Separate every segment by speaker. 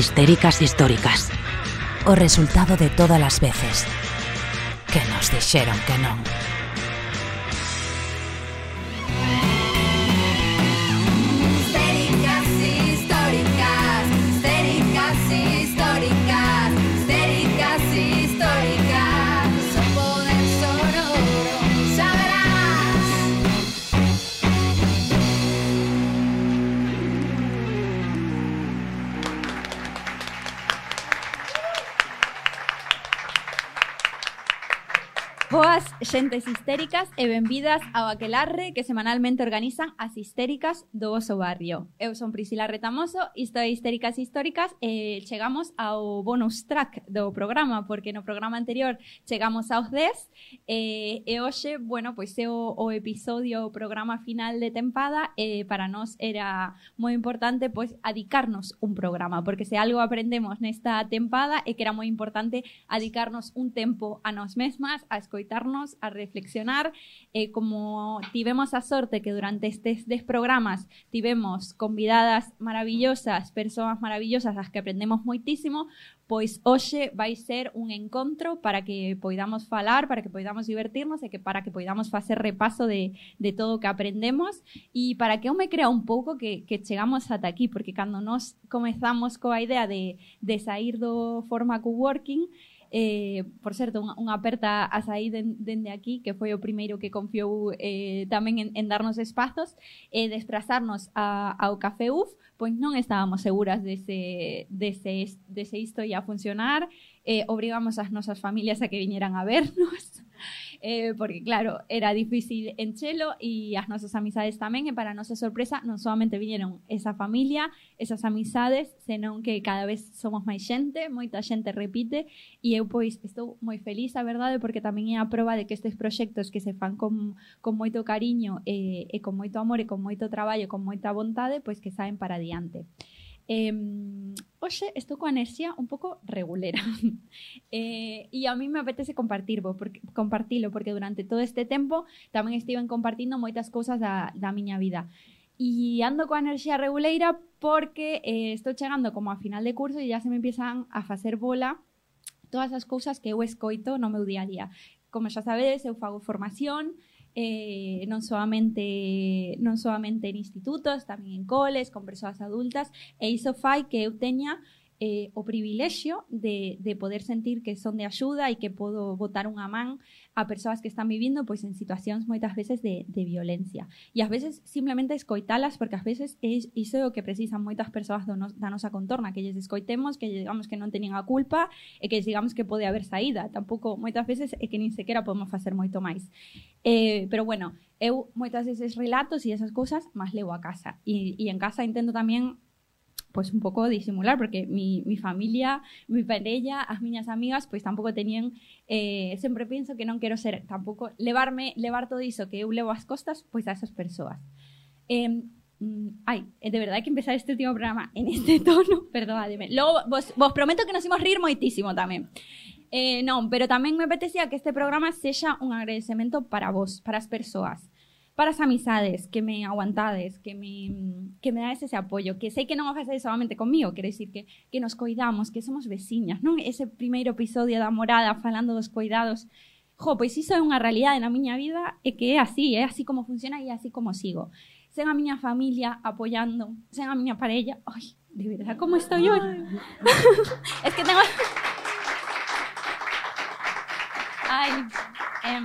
Speaker 1: histéricas históricas.
Speaker 2: O resultado de todas as veces que nos dixeron que non.
Speaker 3: Histéricas, históricas, histéricas, históricas, histéricas, históricas. Son poder sonoro, sabrás.
Speaker 4: Boas xentes histéricas e benvidas ao Aquelarre que semanalmente organizan as histéricas do voso barrio. Eu son Priscila Retamoso, isto é Histéricas Históricas e chegamos ao bonus track do programa, porque no programa anterior chegamos aos 10 e, e hoxe, bueno, pois é o, o episodio, o programa final de tempada e para nós era moi importante pois adicarnos un programa, porque se algo aprendemos nesta tempada é que era moi importante adicarnos un tempo a nós mesmas, a escoitarnos, a reflexionar, eh, como tivemos a sorte que durante estes des programas tivemos convidadas maravillosas, persoas maravillosas as que aprendemos moitísimo, pois hoxe vai ser un encontro para que poidamos falar, para que poidamos divertirnos e que para que poidamos facer repaso de, de todo o que aprendemos e para que eu me crea un pouco que, que chegamos ata aquí, porque cando nos comezamos coa idea de, de sair do forma coworking, Eh, por certo, unha, unha aperta a sair den, dende aquí, que foi o primeiro que confiou eh, tamén en, en darnos espazos, e desplazarnos a, ao Café UF, pois non estábamos seguras dese, dese, dese isto ia funcionar, eh, obrigamos as nosas familias a que viñeran a vernos, eh, porque claro, era difícil en Chelo e as nosas amizades tamén, e para a nosa sorpresa non solamente viñeron esa familia, esas amizades, senón que cada vez somos máis xente, moita xente repite, e eu pois estou moi feliz, a verdade, porque tamén é a proba de que estes proxectos que se fan con, con moito cariño e, e con moito amor e con moito traballo, con moita vontade, pois que saen para diante. Eh, hoxe estou coa enerxía un pouco regulera eh, e a mí me apetece compartirvo porque, compartilo porque durante todo este tempo tamén estiven compartindo moitas cousas da, da miña vida e ando coa enerxía reguleira porque eh, estou chegando como a final de curso e ya se me empiezan a facer bola todas as cousas que eu escoito no meu día a día como xa sabedes, eu fago formación, eh, non soamente non soamente en institutos, tamén en coles, con persoas adultas, e iso fai que eu teña eh, o privilexio de, de poder sentir que son de axuda e que podo botar unha man a persoas que están vivindo pois en situacións moitas veces de, de violencia. E ás veces simplemente escoitalas porque ás veces é iso é o que precisan moitas persoas do nos, da nosa contorna, que lles escoitemos, que lles digamos que non teñen a culpa e que lles digamos que pode haber saída. Tampouco moitas veces é que nin sequera podemos facer moito máis. Eh, pero bueno, eu moitas veces relatos e esas cousas máis levo a casa. E, e en casa intento tamén pues un pouco disimular porque mi, mi familia, mi parella, as miñas amigas pois tampouco teñen eh, sempre penso que non quero ser tampouco levarme, levar todo iso que eu levo ás costas pois a esas persoas. Eh, mm, Ai, eh, de verdade que empezar este último programa en este tono, perdoademe. Logo, vos, vos prometo que nos imos rir moitísimo tamén. Eh, non, pero tamén me apetecía que este programa sexa un agradecemento para vos, para as persoas para as amizades que me aguantades, que me, mm, que me dades ese apoio, que sei que non o facedes solamente comigo, quero dicir que, que nos coidamos, que somos veciñas, non? Ese primeiro episodio da morada falando dos coidados, jo, pues pois iso é unha realidade na miña vida e que é así, é así como funciona e é así como sigo. Sen a miña familia apoiando, sen a miña parella, ai, de verdad, como estou yo? es que tengo... Ay, em,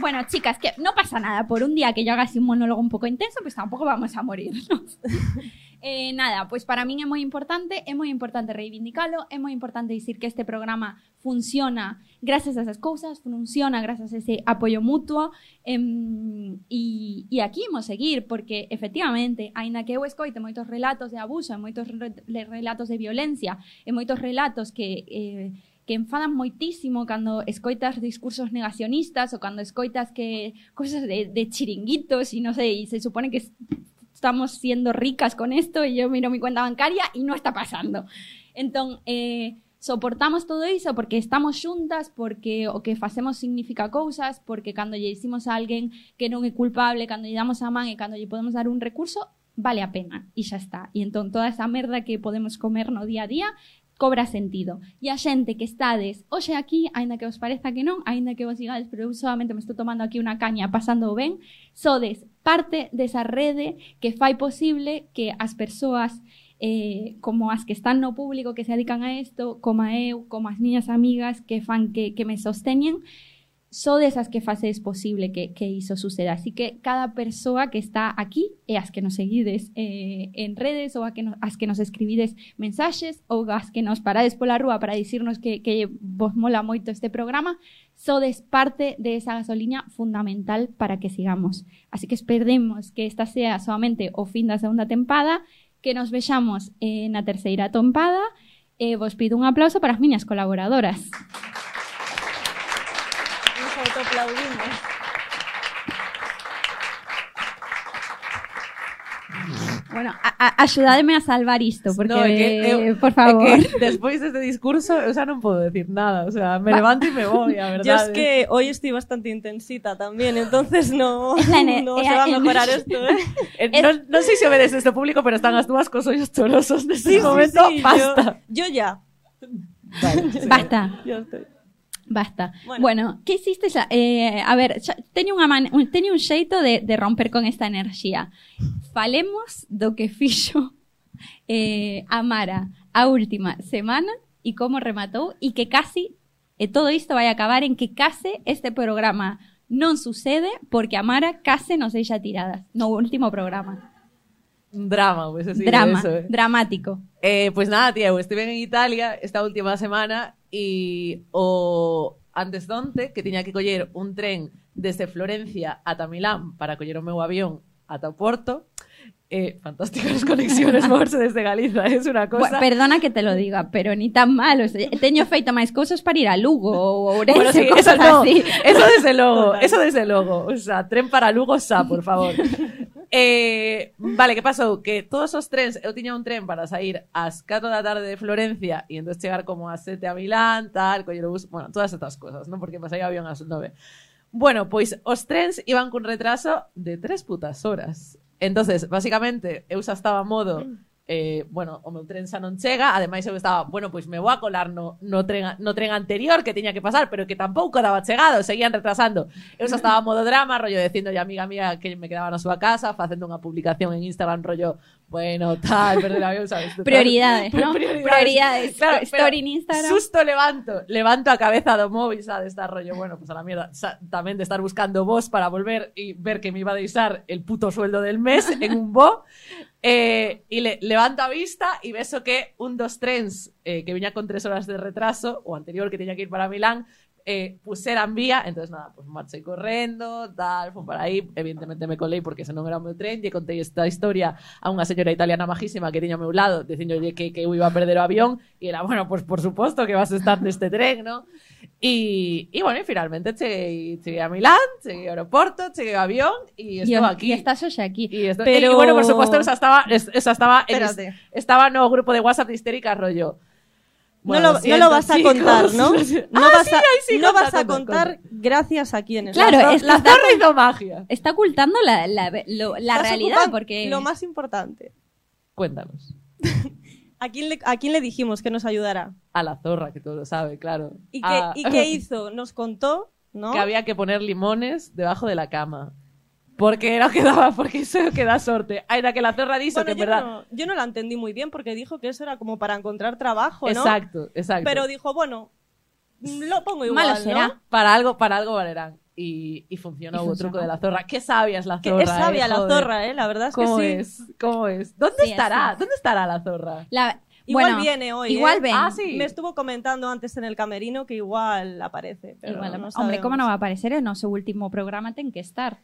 Speaker 4: Bueno, chicas, que no pasa nada por un día que yo haga así un monólogo un poco intenso, pues tampoco vamos a morirnos. Eh, nada, pues para min é moi importante, é moi importante reivindicalo, é moi importante dicir que este programa funciona gracias a esas cousas, funciona gracias a ese apoio mutuo, em, e, e aquí imos seguir, porque efectivamente, aínda que eu escoite moitos relatos de abuso, e moitos re, le- relatos de violencia, e moitos relatos que... Eh, que enfadan moitísimo cando escoitas discursos negacionistas ou cando escoitas que cousas de, de chiringuitos e non sei, e se supone que es- estamos siendo ricas con esto y yo miro mi cuenta bancaria y no está pasando. Entón, eh, soportamos todo iso porque estamos xuntas, porque o que facemos significa cousas, porque cando lle dicimos a alguén que non é culpable, cando lle damos a man e cando lle podemos dar un recurso, vale a pena e xa está. E entón toda esa merda que podemos comer no día a día cobra sentido. E a xente que estades hoxe aquí, aínda que vos pareza que non, aínda que vos digades, pero eu solamente me estou tomando aquí unha caña pasando ben, sodes parte desa rede que fai posible que as persoas eh, como as que están no público que se dedican a isto, como a eu, como as miñas amigas que fan que, que me sosteñen, só desas que facedes posible que, que iso suceda. Así que cada persoa que está aquí e as que nos seguides eh, en redes ou a que no, as que nos escribides mensaxes ou as que nos parades pola rúa para dicirnos que, que vos mola moito este programa, sodes parte de esa gasoliña fundamental para que sigamos. Así que esperemos que esta sea solamente o fin da segunda tempada, que nos vexamos eh, na terceira tempada, e vos pido un aplauso para as miñas colaboradoras.
Speaker 1: Nos autoaplaudimos.
Speaker 4: Bueno, a, a, axudademe a salvar isto, porque,
Speaker 1: No, é que eu-
Speaker 4: por favor...
Speaker 1: É que despois deste discurso, eu xa non podo decir nada. O sea, me levanto e me voy, a
Speaker 5: Yo es
Speaker 1: verdade.
Speaker 5: que hoy estoy bastante intensita también, entonces no,
Speaker 4: Es la ener-
Speaker 5: no se va a
Speaker 4: eh,
Speaker 5: mejorar
Speaker 4: eh,
Speaker 5: esto, ¿eh?
Speaker 1: Eh, non, non sei se obedes este público, pero están as dúas cos ollos chorosos
Speaker 5: Sí, sí,
Speaker 1: neste este momento.
Speaker 5: sí,
Speaker 1: Basta.
Speaker 5: Yo, yo ya.
Speaker 4: Basta,
Speaker 5: Yo estoy.
Speaker 4: basta. Bueno,
Speaker 5: Bueno.
Speaker 4: que hiciste xa? Eh, a ver, xa, teño, unha man, un, teño un xeito de, de romper con esta enerxía. Falemos do que fixo eh, a Mara a última semana e como rematou e que casi, e todo isto vai acabar en que case este programa non sucede porque a Mara case nos deixa tiradas no último programa.
Speaker 1: Un drama, pois pues, así.
Speaker 4: Drama,
Speaker 1: Eso, eh.
Speaker 4: dramático.
Speaker 1: Eh, pues nada, tía, eu estive en Italia esta última semana e o antes de onte que tiña que coller un tren desde Florencia ata Milán para coller o meu avión ata o Porto. Eh, fantásticas conexiones moverse desde Galiza, es una
Speaker 4: Bu-
Speaker 1: cosa.
Speaker 4: perdona que te lo diga, pero ni tan malo. O sea, Teño feito máis cousas para ir a Lugo ou Ourense,
Speaker 1: Bueno, sí, eso
Speaker 4: cousas
Speaker 1: no,
Speaker 4: así.
Speaker 1: eso desde luego,
Speaker 5: Total.
Speaker 1: eso desde luego. O sea, tren para Lugo xa, por favor. Eh, vale, que pasou? Que todos os trens, eu tiña un tren para sair ás 4 da tarde de Florencia e entón chegar como ás 7 a Milán, tal, coller o bus, bueno, todas estas cosas, non? Porque me saía o avión ás 9. Bueno, pois os trens iban cun retraso de tres putas horas. Entonces, basicamente, eu xa estaba a modo eh, bueno, o meu tren xa non chega, ademais eu estaba, bueno, pois me vou a colar no, no, tren, no tren anterior que tiña que pasar, pero que tampouco daba chegado, seguían retrasando. Eu xa estaba a modo drama, rollo dicindo a amiga mía que me quedaba na súa casa, facendo unha publicación en Instagram, rollo, bueno, tal, perder avión, sabes? tú, tal.
Speaker 4: Prioridades, ¿no? Prioridades.
Speaker 1: Claro,
Speaker 4: Story
Speaker 1: pero
Speaker 4: en Instagram.
Speaker 1: Susto levanto, levanto a cabeza do móvil, xa de estar rollo, bueno, pues a la mierda, xa, tamén de estar buscando vos para volver y ver que me iba a deixar el puto sueldo del mes en un bo. Eh, y le, levanto a vista y beso que un dos trens eh, que viña con tres horas de retraso, o anterior que tenía que ir para Milán, eh, pusera en vía, entonces nada, pues marchei correndo, tal, foi para aí, evidentemente me colei porque se non era o meu tren, lle contei esta historia a unha señora italiana majísima que tiña ao meu lado, dicindolle que, que eu iba a perder o avión, e era, bueno, pues por suposto que vas a estar neste tren, ¿no? E, e bueno, e finalmente cheguei, cheguei a Milán, cheguei ao aeroporto, cheguei ao avión, e estou
Speaker 4: Dios,
Speaker 1: aquí.
Speaker 4: E estás hoxe aquí.
Speaker 1: Y, esto-
Speaker 4: Pero-
Speaker 1: y bueno, por supuesto, esa estaba, es- esa estaba, en,
Speaker 5: Espérate.
Speaker 1: estaba no grupo de WhatsApp de histérica rollo.
Speaker 5: No
Speaker 1: Bueno,
Speaker 5: lo- no, lo,
Speaker 1: lo siento,
Speaker 5: vas a
Speaker 1: chicos.
Speaker 5: contar, ¿no? No
Speaker 1: Lo siento. Ah,
Speaker 5: vas
Speaker 1: sí,
Speaker 5: a,
Speaker 1: ahí sí,
Speaker 5: no
Speaker 1: conta,
Speaker 5: vas a
Speaker 1: conta,
Speaker 5: contar gracias a quiénes.
Speaker 4: Claro,
Speaker 5: Las
Speaker 4: es
Speaker 5: dos-
Speaker 4: que
Speaker 1: La
Speaker 4: está,
Speaker 1: zorra hizo magia.
Speaker 4: está ocultando la, la, lo- la
Speaker 5: estás
Speaker 4: realidad
Speaker 5: ocupando
Speaker 4: porque
Speaker 5: Lo más importante.
Speaker 1: Cuéntanos.
Speaker 5: ¿A quién le, a quién le dijimos que nos ayudara?
Speaker 1: A la zorra, que todo lo sabe, claro.
Speaker 5: ¿Y,
Speaker 1: A-
Speaker 5: qué, ¿Y qué hizo? Nos contó, ¿no?
Speaker 1: Ah. Que había que poner limones debajo de la cama. Porque era lo que daba, porque eso que da sorte. Ay, la que la zorra dice
Speaker 5: Bueno,
Speaker 1: que en
Speaker 5: yo,
Speaker 1: verdad.
Speaker 5: no, yo no la entendí muy bien porque dijo que eso era como para encontrar trabajo, ¿no?
Speaker 1: Exacto, exacto.
Speaker 5: Pero dijo, bueno, lo pongo igual,
Speaker 4: Malo será.
Speaker 5: ¿no?
Speaker 1: para algo, para algo valerán. Y, y funcionó
Speaker 4: Y
Speaker 1: el
Speaker 4: funcionó.
Speaker 1: truco de la zorra. Qué sabia es la
Speaker 5: Que
Speaker 1: zorra.
Speaker 5: es sabia
Speaker 1: eh,
Speaker 5: la
Speaker 1: joder.
Speaker 5: zorra, ¿eh? La verdad es que
Speaker 1: ¿Cómo
Speaker 5: sí.
Speaker 1: es? ¿Cómo es? ¿Dónde
Speaker 4: Sí,
Speaker 1: estará?
Speaker 4: así es.
Speaker 1: ¿Dónde estará la zorra?
Speaker 4: la-
Speaker 5: Igual
Speaker 4: bueno,
Speaker 5: viene hoy, ¿eh?
Speaker 4: Igual ven.
Speaker 1: Ah, sí.
Speaker 5: Me estuvo comentando antes en el camerino que igual aparece. Pero
Speaker 4: Igual,
Speaker 5: no
Speaker 4: hombre, como
Speaker 5: sabemos.
Speaker 4: non va a aparecer en o seu último programa ten que estar.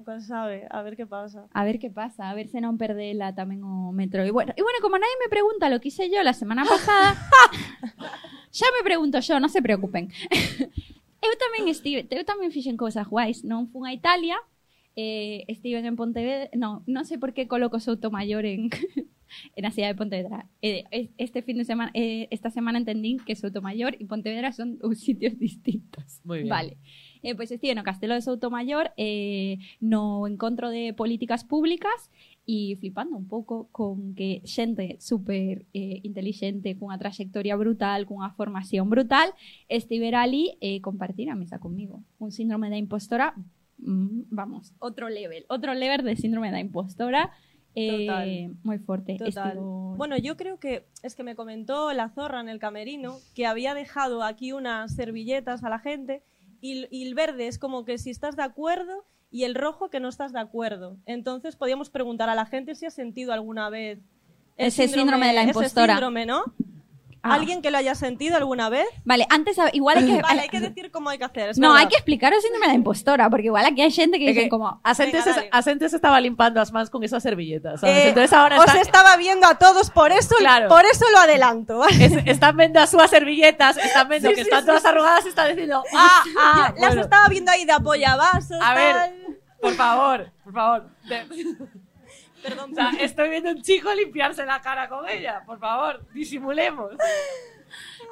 Speaker 5: Nunca se sabe, a ver qué pasa.
Speaker 4: A ver que pasa, a ver se non perdela tamén o metro. E bueno, e bueno como nadie me pregunta lo que hice yo la semana pasada, xa me pregunto yo, non se preocupen. eu tamén estive, eu tamén fixen cousas guais, non fun a Italia, eh, estive en Pontevedra, non, non sei por que coloco Sotomayor en en a cidade de Pontevedra. Eh, es- este fin de semana, eh, esta semana entendín que Sotomayor e Pontevedra son dous sitios distintos.
Speaker 1: Moi bien.
Speaker 4: Vale. Eh, pois estive no Castelo de Soutomayor eh, no encontro de políticas públicas e e flipando un pouco con que xente super eh, inteligente, cunha trayectoria brutal, cunha formación brutal, estivera ali e eh, compartir a mesa comigo. Un síndrome da impostora, mm, vamos, outro level, outro level de síndrome da impostora, eh,
Speaker 5: Total.
Speaker 4: moi forte.
Speaker 5: Total.
Speaker 4: Estivo-
Speaker 5: Bueno, yo creo que es que me comentó la zorra en el camerino que había dejado aquí unas servilletas a la gente y, y el verde es como que si estás de acuerdo y el rojo que no estás de acuerdo. Entonces podíamos preguntar a la gente si ha sentido alguna vez el
Speaker 4: Ese síndrome de la impostora.
Speaker 5: Ese síndrome, ¿no?
Speaker 4: Ah.
Speaker 5: ¿Alguien que lo haya sentido alguna vez?
Speaker 4: Vale, antes a- igual hay que
Speaker 5: Vale, pues hay que decir cómo hay que hacer. es
Speaker 4: No,
Speaker 5: verdad.
Speaker 4: hai que explicar o síndrome da impostora, porque igual aquí hai xente que
Speaker 1: É
Speaker 4: dicen
Speaker 1: que
Speaker 4: como
Speaker 1: as xentes,
Speaker 5: Venga, dale.
Speaker 1: as xentes estaba limpando as mans con esas servilletas, sabes?
Speaker 5: Eh,
Speaker 1: Entonces ahora
Speaker 5: Os
Speaker 1: están,
Speaker 5: estaba viendo a todos, por eso,
Speaker 1: Claro.
Speaker 5: por eso lo adelanto. ¿vale?
Speaker 1: es- están vendo as súas servilletas, están vendo que están todas arrugadas y están diciendo, ah, ah,
Speaker 5: Las
Speaker 1: bueno,
Speaker 5: estaba viendo ahí de apoyavasos.
Speaker 1: A ver.
Speaker 5: tal.
Speaker 1: por favor, por favor. te-
Speaker 5: Perdón,
Speaker 1: o sea, estoy viendo un chico limpiarse la cara con ella, por favor, disimulemos.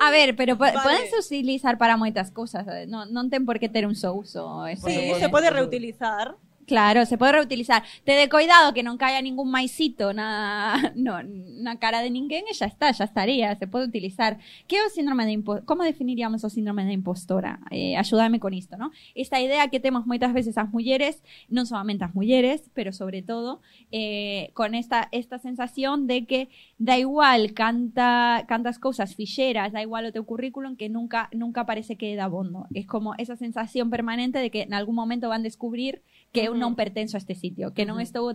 Speaker 4: A ver, pero po
Speaker 5: Vale.
Speaker 4: podense utilizar para moitas cousas, eh, non, non ten por que ter un só uso. Ese,
Speaker 5: Sí,
Speaker 1: Bueno,
Speaker 5: se puede
Speaker 1: bueno.
Speaker 5: reutilizar.
Speaker 4: Claro, se pode reutilizar. Te de cuidado que non caia ningún maicito na, no, na cara de ninguén e xa está, xa estaría, se pode utilizar. Que é o síndrome de impo- como definiríamos o síndrome da impostora? Eh, axúdame con isto, ¿no? Esta idea que temos moitas veces as mulleres, non solamente as mulleres, pero sobre todo eh, con esta esta sensación de que da igual canta cantas cousas fixeras, da igual o teu currículum que nunca nunca parece que é dabondo. Es como esa sensación permanente de que en algún momento van descubrir que eu
Speaker 5: Ujú.
Speaker 4: non pertenzo a este sitio, que non
Speaker 5: Ujú.
Speaker 4: estou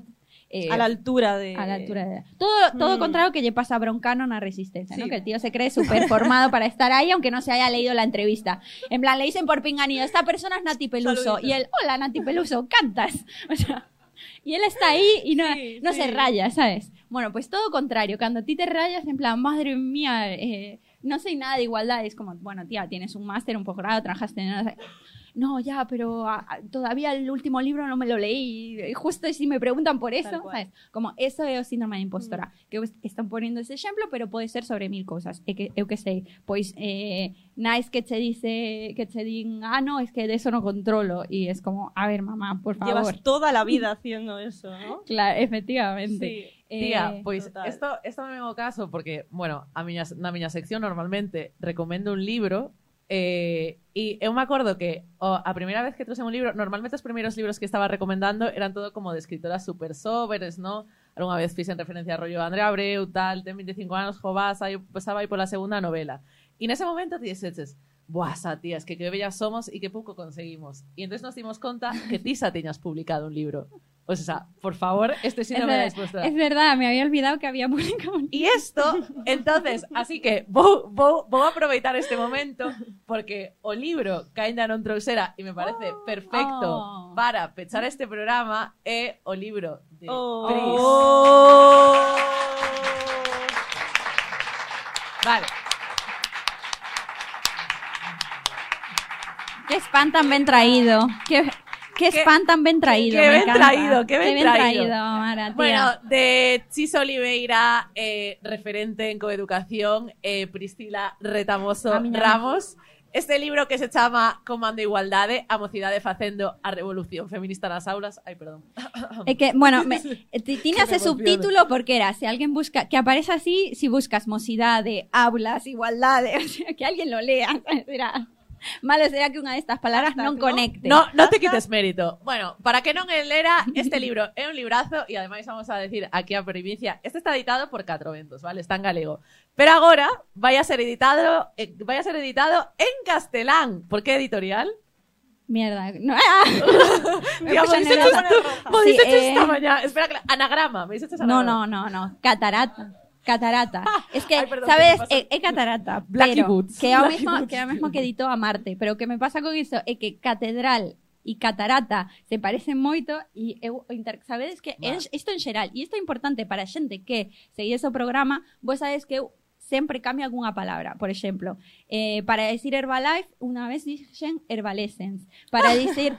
Speaker 4: eh,
Speaker 5: A la altura de.
Speaker 4: a la altura de todo todo
Speaker 5: Mm.
Speaker 4: contrario que lle pasa a Broncano na resistencia, ¿no?
Speaker 5: Sí.
Speaker 4: Que el tío se cree súper formado para estar ahí aunque no se haya leído la entrevista. En plan le dicen por pinganillo, esta persona es Nati Peluso
Speaker 5: Saludito.
Speaker 4: y él, "Hola Nati Peluso, cantas." O sea, y él está ahí y no,
Speaker 5: Sí,
Speaker 4: no
Speaker 5: sí.
Speaker 4: se raya, ¿sabes? Bueno, pues todo contrario. Cuando a ti te rayas, en plan, madre mía, eh, no sé nada de igualdad. Es como, bueno, tía, tienes un máster, un posgrado, trabajaste en... no sé. No, ya, pero ah, ah, todavía el último libro no me lo leí. y Justo si me preguntan por eso,
Speaker 5: cual.
Speaker 4: ¿sabes? Como eso é o síndrome da impostora.
Speaker 1: Mm.
Speaker 4: Que vos están ponendo ese exemplo, pero pode ser sobre mil cousas. E que, eu que sei, pois eh, nais que che dice que che din, ah, no, es que de eso no controlo. E es como, a ver, mamá, por favor.
Speaker 5: Llevas toda la vida haciendo eso, ¿no?
Speaker 4: Claro, efectivamente.
Speaker 5: Sí.
Speaker 4: Eh,
Speaker 1: Tía, pues, pois
Speaker 5: total.
Speaker 1: isto, isto me vengo caso porque, bueno, a miña, na miña sección normalmente recomendo un libro eh, e eu me acordo que o, a primeira vez que trouxe un libro, normalmente os primeiros libros que estaba recomendando eran todo como de escritoras super soberes, ¿no? Alguna vez fixen referencia a rollo de Andrea Abreu, tal, ten 25 anos, jovasa, eu pasaba aí pola segunda novela. E nese momento ti dixeches, Buah, sa, tía, es que que bellas somos e que pouco conseguimos. E entón nos dimos conta que ti xa tiñas publicado un libro. O sea, por favor, este sí
Speaker 4: es,
Speaker 1: no me da
Speaker 4: ver-
Speaker 1: respuesta.
Speaker 4: es verdad, me había olvidado que había publicado un-
Speaker 1: Y esto, entonces, así que vou, vou, vou aproveitar este momento porque o libro Caída non trouxera e me parece
Speaker 4: oh.
Speaker 1: perfecto para pechar este programa é o libro de
Speaker 5: Oh.
Speaker 1: Pris. Vale,
Speaker 4: Qué spam tan bien traído. Qué, qué,
Speaker 1: Qué-
Speaker 4: spam tan bien traído.
Speaker 1: qué
Speaker 4: me
Speaker 1: bien
Speaker 4: encanta.
Speaker 1: traído, qué bien traído.
Speaker 4: Mara, tía.
Speaker 1: bueno, de Chis Oliveira, eh, referente en coeducación, eh, Priscila Retamoso
Speaker 4: A miña
Speaker 1: Ramos. Este libro que se chama Comando Igualdade, a mocidade facendo a revolución feminista nas aulas. Ay, perdón.
Speaker 4: Es que, bueno, me, eh, ti- tiene
Speaker 1: Que
Speaker 4: ese
Speaker 1: me emociona.
Speaker 4: subtítulo porque era, si alguien busca, que aparece así, si buscas mocidad de aulas, igualdad, de- o sea, que alguien lo lea. Será- malo será que una de estas palabras
Speaker 5: Hashtag,
Speaker 4: no
Speaker 5: ¿no?
Speaker 4: conecte.
Speaker 1: No, no te quites mérito. Bueno, para que non el era este libro é un librazo e ademais vamos a decir aquí a primicia, este está editado por Catro Ventos, vale? Está en galego. Pero agora vai a ser editado, eh, vai a ser editado en castelán. Por que editorial?
Speaker 4: Eh, Mierda. No, ah. Me
Speaker 1: Tía,
Speaker 4: puse
Speaker 1: me dices
Speaker 4: nerviosa.
Speaker 5: tú- roja.
Speaker 1: Vos
Speaker 4: Sí,
Speaker 1: sí,
Speaker 4: eh.
Speaker 1: esta mañana. Espera, que la- anagrama, me dices
Speaker 4: No, no, no, no. Catarata. Catarata. Es que,
Speaker 1: Ah. Ay, perdón,
Speaker 4: ¿sabes?
Speaker 1: ¿qué te
Speaker 4: Es catarata.
Speaker 1: Blacky
Speaker 4: pero
Speaker 1: Boots.
Speaker 4: Que ahora
Speaker 1: Blacky
Speaker 4: mismo,
Speaker 1: Boots.
Speaker 4: que ahora mismo que editó a Marte. Pero que me pasa con eso es que catedral y catarata se parecen moito y eu inter- sabedes que
Speaker 1: Va.
Speaker 4: es, isto en xeral e isto é importante para a xente que seguís o programa vos sabes que eu sempre cambio algunha palabra por exemplo eh, para decir Herbalife una vez dixen Herbalessence para decir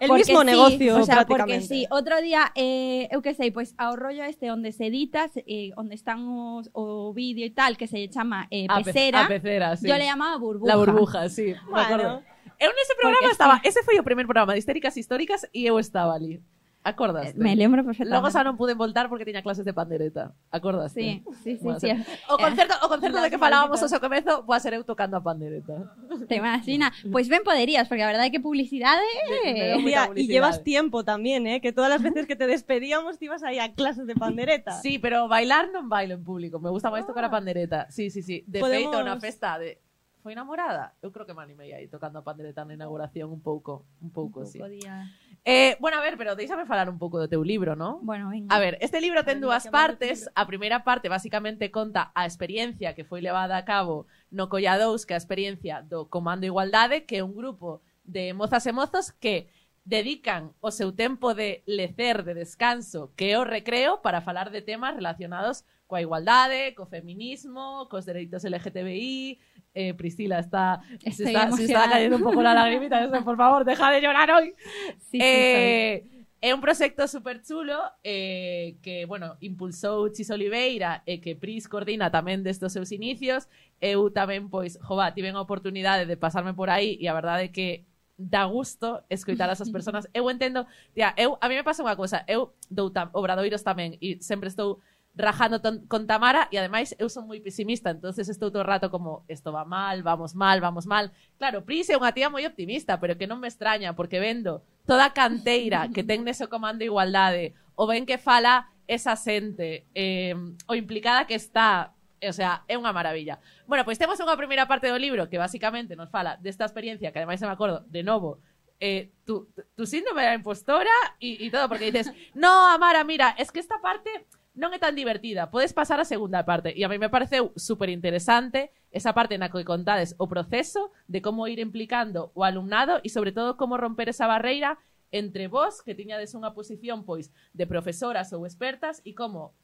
Speaker 5: El
Speaker 4: Porque
Speaker 5: mismo
Speaker 4: sí,
Speaker 5: negocio,
Speaker 4: o sea, porque
Speaker 5: prácticamente.
Speaker 4: sí. Outro día, eh, eu que sei, pois ao rollo este onde se edita, eh, onde están os, o vídeo e tal, que se chama eh,
Speaker 1: A
Speaker 4: pecera,
Speaker 1: A pecera, sí.
Speaker 4: yo le llamaba burbuja.
Speaker 1: La burbuja, sí. me
Speaker 5: Bueno.
Speaker 1: acordo. Eu nese programa
Speaker 4: Porque
Speaker 1: estaba,
Speaker 4: sí.
Speaker 1: ese foi o primeiro programa de Histéricas Históricas e eu estaba ali. Acordaste?
Speaker 4: Eh, Me lembro perfectamente.
Speaker 1: Logo xa non pude voltar porque tiña clases de pandereta. Acordaste? Eh.
Speaker 4: Sí, sí, sí,
Speaker 1: Bueno,
Speaker 4: sí.
Speaker 1: O concerto, o concerto de
Speaker 4: Las
Speaker 1: que falábamos o
Speaker 4: malditas.
Speaker 1: seu comezo, va ser eu tocando a pandereta.
Speaker 4: Te imaginas. Pues ben poderías, porque a verdade é que publicidade...
Speaker 1: Pero mucha
Speaker 5: Tía, y
Speaker 1: publicidad.
Speaker 5: llevas tiempo también, ¿eh? Que todas las veces que te despedíamos te ibas ahí a clases de pandereta.
Speaker 1: Sí, pero bailar non bailo en público. Me gusta máis tocar a pandereta. Sí, sí, sí. De
Speaker 5: Podemos-
Speaker 1: feito, na festa de... Foi namorada? Eu creo que me animei aí tocando a pandereta na inauguración un pouco, un pouco, sí.
Speaker 4: Podía...
Speaker 1: Eh, bueno, a ver, pero déixame falar un pouco do teu libro, non?
Speaker 4: Bueno, venga.
Speaker 1: A ver, este libro ten
Speaker 5: Madriña,
Speaker 1: dúas
Speaker 5: que amor de
Speaker 1: partes.
Speaker 5: libro.
Speaker 1: A primeira parte basicamente conta a experiencia que foi levada a cabo no Colladous, que é a experiencia do Comando e Igualdade, que é un grupo de mozas e mozos que dedican o seu tempo de lecer, de descanso, que é o recreo para falar de temas relacionados coa igualdade, co feminismo, cos dereitos LGTBI. Eh, Priscila está,
Speaker 4: Estoy
Speaker 1: se está, se está
Speaker 4: emocionada.
Speaker 1: cayendo un pouco la lagrimita, eso, por favor, deja de llorar hoy.
Speaker 4: Sí, sí,
Speaker 1: Eh, é un proxecto super chulo eh, que, bueno, impulsou Chis Oliveira e que Pris coordina tamén desde os seus inicios. Eu tamén, pois, jova, tiven a oportunidade de pasarme por aí e a verdade é que dá gusto escoitar a esas persoas. Eu entendo, tía, eu, a mí me pasa unha cousa, eu dou tam, obradoiros tamén e sempre estou rajando ton, con Tamara e ademais eu son moi pesimista, entonces estou todo o rato como esto va mal, vamos mal, vamos mal. Claro, Pris é unha tía moi optimista, pero que non me extraña porque vendo toda a canteira que ten nese comando de igualdade, o ben que fala esa xente, eh, o implicada que está, o sea, é unha maravilla. Bueno, pues pois temos unha primeira parte do libro que basicamente nos fala desta experiencia, que ademais se me acordo, de novo, eh, tu, tu síndrome da impostora e, e todo, porque dices, no, Amara, mira, es que esta parte non é tan divertida, podes pasar a segunda parte. E a mí me pareceu super interesante esa parte na que contades o proceso de como ir implicando o alumnado e sobre todo como romper esa barreira entre vos que tiñades unha posición pois de profesoras ou expertas e como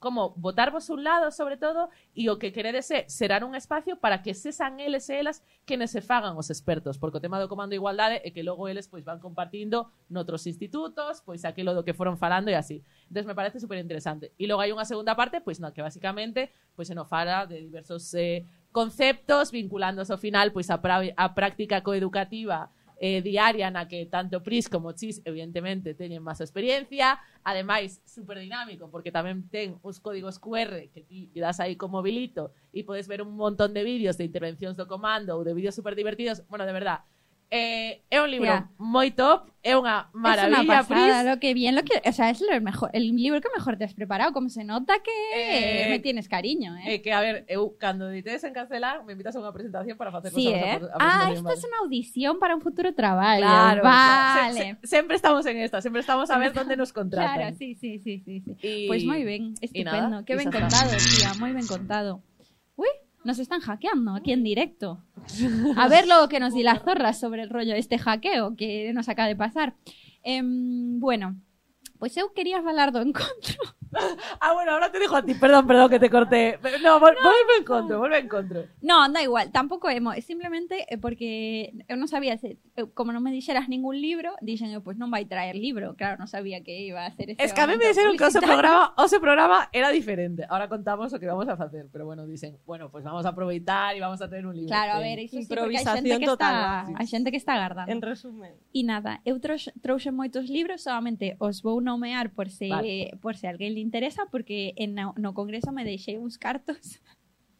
Speaker 1: como votarvos un lado sobre todo e o que queredes é serán un espacio para que sesan eles e elas quenes se fagan os expertos, porque o tema do comando de igualdade é que logo eles pois van compartindo noutros institutos, pois aquilo do que foron falando e así. Entonces me parece súper interesante. Y luego hay una segunda parte, pues no, que básicamente pues se nos fala de diversos eh, conceptos vinculándose al final pues a, pra- a práctica coeducativa eh, diaria en la que tanto Pris como Chis evidentemente tienen más experiencia. Además, súper dinámico porque también ten unos códigos QR que ti lle das ahí como bilito y puedes ver un montón de vídeos de intervenciones de comando o de vídeos súper divertidos. Bueno, de verdad. Eh, é un libro
Speaker 4: Ya.
Speaker 1: muy top, es una maravilla,
Speaker 4: es una pasada,
Speaker 1: Pris.
Speaker 4: lo que bien, lo que, o sea, es lo mejor, el libro que mejor te has preparado, como se nota que
Speaker 1: Eh,
Speaker 4: me tienes cariño, ¿eh?
Speaker 1: É que, a ver, uh, eu, cando dites en cancelar, me invitas a unha presentación para facer
Speaker 4: sí,
Speaker 1: nosotros
Speaker 4: ¿eh?
Speaker 1: a pres- a
Speaker 4: Ah,
Speaker 1: presentación,
Speaker 4: esta
Speaker 1: vale.
Speaker 4: es una audición para un futuro trabajo.
Speaker 1: Claro,
Speaker 4: vale.
Speaker 1: se- se- sempre estamos en esta, sempre estamos a ver dónde nos
Speaker 4: Claro,
Speaker 1: contratan.
Speaker 4: sí, sí, sí, sí. sí.
Speaker 1: Y-
Speaker 4: Pues muy bien,
Speaker 1: nada,
Speaker 4: estupendo. Qué
Speaker 1: y
Speaker 4: bien
Speaker 1: ya está.
Speaker 4: contado, tía, muy bien contado. Uy, nos están hackeando aquí en directo. A ver lo que nos di las zorras sobre el rollo de este hackeo que nos acaba de pasar. Em, bueno, pues eu quería falar do encontro.
Speaker 1: Ah, bueno, ahora te dijo a ti, perdón, perdón que te corté. Pero No, vol volve en contra, volve en contra.
Speaker 4: No, da igual, tampouco é mo- é simplemente eh, porque eu non sabía se, eu, como non me dixeras ningún libro, dixen eu, pois non vai traer libro, claro, non sabía que iba a hacer ese
Speaker 1: Es que a mí me
Speaker 4: momento
Speaker 1: dijeron que ese
Speaker 4: publicitario.
Speaker 1: programa, ese programa era diferente. Ahora contamos lo que vamos a hacer, pero bueno, dicen, bueno, pues vamos a aproveitar y vamos a tener un libro.
Speaker 4: Claro, a
Speaker 1: Sí.
Speaker 4: ver, iso sí, porque hai xente
Speaker 5: Improvisación
Speaker 4: que está,
Speaker 5: total, sí.
Speaker 4: hai xente que está agardando.
Speaker 5: En resumen.
Speaker 4: E nada, eu trox- trouxe moitos libros, solamente os vou nomear por se,
Speaker 1: Vale.
Speaker 4: vale. por se alguén le interesa, porque en, na- no congreso me deixei uns cartos.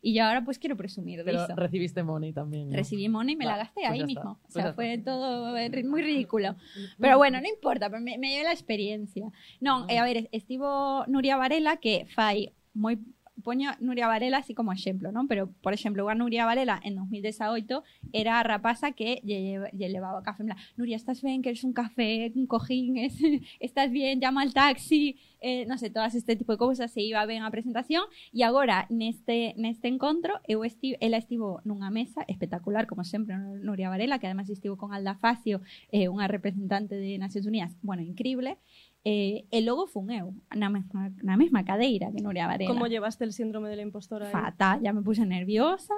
Speaker 4: E yo ahora pues quiero presumir de
Speaker 1: Pero
Speaker 4: iso.
Speaker 1: recibiste money también. ¿no?
Speaker 4: Recibí money y me la
Speaker 1: Vale,
Speaker 4: gasté
Speaker 1: pues
Speaker 4: ahí
Speaker 1: ya está,
Speaker 4: mismo.
Speaker 1: pues
Speaker 4: o sea,
Speaker 1: ya
Speaker 4: fue todo eh, ri- muy ridículo. Pero bueno, no importa, pero me, me llevé la experiencia.
Speaker 1: Ah.
Speaker 4: No, eh, a ver, estivo Nuria Varela que fai moi poño Nuria Varela así como exemplo, non? Pero, por exemplo, a Nuria Varela en 2018 era a rapaza que lle, lleva- lle levaba café. En plan, Nuria, estás ben, queres un café, un cojín, es, estás bien, llama al taxi, eh, non sei, todas este tipo de cousas se iba ben a presentación E agora, neste, neste encontro, este eu esti, ela estivo nunha mesa espectacular, como sempre, Nuria Varela, que ademais estivo con Alda Facio, eh, unha representante de Nacións Unidas, bueno, increíble, eh, e logo fun eu, na mesma, na mesma cadeira que Nuria Varela.
Speaker 5: eh. ¿Cómo llevaste el síndrome de la impostora? ahí?
Speaker 4: Fatal, ya me puse nerviosa,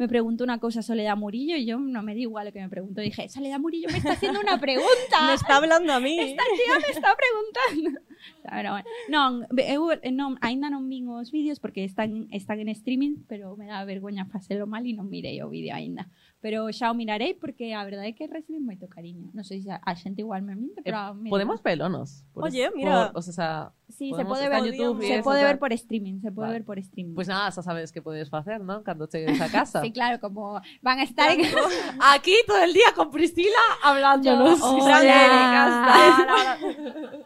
Speaker 4: me preguntó una cosa Soledad Murillo y yo no me di igual lo que me preguntó. Dije, Soledad Murillo me está haciendo una pregunta.
Speaker 5: Me está hablando a mí.
Speaker 4: Esta tía me está preguntando. Pero bueno, non, eu, eh, non, ainda non vin os vídeos porque están, están en streaming, pero me dá vergoña facelo mal e non mirei o vídeo aínda. Pero xa o mirarei porque a verdade é que reciben moito cariño. Non sei se a, a xente igual me miente,
Speaker 1: Eh,
Speaker 4: pero a mí-
Speaker 1: Podemos pelonos. por
Speaker 5: Oye,
Speaker 1: es-
Speaker 5: mira.
Speaker 1: por- o sea, esa-
Speaker 4: Sí, se
Speaker 1: podemos
Speaker 4: pode ver
Speaker 1: estar en YouTube y
Speaker 4: se
Speaker 1: eso,
Speaker 4: pode ver
Speaker 1: tal.
Speaker 4: por streaming, se pode
Speaker 1: Vale.
Speaker 4: ver por streaming.
Speaker 1: Pues nada, ya sabes qué podéis hacer, ¿no? Cuando llegues a casa.
Speaker 4: Sí, claro, como van a estar en...
Speaker 1: Aquí todo el día con Priscila hablándonos.
Speaker 4: Yo-
Speaker 5: Grande,
Speaker 4: Hola.
Speaker 5: Erika, hasta ahora.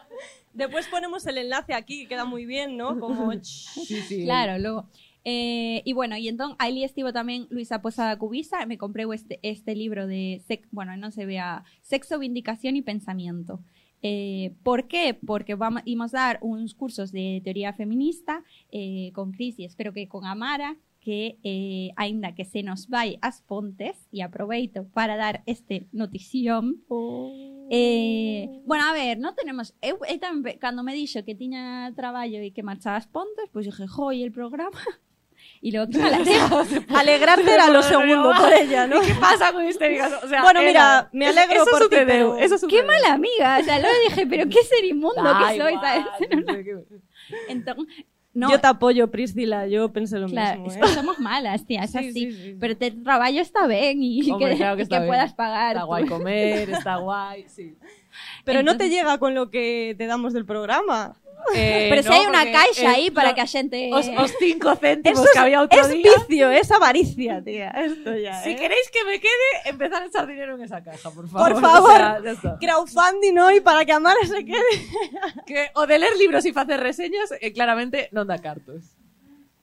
Speaker 5: Después ponemos el enlace aquí, que queda muy bien, ¿no? Como
Speaker 1: Sí, sí.
Speaker 4: Claro, luego. Eh, y bueno, y entonces ahí estuvo también Luisa Posada Cubisa, me compré este, este libro de, sex- bueno, no se vea, Sexo, Vindicación y Pensamiento. Eh, ¿Por qué? Porque vamos a dar unos cursos de teoría feminista eh, con Cris y espero que con Amara, que eh, ainda que se nos vai as pontes, y aproveito para dar este notición, Eh, bueno, a ver, non tenemos eh, eu, eu tamén, cando me dixo que tiña traballo e que marchaba as pontes, pois dije, "Joi, el programa." E logo que mala
Speaker 5: Alegrarte era lo segundo por ella, ¿no?
Speaker 1: ¿Qué pasa con histéricas? O sea,
Speaker 5: Bueno,
Speaker 1: era-
Speaker 5: mira, me alegro
Speaker 1: eso
Speaker 5: por ti,
Speaker 1: sucede,
Speaker 5: pero-
Speaker 1: Eso
Speaker 4: Qué
Speaker 1: sucede.
Speaker 4: mala amiga, o sea, logo dije, "Pero qué ser inmundo que
Speaker 1: Da
Speaker 4: soy",
Speaker 1: igual,
Speaker 4: ¿sabes?
Speaker 1: no sé qué-
Speaker 4: Entón, no,
Speaker 5: Yo te apoyo, Priscila, yo pensé lo
Speaker 4: claro, es
Speaker 5: mismo.
Speaker 4: que
Speaker 5: ¿eh?
Speaker 4: somos malas, tía, es
Speaker 1: Sí,
Speaker 4: así.
Speaker 1: sí, sí, sí.
Speaker 4: Pero te traballo está ben e
Speaker 1: Hombre,
Speaker 4: que,
Speaker 1: claro que
Speaker 4: e
Speaker 1: está
Speaker 4: que
Speaker 1: ben.
Speaker 4: puedas pagar.
Speaker 1: Está
Speaker 4: tú.
Speaker 1: guay comer, está guay, sí.
Speaker 5: Pero no te
Speaker 4: Entonces-
Speaker 5: llega con lo que te damos del programa.
Speaker 1: Eh,
Speaker 4: Pero se
Speaker 1: no,
Speaker 4: hai unha
Speaker 1: porque,
Speaker 4: caixa
Speaker 1: eh,
Speaker 4: aí para
Speaker 1: no,
Speaker 4: que a xente
Speaker 1: Os, os cinco céntimos
Speaker 5: Eso es,
Speaker 1: que había otro
Speaker 5: es
Speaker 1: día.
Speaker 5: vicio, es avaricia, tía. Esto ya, ¿eh?
Speaker 1: Si queréis que me quede, empezar a echar dinero en esa caja, por favor.
Speaker 5: Por favor.
Speaker 1: O, sea, ya está.
Speaker 5: Crowdfunding hoy para que Amara se quede.
Speaker 1: Que- o de leer libros y hacer reseñas, eh, claramente non da cartos.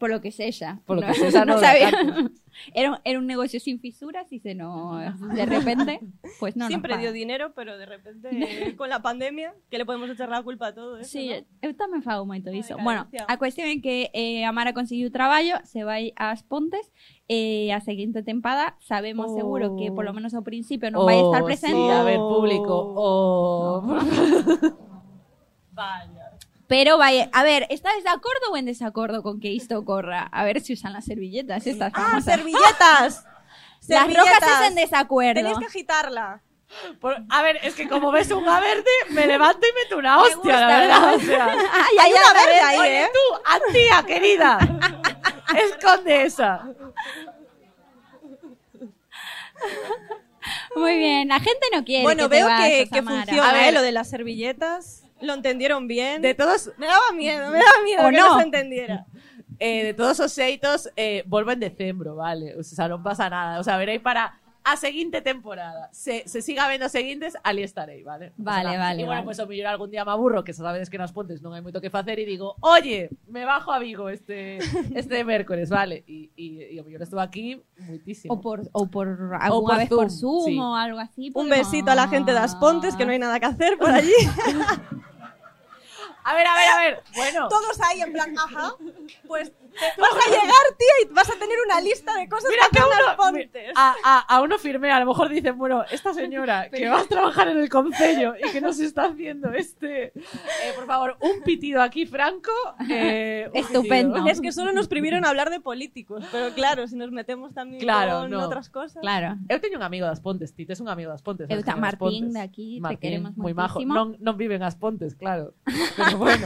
Speaker 4: por lo que sella.
Speaker 1: Por lo que sella, no,
Speaker 4: sabía.
Speaker 1: exacto.
Speaker 4: Era, un- era un negocio sin fisuras y se no de repente, pues no. nos
Speaker 5: Siempre
Speaker 4: paga.
Speaker 5: dio dinero, pero de repente eh, con la pandemia, que le podemos echar la culpa a todo eso,
Speaker 4: Sí, eh,
Speaker 5: ¿no?
Speaker 4: eu tamén fago moito iso.
Speaker 5: decadencia.
Speaker 4: Bueno, a cuestión é que eh, a Mara conseguiu traballo, se vai ás Pontes, e a seguinte tempada sabemos
Speaker 5: Oh.
Speaker 4: seguro que polo menos ao principio non vai
Speaker 1: Oh,
Speaker 4: estar presente,
Speaker 1: Sí, a ver, público. O...
Speaker 4: pero vai, a ver, estades de acordo ou en desacordo con que isto ocorra? A ver se usan las servilletas estas
Speaker 5: ¡Ah,
Speaker 4: famosas.
Speaker 5: servilletas!
Speaker 4: Las
Speaker 5: ¡Servilletas!
Speaker 4: rocas es en desacuerdo.
Speaker 5: Tenéis que agitarla.
Speaker 1: Por- a ver, es que como ves una verde, me levanto y meto una hostia,
Speaker 4: gusta,
Speaker 1: la verdad.
Speaker 4: ¿verdad?
Speaker 1: O sea,
Speaker 4: Ay,
Speaker 5: Hay
Speaker 4: ay,
Speaker 5: una
Speaker 4: ay,
Speaker 5: verde
Speaker 4: ay,
Speaker 5: ahí,
Speaker 4: oye,
Speaker 5: ¿eh?
Speaker 1: tú, Antía, querida, esconde esa.
Speaker 4: Muy bien, la gente no quiere
Speaker 5: Bueno,
Speaker 4: que te
Speaker 5: veo que,
Speaker 4: vayas,
Speaker 5: que
Speaker 4: Amara.
Speaker 1: A
Speaker 5: funciona
Speaker 1: ver.
Speaker 5: ¿eh? lo de las servilletas. Lo entendieron bien.
Speaker 1: De todos,
Speaker 5: Me daba miedo, me daba miedo
Speaker 4: ¿O
Speaker 5: que
Speaker 4: no?
Speaker 5: no? se entendiera.
Speaker 1: eh, de todos os xeitos, eh, volvo en decembro, vale? O sea, non pasa nada. O sea, veréis para a seguinte temporada. Se, se siga vendo seguintes, ali estarei, vale? Non pasa
Speaker 4: Vale,
Speaker 1: nada.
Speaker 4: vale,
Speaker 1: E, bueno,
Speaker 4: vale.
Speaker 1: pues, o mellor algún día me aburro, que xa sabedes que nas pontes non hai moito que facer, e digo, oye, me bajo a Vigo este, este mércores, vale? E, e, e o mellor estou aquí muitísimo.
Speaker 4: O por, o por alguna
Speaker 1: por
Speaker 4: vez por
Speaker 1: Zoom,
Speaker 4: Zoom
Speaker 1: sí.
Speaker 4: o algo así. pues
Speaker 5: Un
Speaker 4: podemos-
Speaker 5: besito a la gente de Aspontes, que no hay nada que hacer por allí.
Speaker 1: A ver, a ver, a ver. Bueno.
Speaker 5: Todos ahí en plan, ajá. Pues te- vas a llegar, tía, y vas a tener una lista de cosas
Speaker 1: Mira
Speaker 5: que
Speaker 1: que
Speaker 5: hacer en
Speaker 1: a uno,
Speaker 5: Aspontes.
Speaker 1: a, a, a uno firme, a lo mejor dicen, bueno, esta señora que va a trabajar en el concello y que no se está haciendo este... Eh, por favor, un pitido aquí, Franco. eh, un
Speaker 4: Estupendo.
Speaker 1: pitido.
Speaker 5: Es que solo nos prohibieron hablar de políticos, pero claro, si nos metemos también
Speaker 1: Claro,
Speaker 5: con
Speaker 1: no.
Speaker 5: otras cosas.
Speaker 4: Ah, Claro.
Speaker 1: Eu teño un amigo das Pontes, Tite, es un amigo das Pontes.
Speaker 4: Eu
Speaker 1: das
Speaker 4: ta-
Speaker 1: Pontes.
Speaker 4: Martín de aquí, te queremos
Speaker 1: moi majo.
Speaker 4: moitísimo.
Speaker 1: Non, non vive en as Pontes, claro. Pero bueno.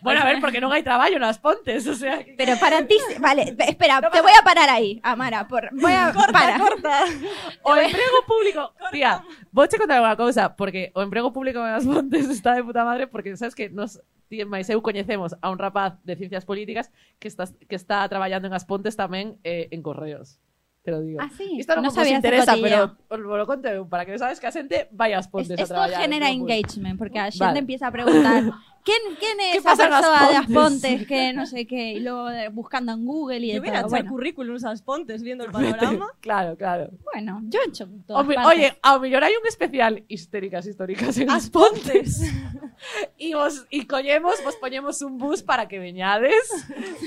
Speaker 1: bueno, a ver, porque non hai traballo nas Pontes, o sea... que-
Speaker 4: Pero para ti, vale, espera, te voy a parar ahí, Amara. Por, voy a
Speaker 5: Corta,
Speaker 4: para.
Speaker 5: corta.
Speaker 1: O emprego público. Tía, vou che contar unha cousa, porque o emprego público en as Montes está de puta madre, porque sabes que nos ti en Maiseu coñecemos a un rapaz de ciencias políticas que está, que está traballando en as Pontes tamén eh, en correos. Te lo digo.
Speaker 4: Ah, sí?
Speaker 1: Isto non,
Speaker 4: No
Speaker 1: vos
Speaker 4: sabía ese
Speaker 1: interesa, pero
Speaker 4: cotilleo.
Speaker 1: os lo conto eu, para que sabes que a xente vai
Speaker 4: Es-
Speaker 1: ás Pontes a
Speaker 4: esto
Speaker 1: traballar.
Speaker 4: genera
Speaker 1: en público.
Speaker 4: engagement, porque la gente
Speaker 1: Vale.
Speaker 4: empieza a preguntar. ¿Quién, quién es
Speaker 1: ¿Qué
Speaker 4: esa
Speaker 1: pasa en las
Speaker 4: persona de
Speaker 1: Pontes?
Speaker 4: Aspontes? Que no sé qué. Y luego de- buscando en Google y
Speaker 5: Yo
Speaker 4: de
Speaker 5: hubiera
Speaker 4: todo.
Speaker 5: hecho
Speaker 4: Bueno,
Speaker 5: currículums a Aspontes viendo el panorama.
Speaker 1: Claro, claro.
Speaker 4: bueno, yo he hecho en todas
Speaker 1: Oye,
Speaker 4: partes.
Speaker 1: oye, a lo mellor hai un especial histéricas históricas en as
Speaker 5: Aspontes.
Speaker 1: Y vos, y collemos, vos ponemos un bus para que veñades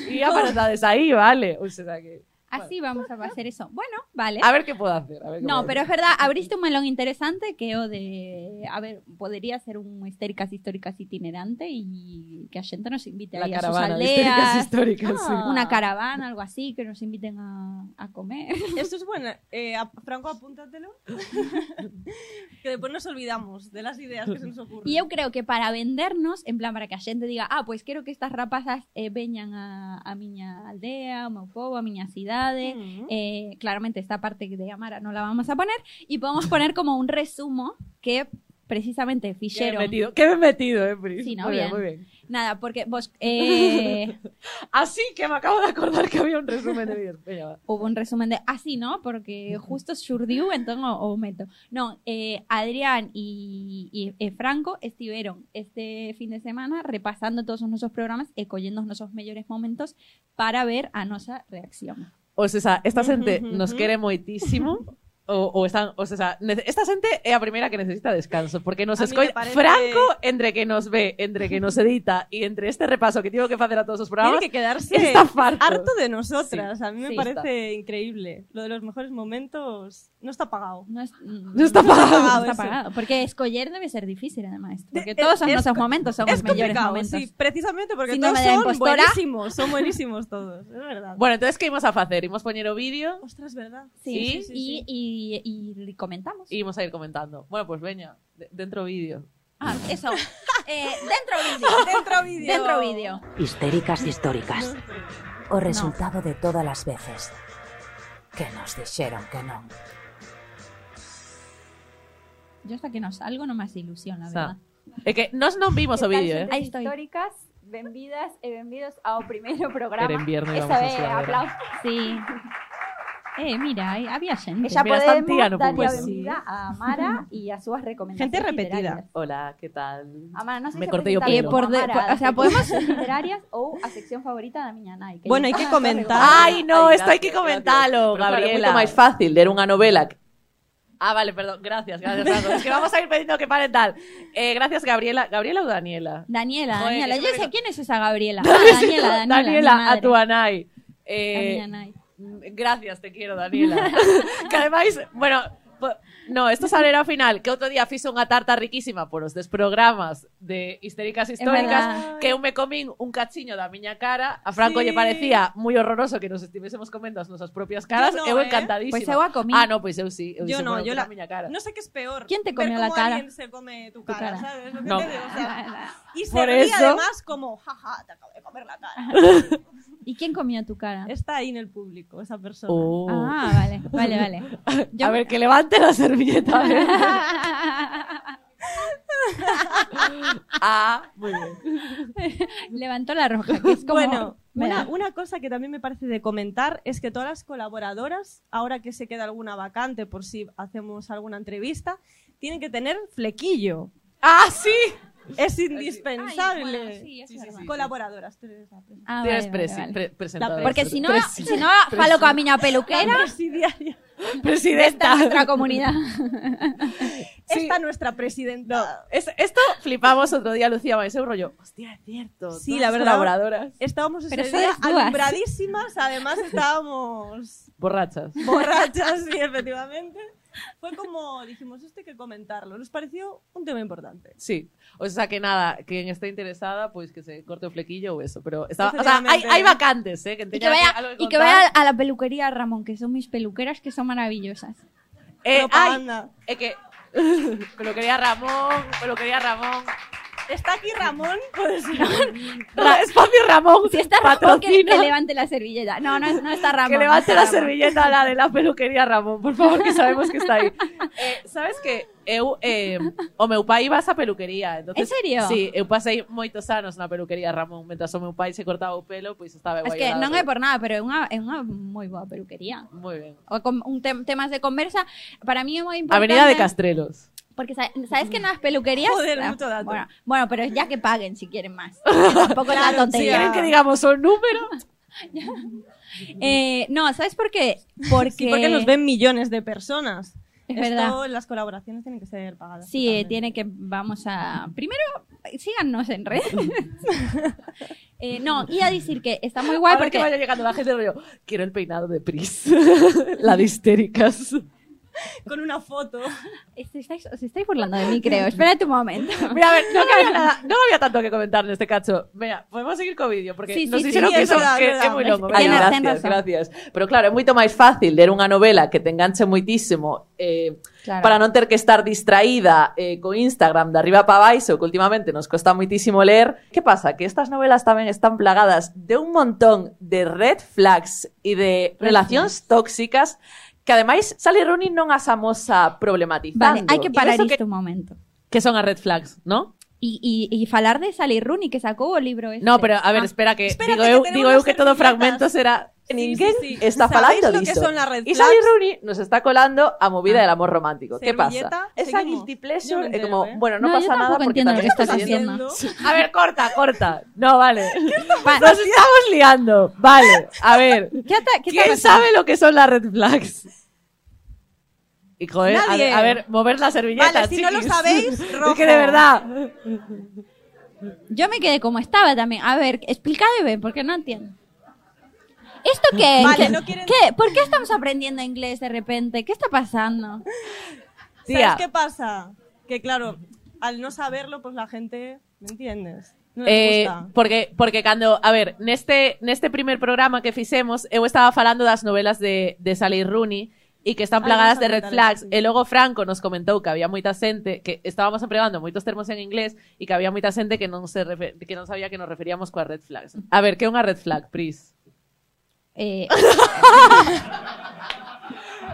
Speaker 1: y aparatades ahí, vale. O sea que...
Speaker 4: Así vamos a hacer eso. Bueno, vale.
Speaker 1: A ver qué puedo hacer. a ver qué
Speaker 4: ¿Eh? No,
Speaker 1: puedo
Speaker 4: pero
Speaker 1: hacer.
Speaker 4: es verdad, abriste un melón interesante que o de, a ver, podría ser un histéricas históricas itinerante y que a gente nos invite
Speaker 1: La
Speaker 4: ahí a sus
Speaker 1: caravana de
Speaker 4: aldeas,
Speaker 1: históricas, históricas,
Speaker 4: ah, una caravana, algo así, que nos inviten a, a comer.
Speaker 5: Esto es bueno. Eh, a- Franco, apúntatelo. que después nos olvidamos de las ideas que se nos ocurren.
Speaker 4: E eu creo que para vendernos, en plan, para que a xente diga ah, pois quero que estas rapazas eh, veñan a, a miña aldea, ao meu povo, a miña cidade,
Speaker 5: Mm.
Speaker 4: eh, claramente esta parte de Amara non la vamos a poner, e podemos poner como un resumo que precisamente
Speaker 1: ¿Qué me he
Speaker 4: fixeron.
Speaker 1: metido? ¿Qué me he metido, eh, Pris?
Speaker 4: Sí, no,
Speaker 1: muy bien.
Speaker 4: bien.
Speaker 1: muy bien.
Speaker 4: Nada, porque vos... Eh,
Speaker 1: Así que me acabo de acordar que había un resumen de vídeos. Venga, va.
Speaker 4: Hubo un resumen de así, ¿no? Porque justo xurdiu, entón o, o meto. Non, eh, Adrián e, e, e Franco estiveron este fin de semana repasando todos os nosos programas e collendo os nosos mellores momentos para ver a nosa reacción.
Speaker 1: O sea, esta gente
Speaker 5: Ujú, ujú,
Speaker 1: nos
Speaker 5: ujú.
Speaker 1: quere moitísimo. O, o están, o sea, nece- esta gente é a primeira que necesita descanso, porque nos
Speaker 5: A mí me
Speaker 1: escolla
Speaker 5: parece-
Speaker 1: Franco entre que nos ve, entre que nos edita e entre este repaso que tivo que facer a todos os
Speaker 5: Tiene
Speaker 1: programas,
Speaker 5: que quedarse
Speaker 1: está farto.
Speaker 5: harto de nosotras. A mí me
Speaker 1: sí,
Speaker 5: parece increíble. Lo de los mejores momentos no está pagado.
Speaker 4: No, es, mm,
Speaker 1: No está pagado.
Speaker 4: No está
Speaker 5: eso.
Speaker 4: pagado. Porque escoller debe ser difícil, además. Porque
Speaker 5: De-
Speaker 4: todos os
Speaker 5: es-
Speaker 4: nosos momentos son os
Speaker 5: Es
Speaker 4: mellores
Speaker 5: complicado,
Speaker 4: momentos.
Speaker 5: sí, precisamente porque
Speaker 4: Síndrome de
Speaker 5: todos
Speaker 4: la
Speaker 5: son
Speaker 4: impostora.
Speaker 5: buenísimos, son buenísimos todos, es verdad.
Speaker 1: Bueno, entonces, que imos a facer? Imos poñer o vídeo
Speaker 5: Ostras, ¿verdad?
Speaker 1: Sí,
Speaker 4: Sí, y, y, y comentamos.
Speaker 1: e imos a ir comentando. Bueno, pues veña, de- dentro vídeo.
Speaker 4: Ah, eso. Eh, dentro vídeo.
Speaker 5: Dentro vídeo.
Speaker 4: Dentro vídeo.
Speaker 2: Histéricas históricas. O resultado de todas las veces que nos dixeron que non.
Speaker 4: Yo hasta que no salgo no más ilusión, la
Speaker 1: O sea,
Speaker 4: verdad.
Speaker 1: É que nos non vimos o
Speaker 6: ¿Qué tal,
Speaker 1: vídeo, eh.
Speaker 6: xente
Speaker 4: Ahí estoy.
Speaker 6: históricas, benvidas e benvidos ao primeiro programa.
Speaker 1: Era en viernes,
Speaker 6: Eso
Speaker 1: vamos a
Speaker 6: é,
Speaker 1: celebrar.
Speaker 6: aplauso.
Speaker 4: Sí. Eh, mira, hay- había gente.
Speaker 6: Que xa
Speaker 1: Mira,
Speaker 6: podemos
Speaker 1: Santiago,
Speaker 6: darlle
Speaker 1: pues
Speaker 6: a
Speaker 1: sí.
Speaker 6: benvida a Mara e as súas recomendacións
Speaker 5: Gente repetida.
Speaker 6: literarias.
Speaker 1: Hola, ¿qué tal?
Speaker 6: A Mara, non sei
Speaker 1: Me
Speaker 6: se
Speaker 1: cortei o
Speaker 6: presentarlle
Speaker 1: pelo.
Speaker 6: como
Speaker 4: Eh, por
Speaker 6: a
Speaker 4: de-
Speaker 6: Mara,
Speaker 4: por- o
Speaker 6: das
Speaker 4: sea, podemos-
Speaker 6: recomendacións literarias ou a sección favorita da miña nai. que
Speaker 5: Bueno,
Speaker 6: lle
Speaker 5: hai que
Speaker 6: pasa
Speaker 5: comentar.
Speaker 6: todo
Speaker 1: Ai, no,
Speaker 6: Ai,
Speaker 1: esto hai que
Speaker 6: gracias,
Speaker 1: comentarlo,
Speaker 6: gracias.
Speaker 7: Pero
Speaker 1: Gabriela.
Speaker 7: claro, é moito máis fácil ler unha novela que-
Speaker 1: Ah, vale, perdón. Gracias, gracias, Franco. Es que vamos a ir pidiendo que paren tal. Eh, gracias, Gabriela. ¿Gabriela o Daniela?
Speaker 4: Daniela,
Speaker 1: Joder,
Speaker 4: Daniela.
Speaker 1: yo
Speaker 4: Yo
Speaker 1: creo
Speaker 4: sé
Speaker 1: que-
Speaker 4: quién es esa Gabriela. Ah, Daniela, Daniela. mi madre.
Speaker 1: a tu Anay.
Speaker 4: A
Speaker 1: Eh,
Speaker 4: mi Anai.
Speaker 1: mm, gracias, te quiero, Daniela. que ademais, bueno, po- no, esto saberá ao final, que outro día fixe unha tarta riquísima por os des programas de Histéricas Históricas,
Speaker 5: verdad.
Speaker 1: que eu me comín un cachiño da miña cara, a Franco
Speaker 5: Sí.
Speaker 1: lle parecía moi horroroso que nos estivésemos comendo as nosas propias caras,
Speaker 5: Yo no,
Speaker 1: eu
Speaker 5: eh.
Speaker 1: encantadísima.
Speaker 4: Pois eu Pues a comín.
Speaker 1: Ah, no, pois eu sí, eu
Speaker 5: Yo
Speaker 1: dixen,
Speaker 5: no,
Speaker 1: bueno,
Speaker 5: yo
Speaker 1: que
Speaker 5: la-
Speaker 1: da miña cara.
Speaker 5: No sé qué es peor.
Speaker 4: ¿Quién te
Speaker 5: ver
Speaker 4: comió la
Speaker 5: cómo
Speaker 4: cara?
Speaker 5: alguien se come tu cara,
Speaker 4: cara.
Speaker 5: ¿sabes? Lo que
Speaker 1: No.
Speaker 5: te digo, o sea, y se
Speaker 1: Por
Speaker 5: ríe
Speaker 1: eso-
Speaker 5: además como, jaja, te acabo de comer la cara.
Speaker 4: ¿Y quién comió tu cara?
Speaker 5: Está ahí en el público esa persona.
Speaker 1: Oh.
Speaker 4: Ah, vale, vale, vale. Yo-
Speaker 1: A ver, que levante la servilleta. a ver. ah, muy bien.
Speaker 4: Levantó la roja, que es como.
Speaker 5: Bueno,
Speaker 4: Me
Speaker 5: una,
Speaker 4: da-
Speaker 5: una cosa que también me parece de comentar es que todas las colaboradoras, ahora que se queda alguna vacante por si hacemos alguna entrevista, tienen que tener flequillo.
Speaker 1: ¡Ah, sí!
Speaker 5: Es
Speaker 4: Ay,
Speaker 5: indispensable.
Speaker 4: bueno, sí, es verdad.
Speaker 5: Colaboradoras. tres, la presi-
Speaker 4: Ah,
Speaker 1: Tienes
Speaker 4: vale, vale,
Speaker 1: presi-
Speaker 4: vale.
Speaker 1: pre- presentadora.
Speaker 4: Porque si no,
Speaker 1: Presi-
Speaker 4: si no, falo con a miña peluquera
Speaker 5: La presidiaria.
Speaker 4: de nuestra
Speaker 1: presidenta.
Speaker 4: comunidad.
Speaker 1: Sí.
Speaker 5: Esta nuestra presidenta.
Speaker 1: Es- esto flipamos otro día, Lucía, va, ese rollo. Hostia, es cierto.
Speaker 5: Sí, la
Speaker 1: todas las
Speaker 5: verdad.
Speaker 1: Colaboradoras.
Speaker 5: Estábamos ese
Speaker 4: Pero
Speaker 5: día
Speaker 4: sois duas.
Speaker 5: alumbradísimas, además estábamos
Speaker 1: Borrachas.
Speaker 5: borrachas, sí, efectivamente. Fue como dijimos, esto hay que comentarlo. Nos pareció un tema importante.
Speaker 1: Sí. O sea que nada, quien esté interesada, pues que se corte un flequillo o eso. Pero estaba, o sea, hay,
Speaker 5: Efectivamente.
Speaker 1: hay vacantes, ¿eh? Que
Speaker 4: Y que
Speaker 1: tenga
Speaker 4: vaya,
Speaker 1: algo
Speaker 4: y que
Speaker 1: contar.
Speaker 4: vaya a la peluquería Ramón, que son mis peluqueras que son maravillosas.
Speaker 1: Eh, ay,
Speaker 5: Propaganda.
Speaker 1: es que. Peluquería Ramón, peluquería Ramón.
Speaker 5: Está aquí Ramón, puede ser.
Speaker 1: Ra- Espacio Ramón.
Speaker 4: Si está Ramón, que,
Speaker 1: patrocina.
Speaker 4: que levante la servilleta. No, no, no está Ramón.
Speaker 1: que
Speaker 4: no
Speaker 1: levante
Speaker 4: está
Speaker 1: la
Speaker 4: Ramón.
Speaker 1: servilleta la de la peluquería Ramón, por favor, que sabemos que está ahí. Eh, sabes que eu eh, o meu pai iba a esa peluquería, entonces
Speaker 4: En serio?
Speaker 1: Sí, eu pasei moitos anos na peluquería Ramón, mentras o meu pai se cortaba o pelo, pois estaba
Speaker 4: Es
Speaker 1: igual.
Speaker 4: que non é por nada, pero é unha, é unha moi boa peluquería.
Speaker 1: Muy bien.
Speaker 4: O con un tem- temas de conversa, para mí é moi importante.
Speaker 1: Avenida de Castrelos.
Speaker 4: Porque sa- sabes que nas peluquerías...
Speaker 5: Joder,
Speaker 4: Ah,
Speaker 5: mucho dato.
Speaker 4: Bueno, bueno, pero ya que paguen si quieren más. Que Tampoco es la
Speaker 5: Claro,
Speaker 1: Si
Speaker 4: tontería.
Speaker 5: Sí,
Speaker 1: quieren
Speaker 5: ah.
Speaker 1: que digamos o número,
Speaker 4: Eh, no, ¿sabes por qué? Porque,
Speaker 5: Sí, porque nos ven millones de personas.
Speaker 4: Es
Speaker 5: Esto,
Speaker 4: verdad.
Speaker 5: las colaboraciones tienen que ser pagadas.
Speaker 4: Sí, eh,
Speaker 5: totalmente.
Speaker 4: tiene que... Vamos a... Primero, síganos en redes. Eh, no, ia dicir que está muy guay
Speaker 1: Ahora
Speaker 4: porque...
Speaker 1: que vaya llegando la gente rollo, quiero el peinado de Pris, la de histéricas.
Speaker 5: Con una foto.
Speaker 4: Os estáis, os estáis burlando de mí, creo. Espérate un momento.
Speaker 1: Mira, a ver, no, había nada- no había tanto que comentar en este cacho. Mira, podemos seguir con vídeo, porque
Speaker 4: Sí, sí,
Speaker 1: nos
Speaker 4: sí,
Speaker 1: dijeron
Speaker 5: sí,
Speaker 1: que,
Speaker 5: es
Speaker 1: eso-
Speaker 5: verdad,
Speaker 1: que
Speaker 5: es verdad.
Speaker 1: é moi longo.
Speaker 4: Ten-
Speaker 1: Venga,
Speaker 4: ten
Speaker 7: gracias,
Speaker 4: razón.
Speaker 7: gracias. Pero claro, é moito máis fácil ler unha novela que te enganche moitísimo eh,
Speaker 4: Claro.
Speaker 7: para non ter que estar distraída eh, co Instagram de arriba para baixo, que últimamente nos costa moitísimo ler. Que pasa? Que estas novelas tamén están plagadas de un montón de red flags e de relacións tóxicas que ademais Sally Rooney non as amosa problematizando.
Speaker 4: Vale, hai
Speaker 7: E
Speaker 4: que parar
Speaker 7: penso
Speaker 4: isto un momento.
Speaker 1: Que son as red flags, ¿no?
Speaker 4: E, e, e falar de Sally Rooney, que sacou o libro este.
Speaker 1: No, pero a ver,
Speaker 4: Ah,
Speaker 1: espera que
Speaker 5: Espérate
Speaker 1: digo
Speaker 5: que
Speaker 1: eu,
Speaker 5: tenemos
Speaker 1: digo eu
Speaker 5: las
Speaker 1: que todo
Speaker 5: servilletas.
Speaker 1: fragmento será
Speaker 7: Ninguén
Speaker 5: sí, sí.
Speaker 7: está
Speaker 5: ¿Sabéis
Speaker 7: falando
Speaker 5: lo
Speaker 7: diso.
Speaker 5: que son las red
Speaker 7: Y Sally
Speaker 5: flags?
Speaker 7: Rooney nos está colando a movida del amor romántico. ¿Qué
Speaker 5: Servilleta,
Speaker 7: pasa? Esa
Speaker 5: seguimos.
Speaker 7: guilty
Speaker 5: Yo no
Speaker 7: pleasure
Speaker 5: me
Speaker 7: es
Speaker 5: entero,
Speaker 7: como,
Speaker 5: ¿eh?
Speaker 7: bueno, no,
Speaker 4: No, yo
Speaker 7: pasa nada
Speaker 4: tampoco
Speaker 7: porque
Speaker 4: entiendo lo
Speaker 7: también
Speaker 4: que estás
Speaker 7: estás
Speaker 4: haciendo.
Speaker 1: A ver, corta, corta. No, vale.
Speaker 4: Pa-
Speaker 1: Nos estamos liando. Vale, a ver.
Speaker 4: ¿Qué, ata- qué está
Speaker 1: ¿Quién
Speaker 4: pasando?
Speaker 1: sabe lo que son las red flags? Y joder, a
Speaker 5: Nadie.
Speaker 1: ver, a ver, mover la servilleta.
Speaker 5: Vale, si no lo
Speaker 1: chiquis.
Speaker 5: sabéis, rojo.
Speaker 1: Es que de verdad.
Speaker 4: Yo me quedé como estaba también. A ver, explícame, porque no entiendo. ¿Esto qué? es?
Speaker 5: Vale,
Speaker 4: ¿Qué-
Speaker 5: no quieren-
Speaker 4: qué? ¿Por qué estamos aprendiendo inglés de repente? ¿Qué está pasando?
Speaker 1: Tía.
Speaker 5: ¿Sabes qué pasa? Que claro, al no saberlo, pues la gente, ¿me entiendes? No les
Speaker 1: Eh,
Speaker 5: gusta.
Speaker 1: porque porque cando, a ver, neste neste este primer programa que fixemos, eu estaba falando das novelas de de Sally Rooney e que están
Speaker 5: Ah,
Speaker 1: plagadas
Speaker 5: vamos
Speaker 1: de
Speaker 5: a
Speaker 1: red
Speaker 5: comentar
Speaker 1: flags.
Speaker 5: eso, sí.
Speaker 1: E logo Franco nos comentou que había moita xente que estábamos empregando moitos termos en inglés e que había moita xente que non se refe- que non sabía que nos referíamos coas red flags. A ver, que é unha red flag, Pris?
Speaker 4: Eh,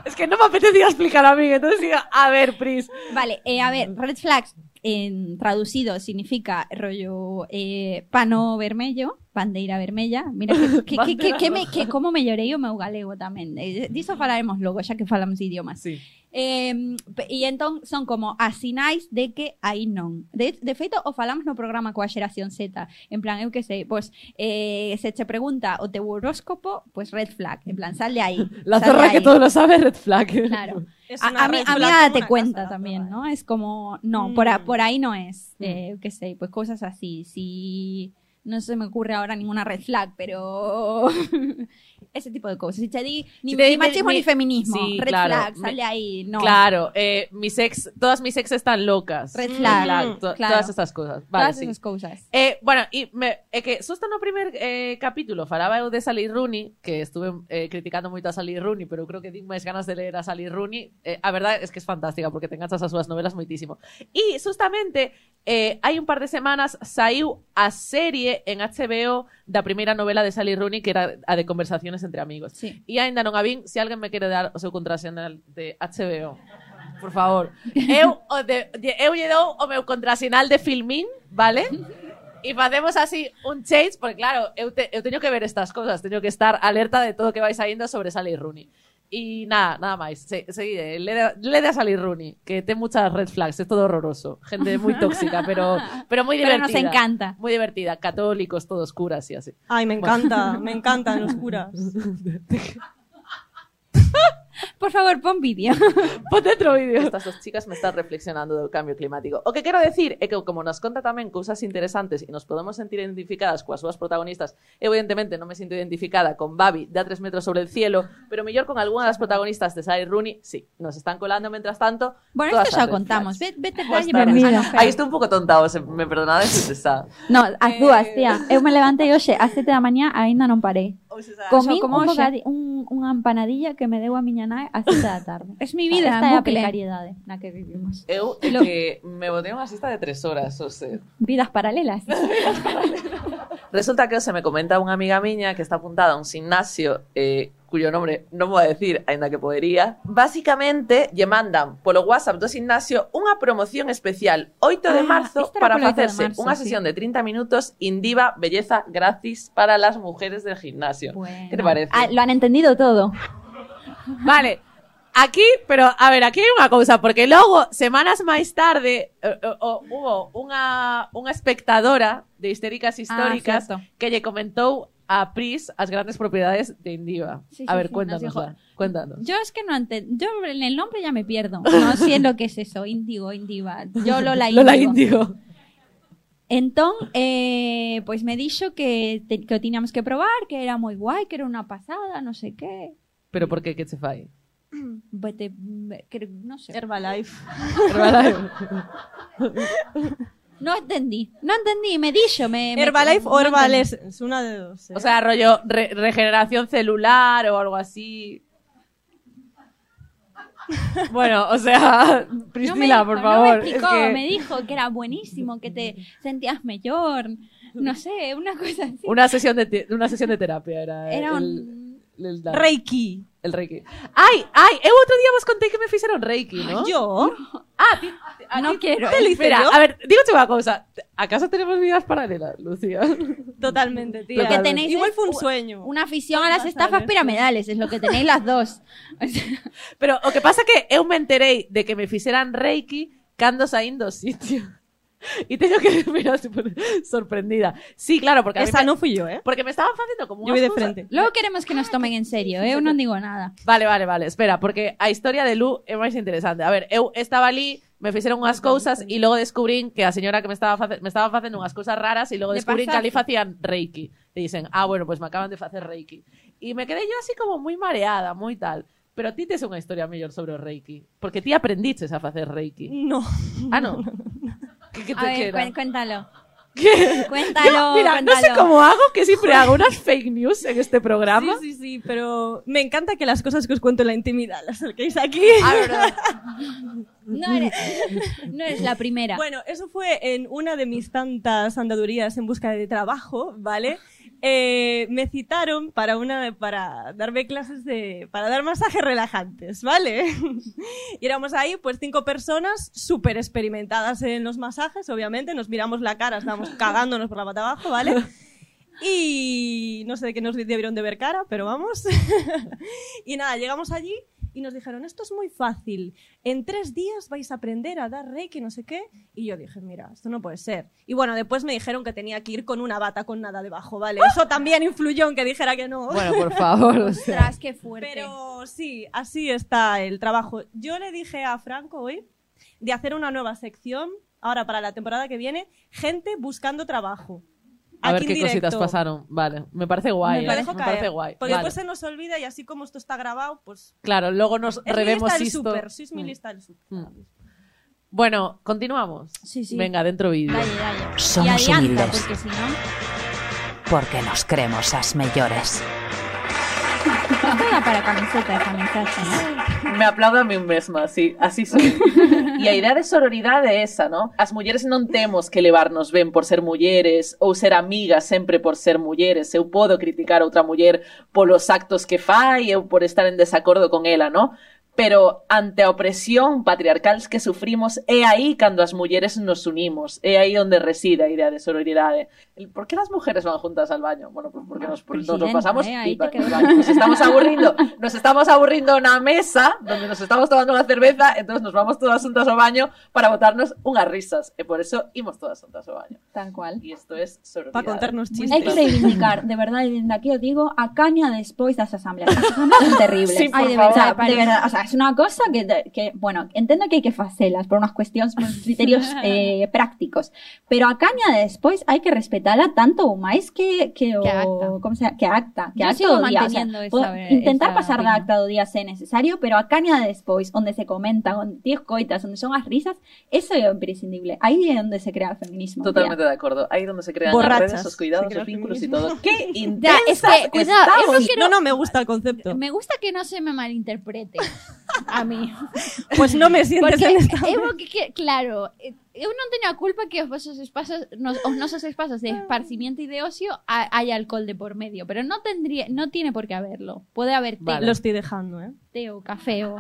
Speaker 1: Es que non me apetecía explicar a mí, entonces diga, a ver, Pris.
Speaker 4: vale, eh, a ver, red flags en traducido significa rollo eh, pano vermello, bandeira vermella. Mira, que, que, que, que, que me, que como me llorei o meu galego tamén. Eh, diso falaremos logo, xa que falamos idiomas.
Speaker 1: Sí.
Speaker 4: Eh, e entón son como asinais de que aí non. De, de feito, o falamos no programa coa xeración Z. En plan, eu que sei, pois, eh, se che pregunta o teu horóscopo, pois red flag. En plan, sal de aí.
Speaker 1: La
Speaker 4: sal de
Speaker 1: zorra que
Speaker 4: aí.
Speaker 1: todo lo sabe, red flag.
Speaker 4: Claro.
Speaker 5: Es una
Speaker 4: A, a mí,
Speaker 5: red
Speaker 4: a mí
Speaker 5: flag como
Speaker 4: date
Speaker 5: una
Speaker 4: cuenta
Speaker 5: casa, la
Speaker 4: también,
Speaker 5: zorra,
Speaker 4: ¿no? Es como, no, por, a-
Speaker 5: Mm.
Speaker 4: por ahí no es. Eh, eu que sé, pues cosas así. Si no se me ocurre ahora ninguna red flag, pero ese tipo de cosas. Si te di ni,
Speaker 1: Si te
Speaker 4: ni
Speaker 1: di-
Speaker 4: machismo
Speaker 1: ni-
Speaker 4: ni feminismo,
Speaker 1: Sí,
Speaker 4: red
Speaker 1: claro.
Speaker 4: flag,
Speaker 1: Me-
Speaker 4: sale ahí, no.
Speaker 1: Claro, eh, mis ex, todas mis ex están locas.
Speaker 4: Red
Speaker 1: Mm,
Speaker 4: flag,
Speaker 1: to-
Speaker 4: claro.
Speaker 1: Todas estas cosas. Vale,
Speaker 4: Todas
Speaker 1: sí.
Speaker 4: esas cosas.
Speaker 1: Eh, bueno, e me, é que susto no primer eh, capítulo falaba eu de Sally Rooney, que estuve eh, criticando moito a Sally Rooney, pero eu creo que din máis ganas de ler a Sally Rooney. Eh, a verdade es que es fantástica, porque te enganchas as súas novelas moitísimo. E, justamente, eh, hai un par de semanas saiu a serie en HBO da primeira novela de Sally Rooney, que era a de conversaciones entre amigos.
Speaker 4: Sí.
Speaker 1: E aínda non a vin, se alguén me quere dar o seu contrasinal de HBO, por favor. Eu, o de, lle- eu lle dou o meu contrasinal de Filmin, vale? E facemos así un change, porque claro, eu, te, eu teño que ver estas cosas, teño que estar alerta de todo que vai saindo sobre Sally Rooney. E nada, nada máis. Se, eh, seguide, lede, lede a Sally Rooney, que ten muchas red flags, é todo horroroso. Gente moi tóxica, pero, pero moi
Speaker 4: Pero
Speaker 1: divertida.
Speaker 4: nos encanta.
Speaker 1: Moi divertida, católicos, todos curas e así.
Speaker 5: Ay, me encanta, me encantan los curas.
Speaker 4: Por favor, pon vídeo.
Speaker 1: Ponte outro vídeo.
Speaker 7: Estas dos chicas me están reflexionando do cambio climático. O que quero decir é que como nos conta tamén cousas interesantes e nos podemos sentir identificadas coas súas protagonistas, eu evidentemente non me sinto identificada con Babi da 3 metros sobre el cielo, pero mellor con algunha das protagonistas de Sally Rooney, sí, nos están colando mientras tanto.
Speaker 4: Bueno,
Speaker 7: todas
Speaker 4: esto ya
Speaker 7: as
Speaker 4: lo
Speaker 7: red
Speaker 4: contamos.
Speaker 7: flags.
Speaker 4: Ve- Vete,
Speaker 7: Boas
Speaker 4: dale,
Speaker 7: tardes.
Speaker 4: pero- ah, no,
Speaker 7: Aí
Speaker 4: espera.
Speaker 7: estou un pouco tonta, hoxe, me perdonades se está.
Speaker 4: No, as dúas,
Speaker 6: Eh,
Speaker 4: tía. Eu me levantei hoxe ás 7 da mañá aínda non parei. Comín
Speaker 6: como
Speaker 4: un
Speaker 6: hoxe.
Speaker 4: bocadi, un, unha empanadilla que me deu a miña nai ás 7 da tarde.
Speaker 6: Es mi
Speaker 4: Esta é a precariedade na que vivimos.
Speaker 7: Eu é
Speaker 4: Lo-
Speaker 7: que me botei unha sista de tres horas, ou sea,
Speaker 4: Vidas paralelas.
Speaker 7: Resulta que se me comenta unha amiga miña que está apuntada a un gimnasio eh, cuyo nombre non vou a decir, aínda que podería. Básicamente, lle mandan polo WhatsApp do gimnasio unha promoción especial 8 de
Speaker 4: Ah,
Speaker 7: marzo
Speaker 4: este era
Speaker 7: para
Speaker 4: polo 8 de
Speaker 7: facerse
Speaker 4: marzo,
Speaker 7: unha
Speaker 4: sí.
Speaker 7: sesión de 30 minutos Indiva Belleza gratis para las mujeres del gimnasio.
Speaker 4: Bueno.
Speaker 7: Que te parece?
Speaker 4: Ah, lo han entendido todo.
Speaker 1: Vale. Aquí, pero a ver, aquí hai unha cousa, porque logo, semanas máis tarde, eh, eh, o, hubo unha, unha espectadora de Histéricas
Speaker 7: Ah,
Speaker 1: Históricas
Speaker 4: Ah, cierto.
Speaker 1: que lle comentou a Pris as grandes propiedades de Indiva.
Speaker 4: Sí,
Speaker 1: a
Speaker 4: sí, sí, nos
Speaker 1: ver, cuéntanos,
Speaker 4: dijo-
Speaker 1: cuéntanos.
Speaker 4: Yo es que no entiendo. Yo en el nombre ya me pierdo. No sé lo que es eso. Índigo, índiva. Yo Lola Índigo.
Speaker 1: Lola Indigo.
Speaker 4: Entón, eh, pois me dixo que, te, que o tiñamos que probar, que era moi guai, que era unha pasada, non sei que.
Speaker 1: Pero por que que che fai?
Speaker 4: Vete, que, non sei.
Speaker 5: Herbalife.
Speaker 4: Non entendí, non entendí, me dixo, me... me-
Speaker 5: Herbalife o
Speaker 4: non entendí.
Speaker 5: Herbalessence, una de dos. ¿eh?
Speaker 1: O sea, rollo re- regeneración celular o algo así. Bueno, o sea,
Speaker 4: No me
Speaker 1: Priscila,
Speaker 4: dijo,
Speaker 1: por
Speaker 4: No me
Speaker 1: favor. es
Speaker 4: explicó,
Speaker 1: que
Speaker 4: me dijo que era buenísimo, que te sentías mejor, no sé, una cosa así.
Speaker 1: una sesión de te- una sesión de terapia era,
Speaker 4: Era
Speaker 1: el,
Speaker 4: un...
Speaker 1: el-
Speaker 5: Reiki.
Speaker 1: el reiki. Ay, ay, el otro día vos conté que me hicieron reiki, ¿no?
Speaker 5: Yo.
Speaker 4: No quiero.
Speaker 5: Te lo hice
Speaker 1: Espera,
Speaker 5: yo.
Speaker 1: a ver, dígote una cosa. ¿Acaso tenemos vidas paralelas, Lucía?
Speaker 5: Totalmente, tía.
Speaker 1: Lo que
Speaker 4: tenéis
Speaker 5: Igual
Speaker 4: es
Speaker 5: fue un
Speaker 4: u-
Speaker 5: sueño.
Speaker 4: Una afición a las estafas piramidales, es lo que tenéis las dos. O sea,
Speaker 1: Pero o que pasa que eu me enterei de que me fixeran Reiki cando saín do sitio. E teño que mira, super- sorprendida. Sí, claro, porque a mí
Speaker 5: Esa
Speaker 1: me,
Speaker 5: no fui yo, ¿eh?
Speaker 1: porque me estaban facendo
Speaker 5: Yo
Speaker 1: como unhas
Speaker 5: voy de
Speaker 1: cousas-
Speaker 5: frente.
Speaker 4: Luego queremos que nos tomen en serio, ¿eh? Eu non digo nada.
Speaker 1: Vale, vale, vale, espera, porque a historia de Lu é máis interesante. A ver, eu estaba ali, me fixeron unhas cousas e logo descubrín que a señora que me estaba face, me estaba facendo unhas cousas raras e logo
Speaker 4: De
Speaker 1: descubrín que
Speaker 4: pasaxe.
Speaker 1: ali facían Reiki. E dicen, ah, bueno, pues me acaban de facer Reiki. E me quedei yo así como moi mareada, moi tal. Pero ti tes unha historia mellor sobre o Reiki, porque ti aprendiches a facer Reiki.
Speaker 5: No.
Speaker 1: Ah, no. ¿Qué, qué
Speaker 4: A
Speaker 1: te
Speaker 4: ver,
Speaker 1: queda?
Speaker 4: cuen- cuéntalo.
Speaker 1: ¿Qué?
Speaker 4: Cuéntalo.
Speaker 1: Yo, mira, no sé
Speaker 4: cuéntalo.
Speaker 1: cómo hago, que siempre hago unas fake news en este programa.
Speaker 5: Sí, sí, sí, pero me encanta que las cosas que os cuento en la intimidad las saquéis aquí.
Speaker 4: No eres, no eres la primera.
Speaker 5: Bueno, eso fue en una de mis tantas andadurías en busca de trabajo, ¿vale? Eh, me citaron para una para darme clases de para dar masajes relajantes, ¿vale? y éramos ahí pues cinco personas súper experimentadas en los masajes, obviamente, nos miramos la cara, estábamos cagándonos por la pata abajo, ¿vale? Y no sé de qué nos debieron de ver cara, pero vamos. y nada, llegamos allí y nos dijeron, esto es muy fácil, en tres días vais a aprender a dar reiki, no sé qué. Y yo dije, mira, esto no puede ser. Y bueno, después me dijeron que tenía que ir con una bata con nada debajo, ¿vale? Eso también influyó en que dijera que no.
Speaker 1: Bueno, por favor. o sea.
Speaker 4: Ostras, qué fuerte.
Speaker 5: Pero sí, así está el trabajo. Yo le dije a Franco hoy de hacer una nueva sección, ahora para la temporada que viene, gente buscando trabajo.
Speaker 1: A ver
Speaker 5: Aquí
Speaker 1: qué
Speaker 5: en
Speaker 1: cositas
Speaker 5: directo.
Speaker 1: pasaron. Vale, me parece guay.
Speaker 5: Me,
Speaker 1: eh.
Speaker 5: lo dejo
Speaker 1: me
Speaker 5: caer,
Speaker 1: parece guay.
Speaker 5: Porque
Speaker 1: Vale.
Speaker 5: después se nos olvida y así como esto está grabado, pues...
Speaker 1: Claro, luego nos
Speaker 5: Es mi
Speaker 1: revemos
Speaker 5: lista del
Speaker 1: esto.
Speaker 5: súper, sois mi lista del súper.
Speaker 1: Mm. Bueno, continuamos.
Speaker 4: Sí, sí.
Speaker 1: Venga, dentro vídeo.
Speaker 4: Dale, dale.
Speaker 2: Somos
Speaker 4: y adianta,
Speaker 2: humildes.
Speaker 4: porque si no...
Speaker 2: porque nos creemos las mejores.
Speaker 4: Esto era para camiseta, esta mensaje, ¿no?
Speaker 7: Me aplaudo a mí mesma, sí, así soy. E a idea de sororidade é esa, non? As mulleres non temos que levarnos ben por ser mulleres ou ser amigas sempre por ser mulleres. Eu podo criticar a outra muller polos actos que fai ou por estar en desacordo con ela, non? Pero ante a opresión patriarcal que sufrimos é aí cando as mulleres nos unimos, é aí onde reside a idea de sororidade. El- Por que as mulleres van juntas al baño? Bueno, pues porque nos, pues nos lo
Speaker 4: Presidenta,
Speaker 7: pasamos
Speaker 4: eh, ahí
Speaker 7: pipa
Speaker 4: te
Speaker 7: en el
Speaker 4: quedo.
Speaker 7: baño. Nos estamos aburriendo, nos estamos aburrindo na mesa donde nos estamos tomando unha cerveza, entonces nos vamos todas juntas ao baño para botarnos unhas risas e por eso imos todas juntas ao baño.
Speaker 8: Tal cual.
Speaker 7: E isto é sororidade.
Speaker 5: Para contarnos chistes.
Speaker 8: Hay que reivindicar, de verdad, y desde aquí os digo, a caña despois das asambleas. As asambleas son terribles.
Speaker 7: Sí, por
Speaker 8: Ai, de
Speaker 7: favor.
Speaker 8: verdad,
Speaker 4: Parece.
Speaker 8: de verdad, o sea, es una cosa que, que, bueno, entendo que hai que facelas por unas cuestións, por uns criterios eh, prácticos, pero a caña despois hai que respetala tanto ou máis que, que o...
Speaker 4: Que a acta.
Speaker 8: Como se, que a acta. Que
Speaker 4: Yo
Speaker 8: a acta
Speaker 4: sigo
Speaker 8: do día. O sea,
Speaker 4: manteniendo esa-
Speaker 8: podo intentar
Speaker 4: esa
Speaker 8: pasar da
Speaker 4: opinión.
Speaker 8: acta do día se é necesario, pero a caña despois, onde se comentan, onde ti coitas, onde son as risas, eso é o imprescindible. Aí é onde se crea o feminismo. tía.
Speaker 7: Totalmente de acordo. Aí donde se crean
Speaker 5: Borrachas.
Speaker 7: as redes, os cuidados,
Speaker 5: Se crea
Speaker 7: os vínculos e
Speaker 5: feminismo.
Speaker 7: todo. Que
Speaker 4: Ya,
Speaker 7: intensas
Speaker 4: es que, cuidado,
Speaker 7: estamos.
Speaker 4: yo no quiero...
Speaker 5: No, no, me gusta el concepto.
Speaker 4: Me gusta que no se me malinterprete a mí.
Speaker 5: Pues no me sientes
Speaker 4: Porque
Speaker 5: en esta...
Speaker 4: eu que, que, claro, eh, eu non teño a culpa que os vosos espazos, nos, os nosos espazos
Speaker 1: Ah.
Speaker 4: de esparcimiento e de ocio ha, hai alcohol de por medio, pero no tendría, no tiene por qué haberlo. Pode haber té,
Speaker 1: Vale.
Speaker 5: Lo estoy dejando, ¿eh?
Speaker 4: té ou café ou...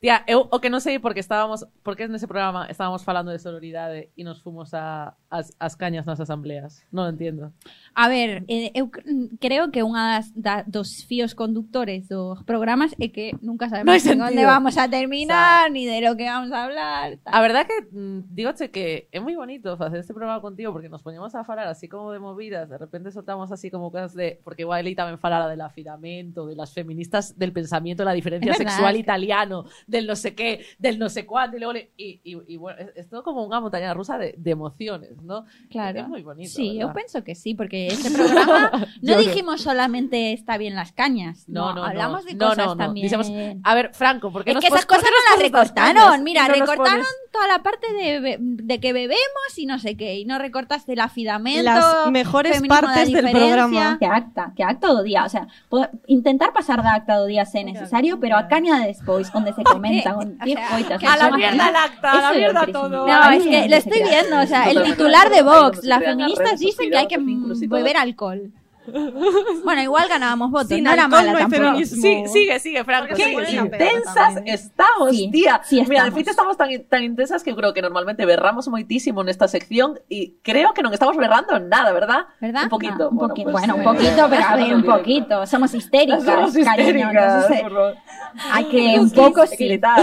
Speaker 1: Tía, eu o que non sei porque estábamos, porque nese programa estábamos falando de sororidade e nos fomos a as, as cañas nas asambleas. Non entendo.
Speaker 4: A ver, eh, eu c- mm, creo que unha das, da, dos fíos conductores dos programas é que nunca
Speaker 1: No hai
Speaker 4: sabemos en
Speaker 1: sentido.
Speaker 4: onde vamos a terminar, ni de lo que vamos a hablar. tal.
Speaker 1: A verdad que, mm, dígoche que é moi bonito facer este programa contigo porque nos poñemos a falar así como de movidas, de repente soltamos así como cosas de... Porque igual Eli tamén falara del afiramento, de las feministas, del pensamiento, la diferencia
Speaker 4: Es verdad,
Speaker 1: homosexual italiano, del no sé qué, del no sé cuándo, y luego le- y, y- y bueno, es, es todo como una montaña rusa de, de emociones, ¿no?
Speaker 4: Claro.
Speaker 1: Es muy bonito.
Speaker 4: Sí,
Speaker 1: ¿verdad?
Speaker 4: yo pienso que sí, porque este programa no
Speaker 1: Yo no.
Speaker 4: dijimos solamente está bien las cañas.
Speaker 1: No,
Speaker 4: No,
Speaker 1: no, no.
Speaker 4: hablamos de
Speaker 1: No,
Speaker 4: cosas
Speaker 1: no, no.
Speaker 4: también.
Speaker 1: Dijimos, A ver, Franco, ¿por qué
Speaker 4: Es
Speaker 1: nos
Speaker 4: que esas
Speaker 1: pos- por
Speaker 4: cosas
Speaker 1: qué
Speaker 4: no
Speaker 1: nos
Speaker 4: las
Speaker 1: pones estas cañas?
Speaker 4: recortaron. Mira,
Speaker 1: Y no nos
Speaker 4: recortaron
Speaker 1: pones-
Speaker 4: toda la parte de, be- de que bebemos y no sé qué. Y no recortaste el afidamento.
Speaker 5: Las mejores
Speaker 4: feminismo de
Speaker 5: partes del
Speaker 4: diferencia.
Speaker 5: programa.
Speaker 8: Que acta, que acta do día. O sea, po- intentar pasar de acta do día sea necesario, pero a caña de despois, onde se comenta con
Speaker 4: O sea,
Speaker 8: tiempo e
Speaker 4: que a la mierda
Speaker 1: el acta, a la mierda todo.
Speaker 4: No, es que lo estoy viendo. O sea, el titular de Vox, las feministas dicen que hay que beber alcohol. Bueno, igual ganábamos votos.
Speaker 5: Sin
Speaker 4: no era
Speaker 5: alcohol
Speaker 4: mala
Speaker 5: no hay
Speaker 4: tampoco.
Speaker 5: feminismo.
Speaker 1: Sí, sigue, sigue, Franco.
Speaker 5: Porque se
Speaker 1: sigue,
Speaker 5: ponen
Speaker 1: sigue.
Speaker 5: la pega
Speaker 7: Intensas
Speaker 5: tamén.
Speaker 7: estamos,
Speaker 8: Sí,
Speaker 7: tía.
Speaker 8: sí
Speaker 7: Mira, de
Speaker 8: estamos.
Speaker 7: feito estamos tan, tan intensas que eu creo que normalmente berramos moitísimo nesta sección e creo que non estamos berrando nada, verdad?
Speaker 4: ¿Verdad?
Speaker 7: Un poquito.
Speaker 8: un poquito,
Speaker 7: pues,
Speaker 8: bueno, un
Speaker 7: eh,
Speaker 8: poquito, pero a
Speaker 7: estamos
Speaker 8: ver, un
Speaker 7: directo.
Speaker 8: poquito. Somos histéricas,
Speaker 7: Somos
Speaker 8: cariño. no
Speaker 7: histéricas,
Speaker 8: sé.
Speaker 7: por favor.
Speaker 8: Hay que un poco
Speaker 7: Hay que
Speaker 8: sí.
Speaker 7: gritar.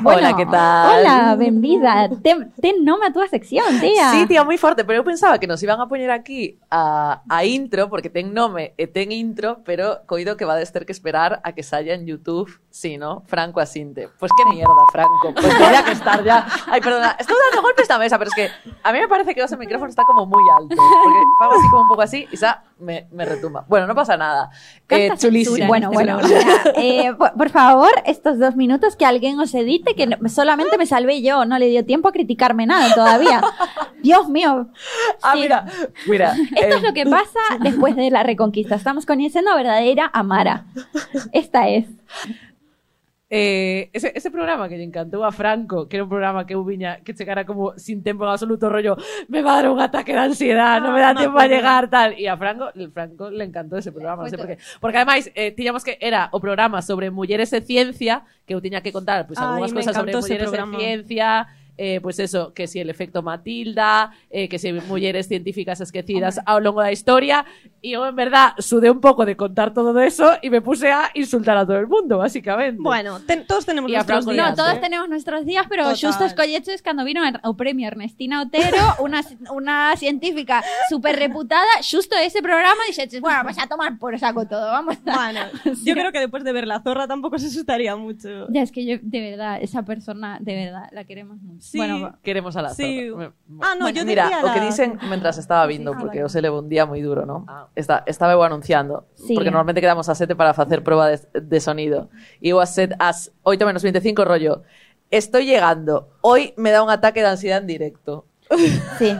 Speaker 4: Bueno,
Speaker 7: Hola, ¿qué tal?
Speaker 4: Hola, bienvenida. Ten, ten nome a túa sección, tía.
Speaker 7: Sí, tía, muy fuerte, pero yo pensaba que nos iban a poner aquí a, a intro, porque ten nome e ten intro, pero coido que va a ter que esperar a que saia en YouTube, si no, Franco Asinte. Pues qué mierda, Franco, pues tenía que estar ya... Ay, perdona, estoy dando golpes a esta mesa, pero es que a mí me parece que ese micrófono está como muy alto, porque hago así como un poco así y ya me, me retumba. Bueno, no pasa nada. Eh,
Speaker 4: Canta
Speaker 7: chulísimo.
Speaker 4: censura. Bueno,
Speaker 7: Es
Speaker 4: bueno.
Speaker 7: una-
Speaker 4: mira, eh, por, por favor, estos dos minutos que alguien os edite, que no- solamente me salvé yo, no le dio tiempo a criticarme nada todavía. Dios mío.
Speaker 7: Ah,
Speaker 4: Sí.
Speaker 7: mira, mira.
Speaker 4: Esto es
Speaker 7: eh,
Speaker 4: lo que pasa después de la reconquista. Estamos conociendo a verdadera Amara. Esta es.
Speaker 1: Eh, ese, ese programa que le encantó a Franco, que era un programa que eu viña que checara como sin tiempo en absoluto, rollo, me va a dar un ataque de ansiedad, no me da
Speaker 5: Ah, me
Speaker 1: tiempo a
Speaker 5: acuerdo.
Speaker 1: llegar, tal. Y a Franco, el Franco le encantó ese programa, non sei por qué. Porque ademais, eh, tiñamos que era o programa sobre mulleres e ciencia, que eu tiña que contar, pues,
Speaker 5: Ai,
Speaker 1: algunhas
Speaker 5: me
Speaker 1: cosas sobre
Speaker 5: encantó ese
Speaker 1: mulleres e
Speaker 5: programa.
Speaker 1: ciencia, eh, pues eso, que si el efecto Matilda, eh, que si mulleres científicas esquecidas a lo largo de la historia. Y yo, en verdad, sudé un poco de contar todo eso y me puse a insultar a todo el mundo, básicamente.
Speaker 5: Bueno, ten- todos tenemos
Speaker 1: Y a
Speaker 5: nuestros
Speaker 1: Franco
Speaker 5: días.
Speaker 4: No, todos
Speaker 5: ¿eh?
Speaker 4: tenemos nuestros días, pero
Speaker 5: Total.
Speaker 4: justos colleches cuando vino el premio Ernestina Otero, una, una científica súper reputada, justo ese programa, dice, bueno, vamos a tomar por saco todo, vamos a...
Speaker 5: Bueno, yo creo que después de ver la zorra tampoco se asustaría mucho.
Speaker 4: Ya, es que yo, de verdad, esa persona, de verdad, la queremos mucho.
Speaker 5: Sí.
Speaker 4: Bueno, va-
Speaker 1: Queremos a la
Speaker 5: Sí.
Speaker 1: zorra.
Speaker 5: Ah, no,
Speaker 4: Bueno,
Speaker 5: yo
Speaker 7: Mira,
Speaker 5: diría
Speaker 7: o que
Speaker 5: la-
Speaker 7: dicen mientras estaba viendo,
Speaker 4: Ah,
Speaker 7: porque
Speaker 4: vale.
Speaker 7: os levou un día muy duro, ¿no? Está, estaba eu anunciando,
Speaker 4: Ah. Sí.
Speaker 7: porque normalmente quedamos a 7 para hacer prueba de, de sonido. Y eu a set as 8 menos 25 rollo. Estoy llegando. Hoy me da un ataque de ansiedad en directo.
Speaker 4: sí,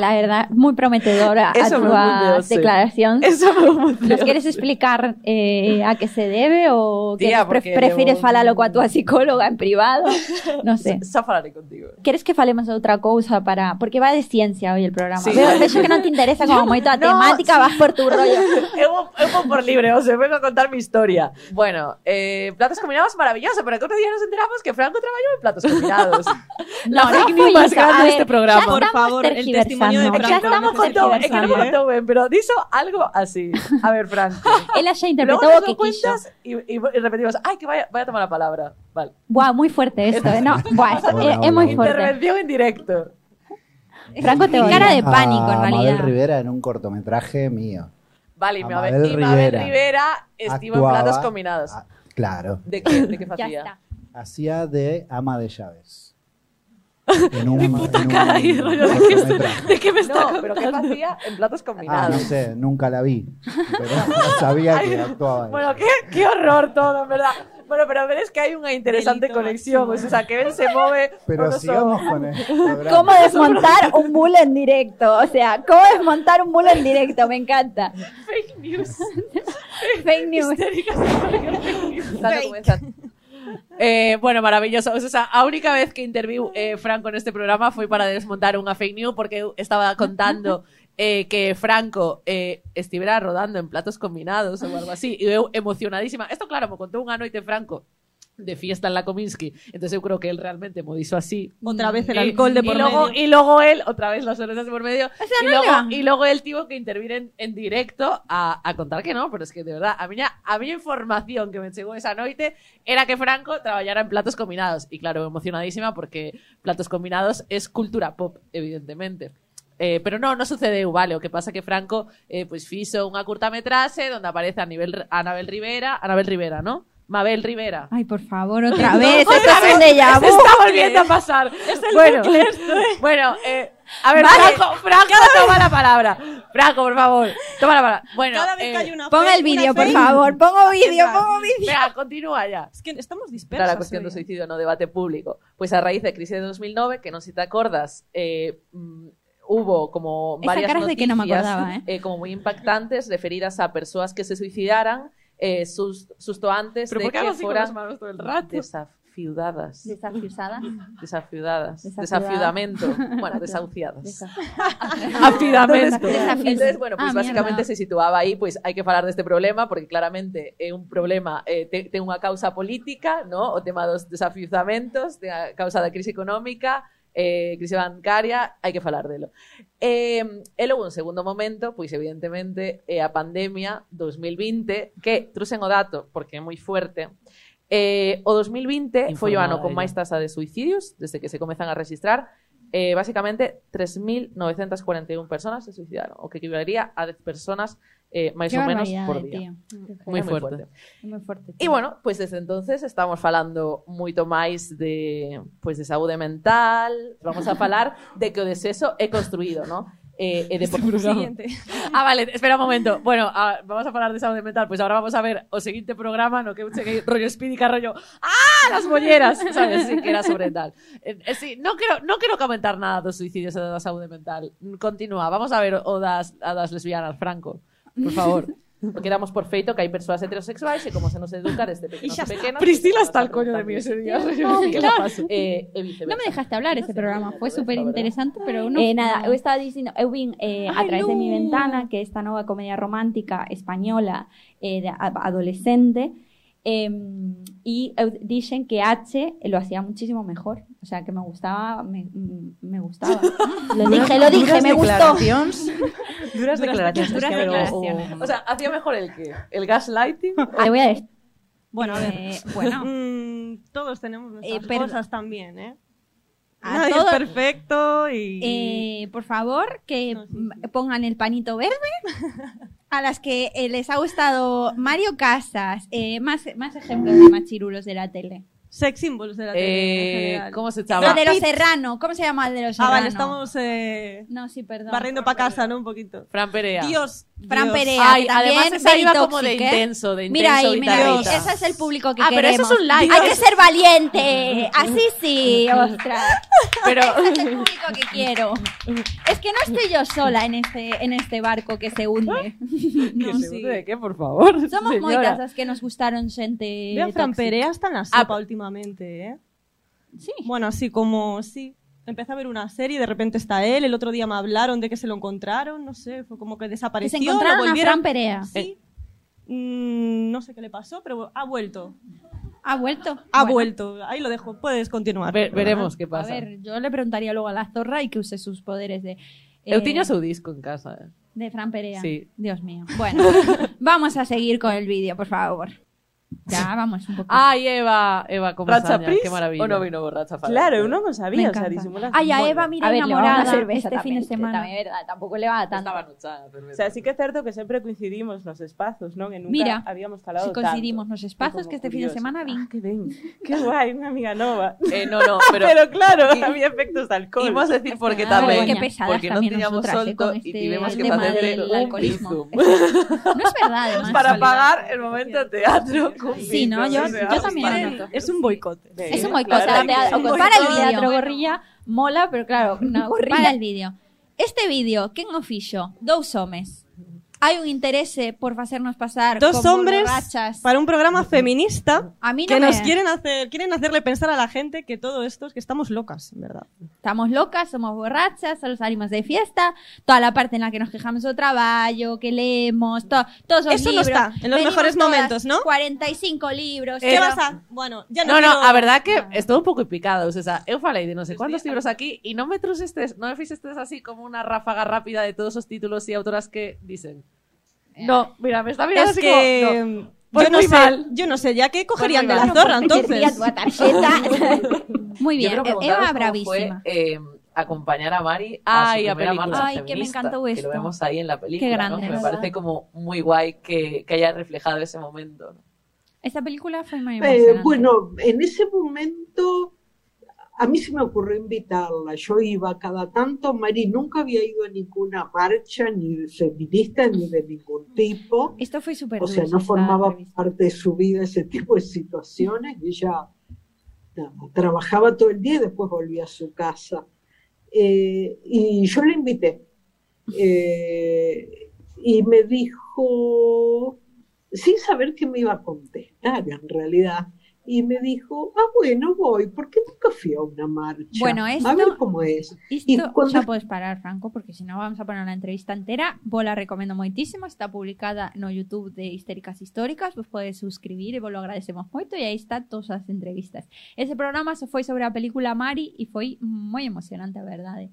Speaker 4: la verdad, muy prometedora
Speaker 7: Eso
Speaker 4: a
Speaker 7: me
Speaker 4: tu
Speaker 7: hundió, sí.
Speaker 4: declaración.
Speaker 7: Eso me hundió.
Speaker 4: ¿Nos ¿Ah? quieres explicar eh, a qué se debe o
Speaker 7: Tía,
Speaker 4: quieres- pre-
Speaker 7: porque
Speaker 4: prefieres
Speaker 7: yo-
Speaker 4: falaloco a tu psicóloga en privado? No sé.
Speaker 7: Xa falaré contigo.
Speaker 4: ¿Quieres que falemos de otra cosa para...? Porque va de ciencia hoy el programa.
Speaker 7: Sí.
Speaker 4: Veo, veo que no te interesa como moito a temática, vas por tu rollo.
Speaker 7: Eu, vou- eu vou por libre, o sea, vengo a contar mi historia. Bueno, eh, platos combinados maravilloso, pero que otro día nos enteramos que Franco trabajó en platos combinados.
Speaker 1: La fake news
Speaker 4: Julita,
Speaker 1: más grande
Speaker 4: a
Speaker 1: de este
Speaker 4: ver,
Speaker 1: programa.
Speaker 4: Ya
Speaker 5: Por
Speaker 4: estamos
Speaker 5: favor, el testimonio de
Speaker 7: Es que
Speaker 4: tergiversando.
Speaker 5: Franco.
Speaker 7: no me
Speaker 5: no se
Speaker 7: contó, es que no me
Speaker 5: tergiversa, ¿eh?
Speaker 7: contó ben, pero dijo algo así. A ver, Franco.
Speaker 4: Él ya
Speaker 7: Luego
Speaker 4: interpretó
Speaker 7: nos
Speaker 4: lo que
Speaker 7: lo
Speaker 4: quiso.
Speaker 7: cuentas y, y- y repetimos, ay, que vaya, vaya a tomar la palabra. Vale.
Speaker 4: Buah, muy fuerte esto, ¿eh? No, buah, esto
Speaker 9: Hola,
Speaker 4: es, es
Speaker 9: hola,
Speaker 4: muy
Speaker 9: hola.
Speaker 4: fuerte.
Speaker 7: Intervención en directo.
Speaker 4: Franco te
Speaker 9: Y
Speaker 4: cara de pánico,
Speaker 9: a
Speaker 4: en
Speaker 9: Ah, Mabel
Speaker 4: realidad.
Speaker 9: Rivera en un cortometraje mío.
Speaker 7: Vale, y
Speaker 9: Amabel
Speaker 7: Mabel, y Mabel
Speaker 9: Rivera.
Speaker 7: Rivera estuvo en
Speaker 9: Actuaba-
Speaker 7: platos combinados.
Speaker 9: Ah, claro.
Speaker 7: ¿De qué, de qué
Speaker 4: Ya
Speaker 7: hacía?
Speaker 4: está.
Speaker 9: Hacía de ama de llaves. En un, en un
Speaker 1: caray, rollo, ¿de qué
Speaker 9: cortometraje.
Speaker 1: ¿De qué me está
Speaker 7: No, pero ¿qué hacía en platos
Speaker 9: Ah, no
Speaker 7: combinados?
Speaker 9: sé, nunca la vi. Pero sabía que actuaba. ahí.
Speaker 7: Bueno, ¿qué, qué horror todo, en verdad. Bueno, pero veréis que hay una interesante
Speaker 5: Delito
Speaker 7: conexión. O sea, que Ben se mueve.
Speaker 9: Pero
Speaker 7: unos
Speaker 9: sigamos con el programa.
Speaker 4: ¿Cómo desmontar un bull en directo? O sea, ¿cómo desmontar un bull en directo? Me encanta.
Speaker 1: Fake news.
Speaker 4: Fake news.
Speaker 1: Histéricas históricas, fake news.
Speaker 7: dando vergüenza.
Speaker 1: Eh, bueno, maravilloso. O sea, a única vez que interviu eh, Franco en este programa foi para desmontar unha fake news porque eu estaba contando eh, que Franco eh, estivera rodando en platos combinados ou algo así. E eu emocionadísima. Esto, claro, me contou unha noite Franco de fiesta en la Kominsky. Entonces eu creo que él realmente me hizo así.
Speaker 5: Otra vez el
Speaker 1: Y-
Speaker 5: alcohol de
Speaker 1: Eh, y
Speaker 5: por
Speaker 1: luego,
Speaker 5: medio.
Speaker 1: Y luego él, otra vez las cervezas de por medio. y,
Speaker 4: no le
Speaker 1: luego,
Speaker 4: van.
Speaker 1: y luego el tío que interviene en, en directo a, a contar que no, pero es que de verdad, a mí a miña información que me llegó esa noche era que Franco trabajara en platos combinados. Y claro, emocionadísima porque platos combinados es cultura pop, evidentemente. Eh, pero no, no sucedeu, vale, o que pasa que Franco eh, pues fixo unha curtametraxe donde aparece a nivel Anabel Rivera, Anabel Rivera, ¿no?
Speaker 10: Mabel Rivera.
Speaker 4: Ay, por favor, otra vez. Esto es un déjà
Speaker 10: Se
Speaker 4: vu.
Speaker 10: está volviendo a pasar. bueno, bueno eh, a ver, Franco, Franco, toma la palabra. Franco, por favor, toma la palabra. Bueno,
Speaker 5: Cada vez que
Speaker 10: eh,
Speaker 5: hay una
Speaker 4: Pon
Speaker 5: fe-
Speaker 4: el vídeo,
Speaker 5: una
Speaker 4: por
Speaker 5: fe-
Speaker 4: favor. Pongo vídeo,
Speaker 5: Venga.
Speaker 4: pongo vídeo.
Speaker 10: venga, continúa ya.
Speaker 5: Es que estamos
Speaker 1: Era
Speaker 5: dispersos. ¿eh?
Speaker 1: la cuestión do suicidio no debate público. Pois a raíz da crise de 2009, que non se te acordas, eh, mm, hubo como
Speaker 4: Esa
Speaker 1: varias
Speaker 4: cara de
Speaker 1: noticias
Speaker 4: que no me acordaba, ¿eh?
Speaker 1: como muy impactantes referidas a persoas que se suicidaran eh, sus, susto antes
Speaker 10: Pero
Speaker 1: de
Speaker 10: ¿por qué
Speaker 1: que
Speaker 10: hago así con las
Speaker 1: fueran
Speaker 10: manos todo el rato?
Speaker 1: desafiudadas.
Speaker 8: Desafiusada.
Speaker 1: Desafiudadas.
Speaker 8: Desafiudada.
Speaker 1: Desafiudamento. Bueno, desahuciadas.
Speaker 10: Afidamento.
Speaker 4: Desafío.
Speaker 1: Entonces, bueno, pues
Speaker 4: Ah,
Speaker 1: básicamente
Speaker 4: mierda.
Speaker 1: se situaba ahí, pues hay que falar deste problema porque claramente é un problema, eh, ten, ten unha causa política, ¿no? o tema dos desafiuzamentos, ten a causa da crise económica, eh, crise bancaria, hai que falar delo. Eh, e logo un segundo momento, pois evidentemente, é a pandemia 2020, que truxen o dato, porque é moi fuerte, Eh, o 2020 foi o ano
Speaker 2: Informada
Speaker 1: con
Speaker 2: ella.
Speaker 1: máis tasa de suicidios desde que se comezan a registrar. Eh, básicamente, 3.941 personas se suicidaron, o que equivalería a 10 personas eh, máis
Speaker 4: Qué
Speaker 1: ou menos
Speaker 4: barbaridade,
Speaker 1: por día.
Speaker 4: tío.
Speaker 1: Era
Speaker 10: Moi fuerte.
Speaker 4: Muy fuerte.
Speaker 1: E bueno, pois desde entonces estamos falando moito máis de pois de saúde mental, vamos a falar de que o desexo é construído, ¿no? Eh, e de por...
Speaker 5: Siguiente.
Speaker 10: Ah, vale, espera un momento. Bueno, ah, vamos a hablar de salud mental. Pues ahora vamos a ver o siguiente programa, no que cheguei rollo espídica, rollo ¡Ah! Las bolleras, ¿sabes? Sí, que era sobre tal. Eh, eh, sí, no quiero, no quiero comentar nada dos suicidios e da saúde mental. Continúa, vamos a ver o das, a das lesbianas, Franco, por favor.
Speaker 1: porque damos por feito que hai persoas heterosexuais e como se nos educa desde pequenos
Speaker 10: xa
Speaker 1: e pequenas...
Speaker 10: Priscila está al
Speaker 1: al
Speaker 10: coño de mí ese día. rollo,
Speaker 4: No,
Speaker 10: ¿qué le
Speaker 4: claro.
Speaker 10: pasa?
Speaker 1: Eh, e
Speaker 4: No me
Speaker 1: viceversa.
Speaker 4: dejaste hablar ese programa, fue súper interesante, pero no.
Speaker 8: Eh, nada, eu estaba dicindo, eu vin eh, a
Speaker 4: Ai,
Speaker 8: través de mi
Speaker 4: no.
Speaker 8: ventana que esta nova comedia romántica española eh, de a- adolescente eh, y eu dixen que H lo hacía muchísimo mejor, o sea, que me gustaba, me, mm, me gustaba. lo dije, lo dije, me gustó.
Speaker 11: Duras declaraciones.
Speaker 4: duras
Speaker 11: es que, pero,
Speaker 4: declaraciones.
Speaker 11: o-
Speaker 1: O sea, hacía mejor el que el gaslighting.
Speaker 8: Le voy a decir,
Speaker 5: Bueno, a ver.
Speaker 4: Eh, bueno,
Speaker 5: Mm, todos tenemos nuestras
Speaker 4: Eh, pero-
Speaker 5: cosas también, ¿eh?
Speaker 4: A
Speaker 5: Nadie
Speaker 4: todos-
Speaker 5: es perfecto y...
Speaker 4: eh, por favor, que
Speaker 5: No, sí,
Speaker 4: mm, pongan el panito verde. A las que eh, les ha gustado Mario Casas, eh, más, más ejemplos de machirulos de la tele.
Speaker 5: Sex symbols de la tele en
Speaker 10: Eh,
Speaker 5: general.
Speaker 10: ¿Cómo se
Speaker 4: El
Speaker 1: Ah.
Speaker 10: llama?
Speaker 4: de los Serrano, ¿cómo se llama el de los
Speaker 5: Ah,
Speaker 4: Serrano?
Speaker 5: vale, estamos eh,
Speaker 4: No, sí, perdón.
Speaker 5: barriendo para casa, ¿no? Un poquito.
Speaker 10: Fran Perea.
Speaker 5: Dios.
Speaker 4: Fran
Speaker 5: Dios.
Speaker 4: Perea.
Speaker 10: Ay,
Speaker 4: que también
Speaker 10: además esa
Speaker 4: very
Speaker 10: iba como de
Speaker 4: toxic, ¿eh?
Speaker 10: intenso, de intenso
Speaker 4: Mira ahí, mira ahí.
Speaker 10: guitarrita.
Speaker 4: Ese es el público que
Speaker 10: Ah, pero
Speaker 4: queremos.
Speaker 10: eso es un like.
Speaker 4: Hay que ser valiente. Así sí, ostras.
Speaker 10: Pero...
Speaker 4: Ese es el público que quiero. Es que no estoy yo sola en este, en este barco que se
Speaker 10: ¿Ah?
Speaker 4: hunde.
Speaker 5: No, sí.
Speaker 10: ¿De qué, por favor?
Speaker 4: Somos
Speaker 10: señora?
Speaker 4: moitas as que nos gustaron xente
Speaker 5: Veo a Fran
Speaker 4: tóxica.
Speaker 5: Perea está en la sopa últimamente, ¿eh?
Speaker 4: Ah, Sí.
Speaker 5: Bueno, así como, sí. Empecé a ver una serie, de repente está él, el otro día me hablaron de que se lo encontraron, no sé, fue como que
Speaker 4: Que se
Speaker 5: desapareció.
Speaker 4: encontraron
Speaker 5: lo
Speaker 4: a Fran
Speaker 5: volvieron-
Speaker 4: Perea.
Speaker 5: Sí. Mm, no sé qué le pasó, pero ha vuelto.
Speaker 4: Ha vuelto.
Speaker 5: Ha
Speaker 4: Bueno,
Speaker 5: vuelto. Ahí lo dejo. Puedes continuar.
Speaker 10: Ve-
Speaker 5: perdona.
Speaker 10: veremos qué
Speaker 4: A
Speaker 10: pasa.
Speaker 4: ver, eh. yo le preguntaría luego a la zorra y que use sus poderes de... eh,
Speaker 10: Eu tiña seu disco en casa. eh.
Speaker 4: De Fran Perea.
Speaker 10: Sí.
Speaker 4: Dios mío. Bueno, vamos a seguir con el vídeo, por favor. Ya, vamos un poco.
Speaker 10: Ay, Eva, Eva, como
Speaker 11: ¿Racha
Speaker 10: saña,
Speaker 11: Pris
Speaker 10: qué maravilla.
Speaker 1: o no vino borracha para.
Speaker 11: Claro, uno no
Speaker 4: Me
Speaker 11: sabía, o sea,
Speaker 4: encanta.
Speaker 11: disimula.
Speaker 4: Ay, a
Speaker 11: Bueno,
Speaker 4: Eva, mira,
Speaker 8: a ver, le va a dar
Speaker 4: enamorada
Speaker 8: una cerveza
Speaker 4: este fin de
Speaker 8: también,
Speaker 4: semana.
Speaker 8: también es verdad, tampoco le va
Speaker 4: Ah,
Speaker 8: a tanto.
Speaker 1: Estaba nuchada.
Speaker 11: O sea, sí que es cierto que siempre coincidimos los espacios, ¿no? Que nunca
Speaker 4: Mira,
Speaker 11: habíamos falado
Speaker 4: Si
Speaker 11: tanto.
Speaker 4: coincidimos los espacios
Speaker 11: Como
Speaker 4: que este fin de
Speaker 11: curioso.
Speaker 4: semana vin.
Speaker 11: Ah, qué bien. Qué guay, una amiga nova.
Speaker 1: Eh, no, no, pero
Speaker 11: Pero, claro,
Speaker 1: y-
Speaker 11: había efectos de alcohol.
Speaker 1: imos decir porque
Speaker 4: Ah,
Speaker 1: tamén,
Speaker 4: vergoña. Qué pesadas
Speaker 1: porque non
Speaker 4: también
Speaker 1: tiñamos
Speaker 4: nosotras, eh,
Speaker 1: solto
Speaker 4: con
Speaker 1: e
Speaker 4: este
Speaker 1: tivemos que
Speaker 4: tema
Speaker 1: facer
Speaker 4: del
Speaker 1: un
Speaker 4: alcoholismo.
Speaker 1: bizum
Speaker 4: No es verdad, además.
Speaker 1: para
Speaker 4: Soledad.
Speaker 1: pagar el momento de teatro. con
Speaker 4: Sí, no,
Speaker 1: bizum,
Speaker 4: yo,
Speaker 1: o sea,
Speaker 4: yo también lo
Speaker 5: Quieren-
Speaker 4: noto.
Speaker 5: Es un boicot.
Speaker 4: Es un
Speaker 11: Sí,
Speaker 4: boicot.
Speaker 11: claro,
Speaker 4: Para
Speaker 11: claro.
Speaker 4: el vídeo.
Speaker 8: Teatro gorrilla mola, pero claro, una gorrilla.
Speaker 4: Para el vídeo. Este vídeo, quen o fixo? Dous homes. Hai un interese por facernos pasar
Speaker 5: Dos
Speaker 4: como
Speaker 5: hombres
Speaker 4: borrachas.
Speaker 5: para un programa feminista
Speaker 4: A mí no
Speaker 5: que
Speaker 4: me-
Speaker 5: nos quieren hacer, quieren hacerle pensar a la gente que todo esto es que estamos locas, en verdad.
Speaker 4: Estamos locas, somos borrachas, solo salimos de fiesta. Toda la parte en la que nos quejamos do traballo, que leemos, to, todos os
Speaker 5: Eso no
Speaker 4: libros.
Speaker 5: está, en los
Speaker 4: Venimos
Speaker 5: mejores
Speaker 4: todas
Speaker 5: momentos, ¿no?
Speaker 4: 45 libros.
Speaker 5: ¿Qué
Speaker 4: pero-
Speaker 5: vas a? Bueno, ya no.
Speaker 10: No, no,
Speaker 5: quiero-
Speaker 10: a verdad
Speaker 4: Ah.
Speaker 10: que estou un pouco picada, o sea, eu falei de non sei cuántos libros aquí e non me trusestes, non me fixestes así como unha ráfaga rápida de todos os títulos e autoras que dicen.
Speaker 4: Eh.
Speaker 10: No, mira, me está mirando
Speaker 5: Es
Speaker 10: así
Speaker 5: que
Speaker 10: como... no.
Speaker 5: yo
Speaker 10: Pues
Speaker 5: no
Speaker 10: muy
Speaker 5: sé,
Speaker 10: mal.
Speaker 5: yo no sé, ya que cogerían de
Speaker 10: muy
Speaker 5: la
Speaker 10: mal.
Speaker 5: zorra
Speaker 8: Quería
Speaker 5: entonces.
Speaker 8: tu tarjeta.
Speaker 4: Muy
Speaker 1: Yo
Speaker 4: bien,
Speaker 1: quiero preguntaros
Speaker 4: Eva
Speaker 1: cómo
Speaker 4: bravísima.
Speaker 1: Fue, eh,
Speaker 10: em,
Speaker 1: acompañar a Mari
Speaker 10: Ay,
Speaker 1: a
Speaker 10: a
Speaker 1: su primera
Speaker 10: película.
Speaker 1: marcha
Speaker 4: Ay, que me
Speaker 1: feminista,
Speaker 4: encantó
Speaker 1: Que
Speaker 4: esto.
Speaker 1: lo vemos ahí en la película.
Speaker 4: Qué
Speaker 1: ¿no?
Speaker 4: grande,
Speaker 1: Me
Speaker 4: ¿verdad?
Speaker 1: parece como muy guay que, que haya reflejado ese momento. ¿no?
Speaker 4: Esta película foi moi
Speaker 12: Eh,
Speaker 4: emocionante.
Speaker 12: bueno, en ese momento a mí se me ocurrió invitarla. Yo iba cada tanto, Mari nunca había ido a ninguna marcha, ni feminista, ni de ningún tipo.
Speaker 4: Esto foi super
Speaker 12: O sea, no formaba parte de su vida ese tipo de situaciones. y Ella nada, trabajaba todo el día y después volvía a su casa. Eh, y yo la invité. Eh, y me dijo, sin saber que me iba a contestar en realidad, y me dijo, ah, bueno, voy, porque nunca fui a una marcha.
Speaker 4: Bueno,
Speaker 12: A
Speaker 4: esto-
Speaker 12: ver cómo es. Y
Speaker 4: Isto
Speaker 12: cuando-
Speaker 4: xa podes parar, Franco, porque senón vamos a poner a entrevista entera. Vos la recomendo moitísimo, está publicada no YouTube de Histéricas Históricas, vos podes suscribir e vos lo agradecemos moito e aí está todas as entrevistas. Ese programa só foi sobre a película Mari e foi moi emocionante, eh. a verdade.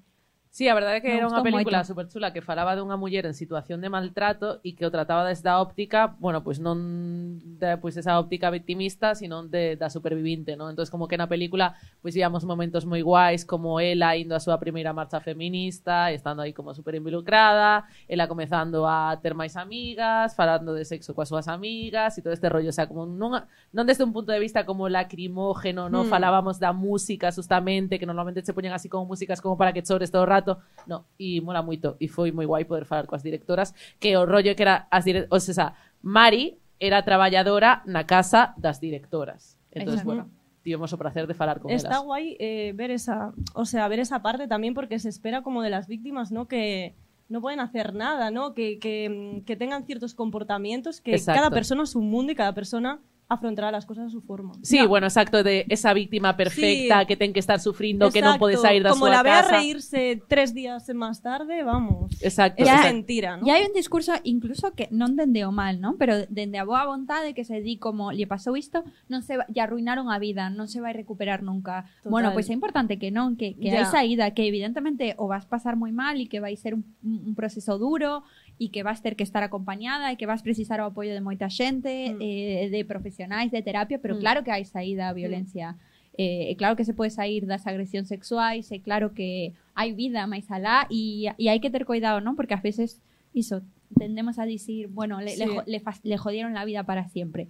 Speaker 1: Sí, a verdade é que
Speaker 4: Me
Speaker 1: era unha
Speaker 4: gustou
Speaker 1: película
Speaker 4: moito.
Speaker 1: super chula que falaba dunha muller en situación de maltrato e que o trataba desde a óptica, bueno, pois pues non da pois esa óptica victimista, sino de, da supervivinte, non? Entón, como que na película pois víamos momentos moi guais como ela indo á súa primeira marcha feminista, estando aí como super involucrada, ela comezando a ter máis amigas, falando de sexo coas súas amigas e todo este rollo, o sea, como non, non desde un punto de vista como lacrimógeno, no
Speaker 5: Mm.
Speaker 1: falábamos da música justamente, que normalmente se poñen así como músicas como para que chores todo o rato, no, e mola moito, e foi moi guai poder falar coas directoras, que o rollo é que era as dire... o sea, Mari era traballadora na casa das directoras. Entonces,
Speaker 4: Exacto.
Speaker 1: bueno, tivemos o placer de falar con
Speaker 5: Está
Speaker 1: elas.
Speaker 5: guay eh, ver esa, o sea, ver esa parte también porque se espera como de las víctimas, ¿no? Que no pueden hacer nada, ¿no? Que, que, mm, que tengan ciertos comportamientos, que
Speaker 1: Exacto.
Speaker 5: cada persona es un mundo y cada persona afrontará las cosas a su forma.
Speaker 1: Sí, bueno, exacto, de esa víctima perfecta
Speaker 5: Sí.
Speaker 1: que ten que estar sufrindo, que non
Speaker 5: Exacto.
Speaker 1: pode sair da
Speaker 5: Como la
Speaker 1: súa
Speaker 5: vea
Speaker 1: casa.
Speaker 5: reírse tres días más tarde, vamos.
Speaker 1: Exacto.
Speaker 5: Es
Speaker 4: Ya.
Speaker 5: mentira, ¿no?
Speaker 4: E hai un discurso incluso que non dende o mal, non? Pero dende a boa vontade que se di como lle pasou isto, non se va- lle arruinaron a vida, non se vai recuperar nunca.
Speaker 5: Total.
Speaker 4: Bueno, pois é importante que non, que, que hai
Speaker 5: Ya.
Speaker 4: saída, que evidentemente o vas pasar moi mal e que vai ser un, un un proceso duro e que vas ter que estar acompañada e que vas precisar o apoio de moita xente,
Speaker 5: Mm.
Speaker 4: eh, de profesionais, de terapia, pero
Speaker 5: Mm.
Speaker 4: claro que hai saída a violencia. Eh, e claro que se pode sair das agresións sexuais, e claro que hai vida máis alá e, e hai que ter cuidado, non? Porque ás veces iso tendemos a dicir, bueno, le, le
Speaker 5: Sí.
Speaker 4: jo- le fas- le jodieron la vida para siempre.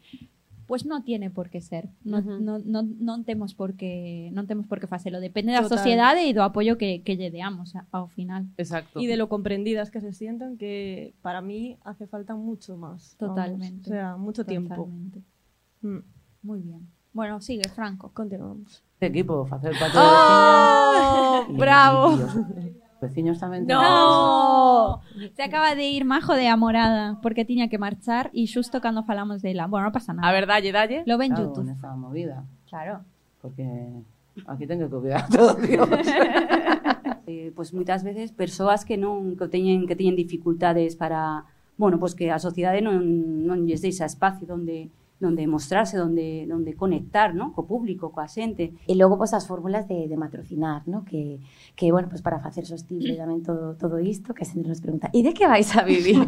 Speaker 4: Pues no tiene por que ser. Non
Speaker 1: Ujú.
Speaker 4: no, no, non temos por que non temos por que facelo, depende da
Speaker 5: Total.
Speaker 4: sociedade e do apoio que que lle deamos a- ao final.
Speaker 1: Exacto.
Speaker 5: Y de lo comprendidas que se sientan, que para mí hace falta mucho más. vamos.
Speaker 4: Totalmente.
Speaker 5: O sea, mucho tiempo.
Speaker 4: Totalmente.
Speaker 5: Mm.
Speaker 4: Muy bien. Bueno, sigue Franco.
Speaker 5: Continuamos.
Speaker 13: ¿Qué equipo? Hacer patio de
Speaker 1: ¡Oh!
Speaker 13: vecinos y-
Speaker 1: ¡Bravo!
Speaker 13: y los vecinos también.
Speaker 1: No.
Speaker 4: ¡No! Se acaba de ir Majo de Amorada porque tiña que marchar e xusto cando falamos dela. Bueno, non pasa nada.
Speaker 1: A ver, dalle, dalle.
Speaker 4: Lo ve en
Speaker 5: Ah,
Speaker 13: Claro,
Speaker 4: YouTube.
Speaker 13: en esa movida.
Speaker 4: Claro.
Speaker 13: Porque aquí tengo que cuidar todo, Dios.
Speaker 2: Eh, pues muitas veces persoas que non que teñen que teñen dificultades para, bueno, pues que a sociedade non non lles deixa espacio onde onde mostrarse, onde onde conectar, ¿no? co público, coa xente.
Speaker 14: E
Speaker 15: Eh,
Speaker 14: logo pois as fórmulas de, de matrocinar, ¿no? que, que bueno, pois para facer sostible tamén todo, todo isto, que sempre nos pregunta, e de que vais a vivir?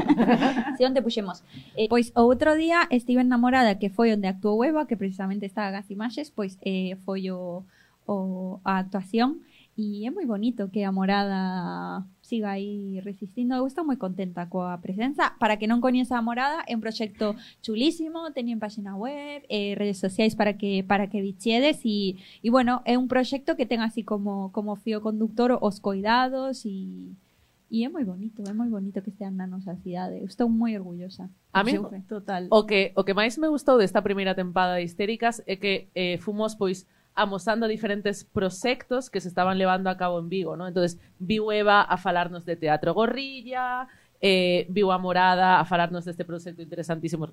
Speaker 4: Sí, onde puxemos. Eh, pois o outro día estive enamorada que foi onde actuou Eva, que precisamente estaba gas imaxes, pois eh, foi o, o, a actuación e é moi bonito que a morada siga aí resistindo. Eu estou moi contenta coa presenza. Para que non coñeza a morada, é un proxecto chulísimo, teñen páxina web, eh, redes sociais para que para que bichedes e, e bueno, é un proxecto que ten así como como fío conductor os coidados e E é moi bonito, é moi bonito que estean na nosa cidade. Eu Estou moi orgullosa.
Speaker 1: A mí-
Speaker 4: Sempre.
Speaker 5: Total.
Speaker 1: O que o que máis me gustou desta primeira tempada de Histéricas é que eh, fomos pois amosando diferentes proxectos que se estaban levando a cabo en Vigo, ¿no? Entonces, viu Eva a falarnos de Teatro Gorrilla, eh, viu a Morada a falarnos deste proxecto este interesantísimo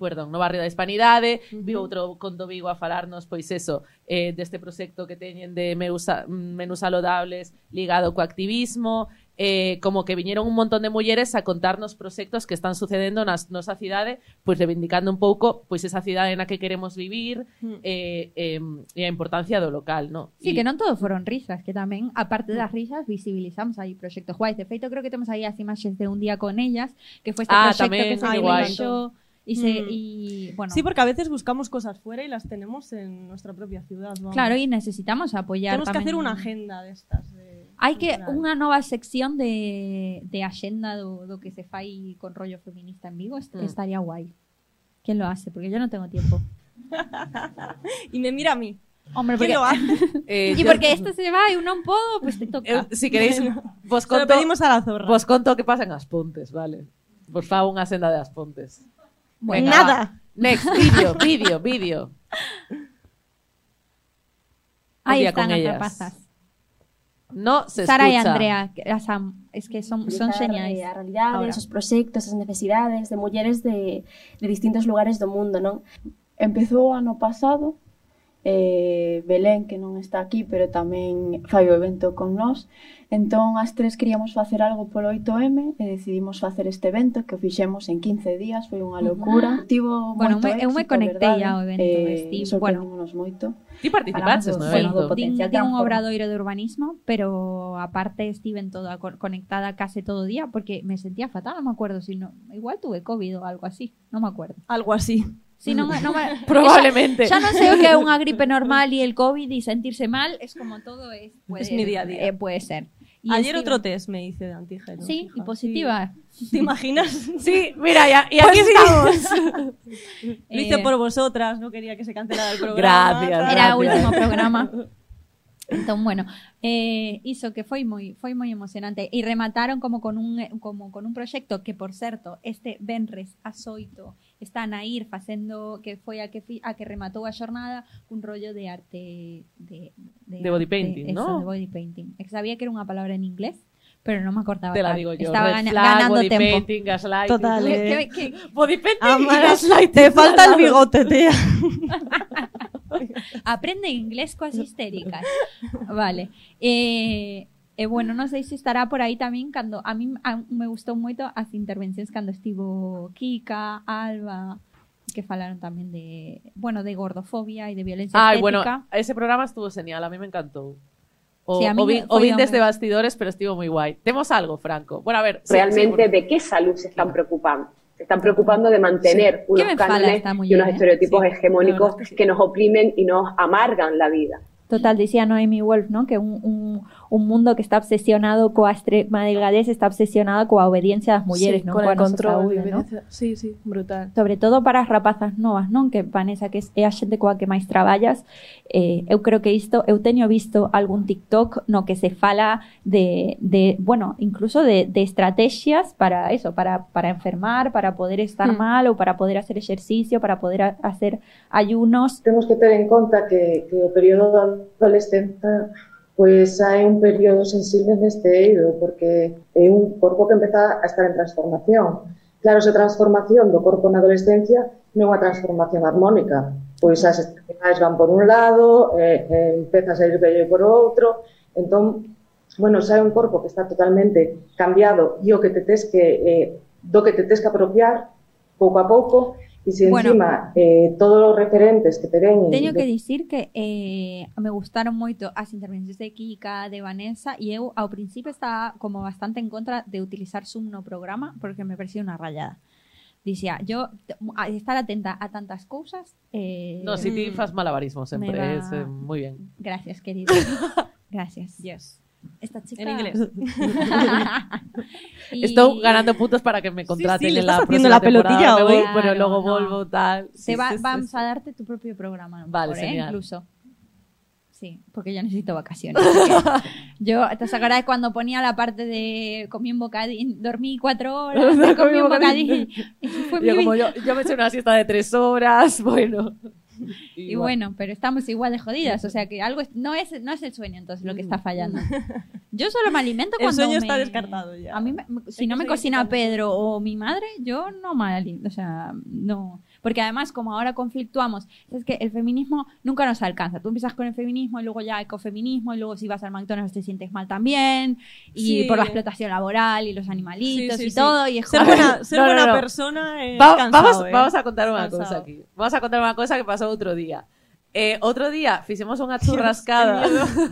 Speaker 1: perdón, no barrio da Hispanidade,
Speaker 5: Ujú.
Speaker 1: viu outro Conto Vigo a falarnos, pois eso, eh, deste proxecto que teñen de meusa- menús saludables ligado co activismo, eh, como que viñeron un montón de mulleres a contarnos proxectos que están sucedendo na nosa cidade, pois pues reivindicando un pouco pois esa cidade na que queremos vivir
Speaker 5: Mm.
Speaker 1: eh, eh, e a importancia do local, no?
Speaker 4: Sí,
Speaker 1: E-
Speaker 4: que non todo foron risas, que tamén, aparte das risas, visibilizamos aí proxectos guais. De feito, creo que temos aí as imaxes de un día con ellas, que foi este
Speaker 1: Ah,
Speaker 4: proxecto
Speaker 1: tamén,
Speaker 4: que se
Speaker 1: que
Speaker 5: guai.
Speaker 4: realizou e se
Speaker 5: Mm.
Speaker 4: e bueno,
Speaker 5: Sí, porque a veces buscamos cosas fuera y las tenemos en nuestra propia ciudad. vamos.
Speaker 4: claro, e necesitamos apoyar
Speaker 5: Tenemos que
Speaker 4: tamén.
Speaker 5: hacer una agenda de estas. de-
Speaker 4: Hai que
Speaker 5: cultural.
Speaker 4: unha nova sección de, de axenda do, do que se fai con rollo feminista en Vigo, est-
Speaker 1: Mm.
Speaker 4: estaría guai. ¿Quién lo hace? Porque yo no tengo tiempo.
Speaker 5: y me mira a mí.
Speaker 4: Hombre,
Speaker 5: ¿Quién
Speaker 4: porque...
Speaker 5: lo hace?
Speaker 1: Eh,
Speaker 4: y
Speaker 1: yo-
Speaker 4: porque esto se va y uno un podo, pues te toca.
Speaker 1: Si queréis, vos
Speaker 5: Se lo
Speaker 1: conto,
Speaker 5: pedimos a la zorra.
Speaker 4: Pues,
Speaker 1: Vos Pues conto qué pasa en As Pontes, vale. Por favor, unha senda de As Pontes.
Speaker 4: pues,
Speaker 5: Bueno.
Speaker 1: Venga,
Speaker 5: Nada.
Speaker 1: va. Next, vídeo, vídeo, vídeo.
Speaker 4: Ahí
Speaker 1: Odia
Speaker 4: están
Speaker 1: con
Speaker 4: las
Speaker 1: ellas.
Speaker 4: rapazas.
Speaker 1: No se
Speaker 4: Sara y
Speaker 1: escucha.
Speaker 4: Andrea, que las am- es que son, son
Speaker 8: Utilizar,
Speaker 4: geniais.
Speaker 8: eh, a realidade,
Speaker 4: Ahora.
Speaker 8: os proxectos, as necesidades de mulleres de, de distintos lugares do mundo, non? Empezou o ano pasado, eh, Belén, que non está aquí, pero tamén fai o evento con nós. Entón, as tres queríamos facer algo polo 8M e decidimos facer este evento que o fixemos en 15 días, foi unha loucura.
Speaker 4: Ujú.
Speaker 8: Tivo
Speaker 4: Bueno,
Speaker 8: moito
Speaker 4: me- eu me
Speaker 8: éxito,
Speaker 4: conectei
Speaker 8: verdade?
Speaker 4: ao evento, estivo- bueno.
Speaker 8: sorprendímonos moito.
Speaker 1: Ti
Speaker 8: Falamos
Speaker 1: participaches no
Speaker 8: do-
Speaker 1: evento.
Speaker 8: do potencial
Speaker 4: Tiene un
Speaker 8: transformador.
Speaker 4: obradoiro de urbanismo, pero aparte estive en toda co- conectada casi todo día porque me sentía fatal, no me acuerdo si no, igual tuve COVID o algo así, no me acuerdo.
Speaker 5: Algo así.
Speaker 4: Sí, no me- no me-
Speaker 1: Probablemente.
Speaker 4: Ya, ya no sé que es una gripe normal y el COVID y sentirse mal es como todo es. puede-
Speaker 5: Es mi día a día.
Speaker 4: eh, puede ser. Y
Speaker 5: Ayer
Speaker 4: estive-
Speaker 5: otro test me hice de antígeno.
Speaker 4: Sí, y positiva. Pues
Speaker 5: ¿Te imaginas?
Speaker 1: Sí, mira, ya- y aquí estamos.
Speaker 5: Lo hice
Speaker 4: Eh,
Speaker 5: por vosotras, no quería que se cancelara el programa.
Speaker 1: Gracias,
Speaker 5: tal.
Speaker 4: Era el último programa. Entón, bueno, eh, iso que foi moi foi moi emocionante e remataron como con un eh, como con un proxecto que por certo este venres azoito están a ir facendo que foi a que fi- a que rematou a xornada un rollo de arte de de,
Speaker 1: De
Speaker 4: arte,
Speaker 1: body painting,
Speaker 4: eso,
Speaker 1: ¿no?
Speaker 4: de body painting. E Sabía que era unha palabra en inglés, pero non me acordaba.
Speaker 1: Te la
Speaker 4: tanto.
Speaker 1: digo yo.
Speaker 4: Estaba
Speaker 1: Red
Speaker 4: gana-
Speaker 1: flag,
Speaker 4: ganando
Speaker 1: body
Speaker 4: tempo.
Speaker 1: painting, gaslighting.
Speaker 4: Total,
Speaker 1: Que-
Speaker 4: eh.
Speaker 1: que- Body painting y
Speaker 5: Amaras,
Speaker 1: gaslighting.
Speaker 5: te falta el bigote, tía.
Speaker 4: Aprende inglés coas histéricas. Vale. Eh, e bueno, non sei se estará por aí tamén cando a mí a, me gustou moito as intervencións cando estivo Kika, Alba, que falaron tamén de, bueno, de gordofobia e de violencia
Speaker 1: Ay, bueno,
Speaker 4: estética.
Speaker 1: ese programa estuvo genial, a mí me encantó. O,
Speaker 4: Sí, a mí
Speaker 1: o
Speaker 4: me-
Speaker 1: vi- o
Speaker 4: fue
Speaker 1: vi
Speaker 4: lo
Speaker 1: desde
Speaker 4: mejor.
Speaker 1: bastidores, pero estuvo muy guay. Tenemos algo, Franco. Bueno, a ver. sí,
Speaker 16: realmente
Speaker 1: sí,
Speaker 16: de qué salud se están preocupando. Se están preocupando de mantener
Speaker 1: ¿Qué
Speaker 16: unos
Speaker 1: me fala
Speaker 16: cánones
Speaker 4: esta
Speaker 16: y
Speaker 4: mujer,
Speaker 16: unos
Speaker 4: eh?
Speaker 16: estereotipos hegemónicos que nos oprimen y nos amargan la vida.
Speaker 4: Total, decía Noemi Wolf, ¿no? Que un, un, un mundo que está obsesionado coa extrema delgadez está obsesionado coa obediencia das mulleres,
Speaker 17: Sí,
Speaker 4: non?
Speaker 17: con
Speaker 4: Coa
Speaker 17: el
Speaker 4: nosa
Speaker 17: control.
Speaker 4: saúde, non?
Speaker 17: evidencia- Sí, sí, brutal.
Speaker 4: sobre todo para as rapazas novas, non? Que, Vanessa, que é a xente coa que máis traballas, eh, eu creo que isto, eu teño visto algún TikTok no que se fala de, de bueno, incluso de, de estrategias para eso, para, para enfermar, para poder estar
Speaker 12: Mm.
Speaker 4: mal ou para poder hacer exercicio, para poder a- hacer ayunos.
Speaker 12: Temos que ter en conta que, que o período da adolescencia pois pues, hai un período sensible neste eido, porque é un corpo que empeza a estar en transformación. Claro, esa transformación do corpo na adolescencia non é unha transformación armónica, pois as extremidades van por un lado, eh, eh, empeza a sair bello por outro, entón, bueno, xa é un corpo que está totalmente cambiado e o que te tes que, eh, do que te tes que apropiar pouco a pouco, e se
Speaker 4: Bueno.
Speaker 12: encima eh, todos os referentes que te ven
Speaker 4: Teño que dicir que eh, me gustaron moito as intervencións de Kika, de Vanessa e eu ao principio estaba como bastante en contra de utilizar Zoom no programa porque me parecía unha rayada. Dicía, yo t- a estar atenta a tantas cousas eh,
Speaker 1: sí. No, si ti fas malabarismo
Speaker 4: Me
Speaker 1: sempre,
Speaker 4: va-
Speaker 1: es, eh, muy bien.
Speaker 4: Gracias, querido. Gracias.
Speaker 5: Yes.
Speaker 4: Esta chica.
Speaker 5: En inglés.
Speaker 4: Y-
Speaker 1: Estoy ganando puntos para que me contraten
Speaker 5: sí, le
Speaker 1: en la
Speaker 5: estás haciendo
Speaker 1: próxima
Speaker 5: la pelotilla
Speaker 1: temporada. Me
Speaker 5: hoy.
Speaker 1: voy, pero
Speaker 5: Claro,
Speaker 1: luego
Speaker 5: no.
Speaker 1: vuelvo, tal.
Speaker 4: Te
Speaker 1: Sí,
Speaker 4: va-
Speaker 1: sí, sí,
Speaker 4: vamos
Speaker 1: sí.
Speaker 4: a darte tu propio programa. a lo
Speaker 1: Vale,
Speaker 4: mejor, ¿eh?
Speaker 1: genial.
Speaker 4: Incluso. Sí, porque yo necesito vacaciones. porque yo, ¿te sacarás cuando ponía la parte de comí un bocadín, dormí cuatro horas,
Speaker 1: Comí un
Speaker 4: comí un
Speaker 1: bocadín.
Speaker 4: bocadín? Fue
Speaker 1: Yo,
Speaker 4: mi
Speaker 1: como
Speaker 4: vida.
Speaker 1: yo, yo me eché una siesta de tres horas, bueno.
Speaker 4: Y bueno, pero estamos igual de jodidas, o sea que algo es- no es no es el sueño entonces lo que está fallando. Yo solo me alimento
Speaker 5: Mm. El
Speaker 4: cuando
Speaker 5: sueño
Speaker 4: me-
Speaker 5: está descartado ya.
Speaker 4: A mí me- si
Speaker 5: Es
Speaker 4: no
Speaker 5: que
Speaker 4: me
Speaker 5: soy
Speaker 4: cocina
Speaker 5: vegetariana.
Speaker 4: Pedro o mi madre, yo no me alimento, o sea, no, porque además como ahora conflictuamos, es que el feminismo nunca nos alcanza. Tú empiezas con el feminismo y luego ya ecofeminismo y luego si vas al McDonald's te sientes mal también y
Speaker 5: Sí.
Speaker 4: por la explotación laboral y los animalitos
Speaker 5: Sí, sí,
Speaker 4: y
Speaker 5: sí.
Speaker 4: todo y es
Speaker 5: Ser
Speaker 4: como-
Speaker 5: buena- ser buena persona es
Speaker 1: Va-
Speaker 5: cansado,
Speaker 1: vamos,
Speaker 5: ¿eh?
Speaker 1: vamos a contar una
Speaker 5: Es
Speaker 1: cosa
Speaker 5: cansado.
Speaker 1: aquí. Vamos a contar una cosa que pasó otro día. Eh, otro día hicimos una churrascada.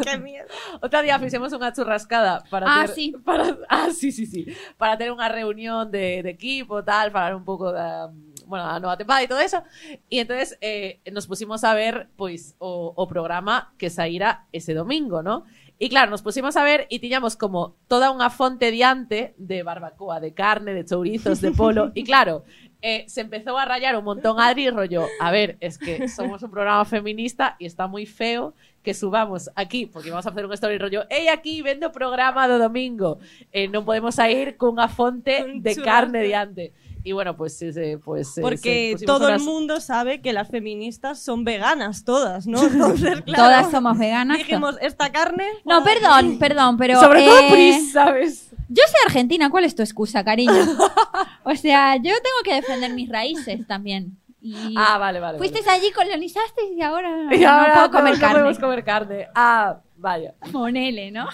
Speaker 5: qué miedo,
Speaker 1: otro día hicimos una churrascada para
Speaker 4: Ah,
Speaker 1: hacer-
Speaker 4: sí.
Speaker 1: para- ah, sí, sí, sí. Para tener una reunión de, de equipo, tal, para hablar un poco de um, bueno, la nueva temporada y todo eso. Y entonces eh, nos pusimos a ver pues, o, o programa que sairá ese domingo, ¿no? Y claro, nos pusimos a ver y teníamos como toda una fonte diante de barbacoa, de carne, de chourizos, de polo. Y claro, eh, se empezó a rayar un montón Adri rollo, a ver, es que somos un programa feminista y está muy feo que subamos aquí, porque vamos a hacer un story rollo, hey aquí, vendo programa de domingo, Eh, no podemos ir con una fonte de
Speaker 5: churrasco.
Speaker 1: carne diante. Y bueno, pues... sí, sí, pues eh, sí,
Speaker 5: Porque
Speaker 1: pusimos
Speaker 5: todo el
Speaker 1: unas-
Speaker 5: mundo sabe que las feministas son veganas, todas, ¿no? Entonces, claro,
Speaker 4: Todas somos veganas.
Speaker 5: Dijimos, esta carne.
Speaker 4: No, perdón, perdón, pero. eh,
Speaker 5: Sobre todo
Speaker 1: Pris, ¿sabes?
Speaker 4: Yo soy argentina, ¿cuál es tu excusa, cariño? o sea, yo tengo que defender mis raíces también. Y
Speaker 1: Ah, vale, vale.
Speaker 4: Fuiste
Speaker 1: vale.
Speaker 4: allí, colonizaste y ahora,
Speaker 1: Y ahora
Speaker 4: no puedo comer
Speaker 1: no
Speaker 4: carne.
Speaker 1: podemos comer carne. Ah, vaya.
Speaker 4: Ponele, ¿no?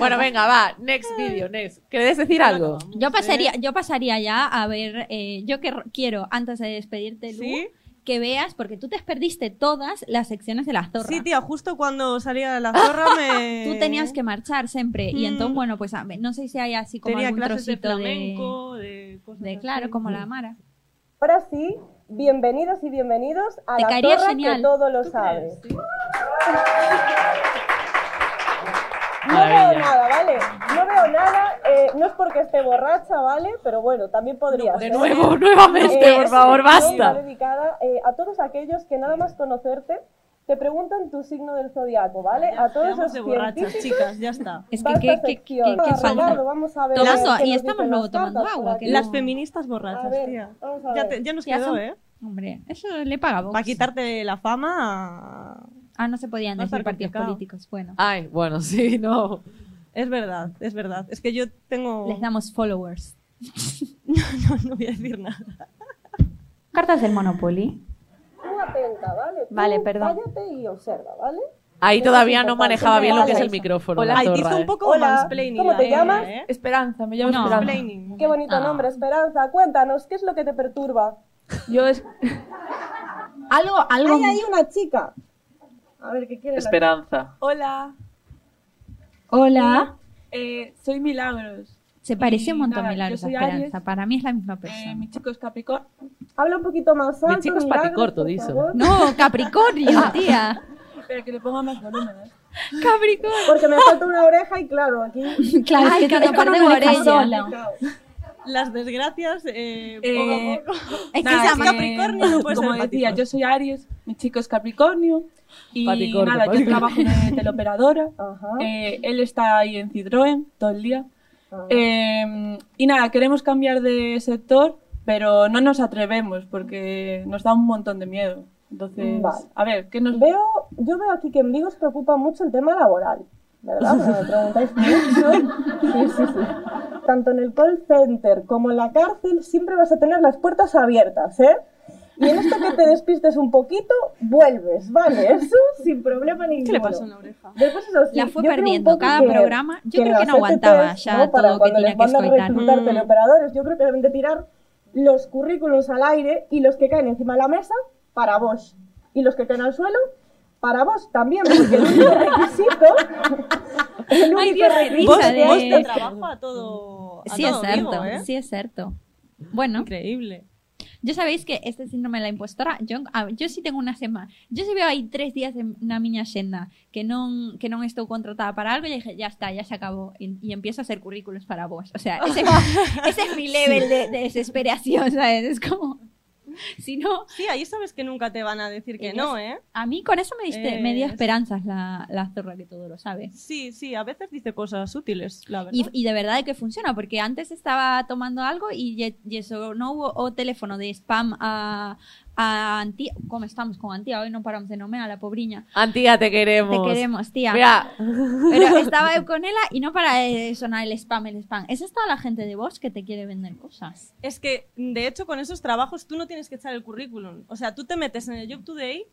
Speaker 1: Bueno, venga, va. Next video, next. ¿Querés decir algo?
Speaker 4: Yo pasaría, yo pasaría ya a ver. eh, yo que quiero, antes de despedirte, Lu, que veas, porque tú te perdiste todas las secciones de la zorra.
Speaker 5: Sí, tía, justo cuando salía de la zorra me.
Speaker 4: Tú tenías que marchar siempre.
Speaker 1: Mm.
Speaker 4: Y entonces, bueno, pues a- no sé si hay así como
Speaker 5: Tenía
Speaker 4: algún
Speaker 5: clases de
Speaker 4: trocito
Speaker 5: flamenco, de.
Speaker 4: de- claro, como la Mara.
Speaker 18: Ahora sí, bienvenidos y bienvenidos a
Speaker 4: Te
Speaker 18: la
Speaker 4: caería
Speaker 18: zorra
Speaker 4: genial.
Speaker 18: que todo lo sabe. No veo nada, ¿vale? No veo nada, eh, no es porque esté borracha, ¿vale? Pero bueno, también podría
Speaker 1: De
Speaker 18: ser. Eh,
Speaker 1: nuevo, nuevamente, por
Speaker 18: es
Speaker 1: favor,
Speaker 18: una sección
Speaker 1: basta.
Speaker 18: va dedicada eh, a todos aquellos que nada más conocerte te preguntan tu signo del zodiaco, ¿vale? a todos los
Speaker 5: Estamos de borrachas,
Speaker 18: científicos,
Speaker 5: chicas, ya está.
Speaker 18: Es que Va qué- esta qué- sección. qué- qué falta. Arrugado, vamos a ver Tomazo, qué y nos estamos dicen luego las tomando cartas por agua, aquí. que
Speaker 5: Las
Speaker 18: no-
Speaker 5: feministas borrachas,
Speaker 18: ver,
Speaker 5: tía.
Speaker 18: vamos a
Speaker 5: Ya,
Speaker 18: ver.
Speaker 5: te- ya nos
Speaker 18: Ya
Speaker 5: quedó,
Speaker 18: son-
Speaker 5: ¿eh?
Speaker 4: Hombre, eso le pagamos.
Speaker 5: Para quitarte la fama.
Speaker 4: Ah, no se podían
Speaker 5: Va a estar
Speaker 4: decir partidos
Speaker 5: complicado.
Speaker 4: políticos. Bueno,
Speaker 1: Ay, bueno, sí, no.
Speaker 5: Es verdad, es verdad. Es que yo tengo.
Speaker 4: les damos followers.
Speaker 5: No voy a decir nada.
Speaker 6: Cartas del Monopoly.
Speaker 18: Tú atenta, ¿vale? Tú
Speaker 6: Vale, perdón.
Speaker 18: Cállate y observa, ¿vale?
Speaker 1: Ahí
Speaker 18: Eso
Speaker 1: todavía
Speaker 18: es
Speaker 1: no
Speaker 18: importante.
Speaker 1: manejaba bien lo que es el
Speaker 18: Hola.
Speaker 1: micrófono.
Speaker 18: Hola.
Speaker 1: la
Speaker 18: Ay, te hizo
Speaker 1: zorra,
Speaker 18: un
Speaker 1: ¿eh?
Speaker 18: poco Hola, mansplaining ¿cómo te la llamas? nena, ¿eh?
Speaker 15: Esperanza, me llamo
Speaker 18: No.
Speaker 15: Esperanza.
Speaker 18: Qué bonito
Speaker 6: Ah.
Speaker 18: nombre, Esperanza. Cuéntanos, ¿qué es lo que te perturba?
Speaker 15: Yo es...
Speaker 18: Algo, algo. Hay ahí una chica. A ver, ¿qué quiere? la
Speaker 13: Esperanza.
Speaker 15: Hola,
Speaker 4: Hola.
Speaker 15: eh, soy Milagros.
Speaker 4: Se parece un
Speaker 15: Y
Speaker 4: montón
Speaker 15: nada,
Speaker 4: Milagros
Speaker 15: yo
Speaker 4: a
Speaker 15: soy
Speaker 4: Esperanza. Para mí es la misma
Speaker 15: Eh,
Speaker 4: persona.
Speaker 15: mi chico es Capricornio.
Speaker 18: chica? Habla un poquito más alto.
Speaker 1: Mi chico es
Speaker 18: Milagros,
Speaker 1: paticorto,
Speaker 18: por
Speaker 1: dice.
Speaker 18: favor.
Speaker 4: No,
Speaker 6: Ah.
Speaker 4: Capricornio, tía.
Speaker 15: Pero que le ponga más volumen. ¿eh?
Speaker 4: Capricornio.
Speaker 18: Porque me falta una oreja y claro, aquí.
Speaker 6: Claro, es que tiene
Speaker 18: cada
Speaker 6: parte de
Speaker 18: una
Speaker 6: oreja sola.
Speaker 5: Las desgracias, eh,
Speaker 15: Eh,
Speaker 5: poco a poco.
Speaker 15: nada,
Speaker 5: se llama Capricornio, pues, no puede
Speaker 15: como
Speaker 5: ser
Speaker 15: decía, yo soy Aries, mi chico es Capricornio. Y
Speaker 1: Paticornio,
Speaker 15: nada, yo
Speaker 1: paticornio.
Speaker 15: trabajo de teleoperadora. Eh, él está ahí en Citroën todo el día.
Speaker 18: Ah.
Speaker 15: Eh, y nada, queremos cambiar de sector, pero no nos atrevemos porque nos da un montón de miedo. Entonces,
Speaker 18: Vale.
Speaker 15: a ver, ¿qué nos
Speaker 18: Veo, yo veo aquí que en Vigo os preocupa mucho el tema laboral, ¿verdad? Me preguntáis mucho. Sí, sí, sí. Tanto en el call center como en la cárcel siempre vas a tener las puertas abiertas, ¿eh? Y en esto que te despistes un poquito, vuelves, ¿vale? Eso sin problema ninguno.
Speaker 5: ¿Qué le pasó en la oreja?
Speaker 18: Después eso sí,
Speaker 4: La fue
Speaker 18: yo creo un
Speaker 4: perdiendo
Speaker 18: poco
Speaker 4: cada
Speaker 18: que-
Speaker 4: programa. Yo creo
Speaker 18: en
Speaker 4: que no
Speaker 18: las
Speaker 4: aguantaba
Speaker 18: ETTs,
Speaker 4: ya
Speaker 18: ¿no? Para
Speaker 4: todo lo que
Speaker 18: cuando
Speaker 4: tenía
Speaker 18: les
Speaker 4: que
Speaker 18: mandan
Speaker 4: escoitar.
Speaker 18: reclutar
Speaker 4: Mm.
Speaker 18: teleoperadores, yo creo que deben de tirar los currículums al aire y los que caen encima de la mesa, para vos. Y los que caen al suelo, para vos también, porque el único requisito... el único requisito
Speaker 5: Vos,
Speaker 18: que
Speaker 5: vos
Speaker 18: hay
Speaker 5: te
Speaker 18: es-
Speaker 5: trabajo a todo. a
Speaker 4: Sí, es
Speaker 5: todo
Speaker 4: cierto,
Speaker 5: Vigo, ¿eh?
Speaker 4: sí, es cierto. Bueno.
Speaker 5: Increíble.
Speaker 4: Yo sabéis que este síndrome de la impostora, yo, a- yo sí tengo una semana, yo sí veo ahí tres días en- na miña xenda que non, que non estou contratada para algo e dije, ya está, ya se acabou, e, e empiezo a hacer currículos para vos. O sea, ese, ese es mi level de, de desesperación, ¿sabes? Es como, si no...
Speaker 5: Sí, ahí sabes que nunca te van a decir que
Speaker 4: Ellos-
Speaker 5: no, ¿eh?
Speaker 4: A mí con eso me, diste, me dio
Speaker 5: Es-
Speaker 4: esperanzas la, la zorra que todo lo sabe.
Speaker 5: Sí, sí, a veces dice cosas útiles, la verdad.
Speaker 4: Y, y de verdad que funciona, porque antes estaba tomando algo y, ye- y eso no hubo o teléfono de spam a, a Antía. ¿Cómo estamos con Antía? Hoy no paramos de nombrar a la pobriña.
Speaker 1: Antía, te queremos.
Speaker 4: Te queremos, tía.
Speaker 1: Mira.
Speaker 4: Pero estaba eu con ella y no para de sonar el spam, el spam. Esa está la gente de vos que te quiere vender cosas.
Speaker 5: Es que, de hecho, con esos trabajos tú no tienes que echar el currículum. O sea, tú te metes en el Job Today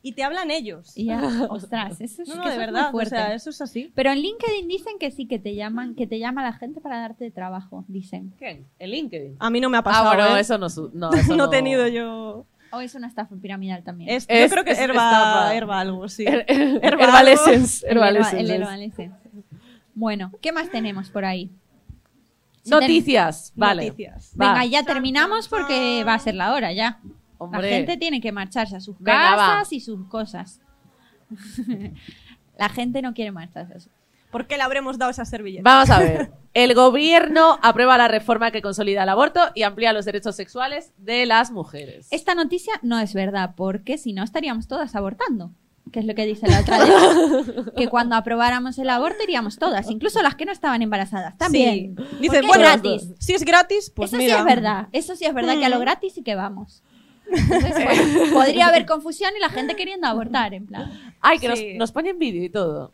Speaker 5: y te hablan ellos.
Speaker 4: Y ya, ostras, eso es,
Speaker 5: No, no,
Speaker 4: que
Speaker 5: de
Speaker 4: eso es muy
Speaker 5: verdad, o
Speaker 4: fuerte.
Speaker 5: sea, eso es así.
Speaker 4: Pero en LinkedIn dicen que sí, que te llaman, que te llama la gente para darte trabajo, dicen.
Speaker 1: ¿Quién? ¿El LinkedIn?
Speaker 5: A mí no me ha pasado.
Speaker 1: Ah, bueno,
Speaker 5: ¿eh?
Speaker 1: eso no su- no,
Speaker 5: no,
Speaker 1: eso
Speaker 5: he
Speaker 1: no-
Speaker 5: tenido yo.
Speaker 4: O Oh, es una estafa piramidal también.
Speaker 5: Es- yo creo que
Speaker 1: es
Speaker 5: herba,
Speaker 1: estafa. Er-
Speaker 5: herba algo, sí.
Speaker 1: Her- her-
Speaker 5: Herba
Speaker 1: Herbal
Speaker 5: algo.
Speaker 1: Essence,
Speaker 4: El
Speaker 1: Herbal
Speaker 4: Herbal-
Speaker 1: Essence.
Speaker 4: el Herbal Essence. Bueno, ¿qué más tenemos por ahí? Si ten-
Speaker 1: Noticias, vale.
Speaker 4: Noticias.
Speaker 1: Va.
Speaker 4: Venga, ya terminamos porque va a ser la hora ya.
Speaker 1: Hombre.
Speaker 4: La gente tiene que marcharse a sus
Speaker 1: Venga, va.
Speaker 4: casas y sus cosas. la gente no quiere marcharse. a su-
Speaker 5: ¿Por qué le habremos dado esa servilleta?
Speaker 1: Vamos a ver. El gobierno aprueba la reforma que consolida el aborto y amplía los derechos sexuales de las mujeres.
Speaker 4: Esta noticia no es verdad, porque si no estaríamos todas abortando. Que es lo que dice la otra ley. que cuando aprobáramos el aborto iríamos todas, incluso las que no estaban embarazadas. También.
Speaker 5: Sí.
Speaker 4: Porque
Speaker 5: Dicen,
Speaker 4: es
Speaker 5: bueno,
Speaker 4: gratis.
Speaker 5: Si es gratis, pues
Speaker 4: eso
Speaker 5: mira.
Speaker 4: sí es verdad. Eso sí es verdad que a lo
Speaker 5: Mm.
Speaker 4: gratis sí que vamos. Entonces, bueno, podría haber confusión y la gente queriendo abortar, en plan.
Speaker 1: Ay, que
Speaker 4: Sí.
Speaker 1: nos, nos ponen vídeo y todo.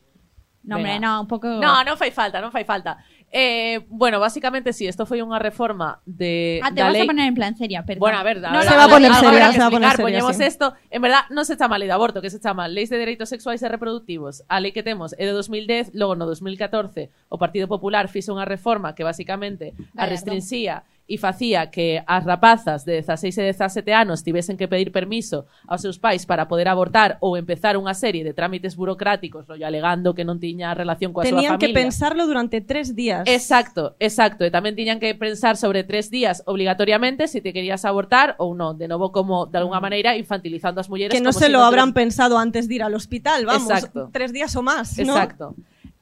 Speaker 4: No, hombre,
Speaker 1: Venga.
Speaker 4: no, un poco.
Speaker 1: No, no fai falta, no fai falta. Eh, bueno, básicamente sí, esto fue una reforma de
Speaker 4: Ah, te
Speaker 1: la
Speaker 4: vas
Speaker 1: ley.
Speaker 4: a poner en plan seria, perdón.
Speaker 1: Eh, Bueno, a ver,
Speaker 4: No,
Speaker 1: ahora-
Speaker 4: no,
Speaker 1: ahora-
Speaker 4: no, no,
Speaker 1: ahora
Speaker 4: no,
Speaker 1: habrá
Speaker 4: no,
Speaker 1: que
Speaker 4: no, no,
Speaker 1: explicar,
Speaker 4: no,
Speaker 1: Ponemos
Speaker 4: sí.
Speaker 1: esto. En verdad, no se llama ley de aborto, que se llama Ley de Derechos Sexuais e Reproductivos. A lei que temos é de 2010, logo no 2014, o Partido Popular fixo unha reforma que basicamente a
Speaker 7: Gallardo.
Speaker 1: restrinxía e facía que as rapazas de 16 e 17 anos tivesen que pedir permiso aos seus pais para poder abortar ou empezar unha serie de trámites burocráticos, rollo alegando que non tiña relación coa súa
Speaker 5: Tenían que
Speaker 1: Pues familia.
Speaker 5: pensarlo durante tres días.
Speaker 1: Exacto, exacto. E tamén tiñan que pensar sobre tres días obligatoriamente se te querías abortar ou non. De novo, como de alguna maneira infantilizando as mulleres.
Speaker 5: que no
Speaker 1: como
Speaker 5: se
Speaker 1: si
Speaker 5: lo habrán
Speaker 1: tuviesen-
Speaker 5: pensado antes de ir al hospital, vamos.
Speaker 1: Exacto.
Speaker 5: Tres días o más. ¿no? Pues,
Speaker 1: Exacto.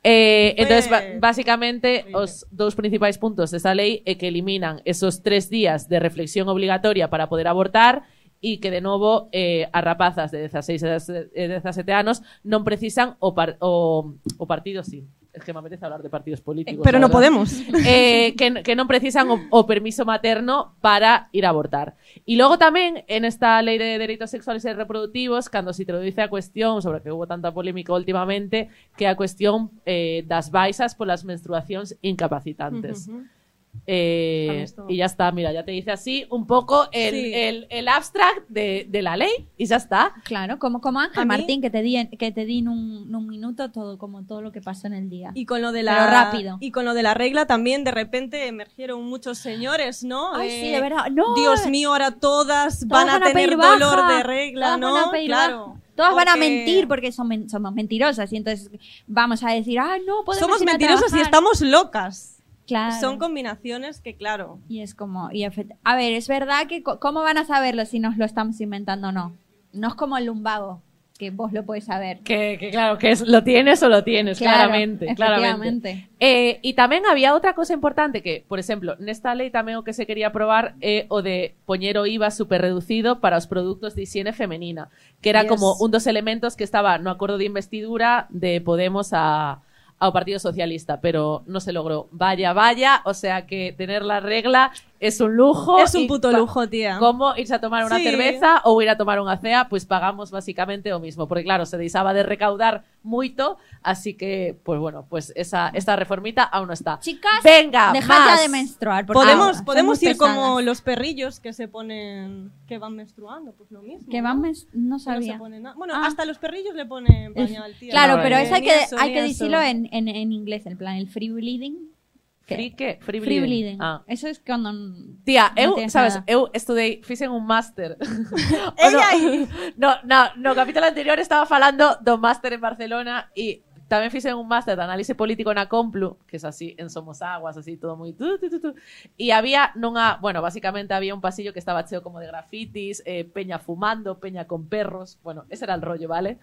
Speaker 1: Eh, entonces, ba- basicamente, os dous principais puntos desta lei é eh, que eliminan esos tres días de reflexión obligatoria para poder abortar e que, de novo, eh, as rapazas de 16 e 17 anos non precisan o, par o, o partido, sí. Es que me apetece hablar de partidos políticos.
Speaker 5: Eh, pero
Speaker 1: la
Speaker 5: no
Speaker 1: verdad.
Speaker 5: podemos.
Speaker 1: Eh, que, que non precisan o, o permiso materno para ir a abortar. E logo tamén, en esta lei de dereitos sexuales e reproductivos, cando se introduce a cuestión, sobre que hubo tanta polémica últimamente, que é a cuestión eh, das baixas polas menstruacións incapacitantes.
Speaker 5: Ujú.
Speaker 1: Eh,
Speaker 5: Justo.
Speaker 1: y ya está, mira, ya te dice así un poco el,
Speaker 4: Sí.
Speaker 1: el, el abstract de, de la ley y ya está.
Speaker 4: Claro, como, como Ángel
Speaker 1: A mí-
Speaker 4: Martín, que te di, en- que te di en, un, en un minuto todo, como todo lo que pasó en el día.
Speaker 5: Y con lo de
Speaker 4: Pero
Speaker 5: la
Speaker 4: rápido.
Speaker 5: y con lo de la regla también de repente emergieron muchos señores, ¿no?
Speaker 4: Ay,
Speaker 5: Eh,
Speaker 4: sí, de verdad. No,
Speaker 5: Dios
Speaker 4: eh,
Speaker 5: mío, ahora todas
Speaker 4: Todas
Speaker 5: van a tener
Speaker 4: pedir baja,
Speaker 5: dolor de regla,
Speaker 4: todas
Speaker 5: ¿no?
Speaker 4: van a pedir
Speaker 5: claro.
Speaker 4: baja. Todas van a
Speaker 5: porque-
Speaker 4: mentir porque son men- somos mentirosas y entonces vamos a decir, ah, no, podemos
Speaker 5: Somos
Speaker 4: ir a
Speaker 5: mentirosas y
Speaker 4: trabajar".
Speaker 5: estamos locas.
Speaker 4: Claro.
Speaker 5: Son combinaciones que claro.
Speaker 4: Y es como, y efect- a ver, es verdad que co- cómo van a saberlo si nos lo estamos inventando o no. No es como el lumbago, que vos lo podés saber.
Speaker 1: Que, que claro, que es, lo tienes o lo tienes,
Speaker 4: Claro,
Speaker 1: Pues claramente. claramente.
Speaker 4: efectivamente.
Speaker 1: Eh, e tamén había outra cosa importante que, por exemplo, nesta lei tamén o que se quería aprobar é o de poñer o IVA superreducido para os produtos de higiene femenina, que era
Speaker 7: Yes.
Speaker 1: como un dos elementos que estaba no acordo de investidura de Podemos a ao Partido Socialista, pero no se logró. Vaya, vaya, o sea que tener la regla es un
Speaker 4: Oh,
Speaker 1: lujo.
Speaker 5: Es un
Speaker 1: y
Speaker 5: puto
Speaker 1: pa-
Speaker 5: lujo, tía.
Speaker 1: Como irse a tomar una
Speaker 5: Sí.
Speaker 1: cerveza ou ir a tomar unha cea, pues pagamos basicamente o mismo, porque claro, se deixaba de recaudar moito, así que, pues bueno, pues esa, esta reformita aún no está.
Speaker 4: Chicas,
Speaker 1: Venga,
Speaker 4: dejad
Speaker 1: Ah, más.
Speaker 4: ya de menstruar. porque ahora
Speaker 5: Podemos,
Speaker 4: son
Speaker 5: podemos
Speaker 4: muy
Speaker 5: ir como
Speaker 4: pesadas.
Speaker 5: los perrillos que se ponen que van menstruando, pues lo mismo.
Speaker 4: Que van
Speaker 5: ¿no?
Speaker 4: mens- no
Speaker 5: Que
Speaker 4: sabía. Ah.
Speaker 5: se ponen nada. bueno, hasta los perrillos le ponen pañal, tía.
Speaker 4: Claro,
Speaker 5: No,
Speaker 4: pero
Speaker 5: eh,
Speaker 4: eso hay
Speaker 5: ni
Speaker 4: que,
Speaker 5: eso,
Speaker 4: hay
Speaker 5: ni
Speaker 4: que
Speaker 5: eso.
Speaker 4: decirlo eh. en, en, en inglés, en plan, el free bleeding. que-
Speaker 1: Free que? Free
Speaker 4: Free
Speaker 1: bleeding.
Speaker 4: bleeding.
Speaker 1: Ah.
Speaker 4: Eso es cuando... n-
Speaker 1: Tía,
Speaker 4: no
Speaker 1: eu,
Speaker 4: tienes
Speaker 1: sabes,
Speaker 4: nada.
Speaker 1: eu estudei, fixen un máster. O
Speaker 4: Ella
Speaker 1: no,
Speaker 4: aí.
Speaker 1: no, no, no capítulo anterior estaba falando do máster en Barcelona e tamén fixen un máster de análise político na Complu, que es así, en Somos Aguas, así, todo moi... Tu, tu, tu, tu. E había nunha... Bueno, basicamente había un pasillo que estaba cheo como de grafitis, eh, peña fumando, peña con perros... Bueno, ese era el rollo, ¿vale?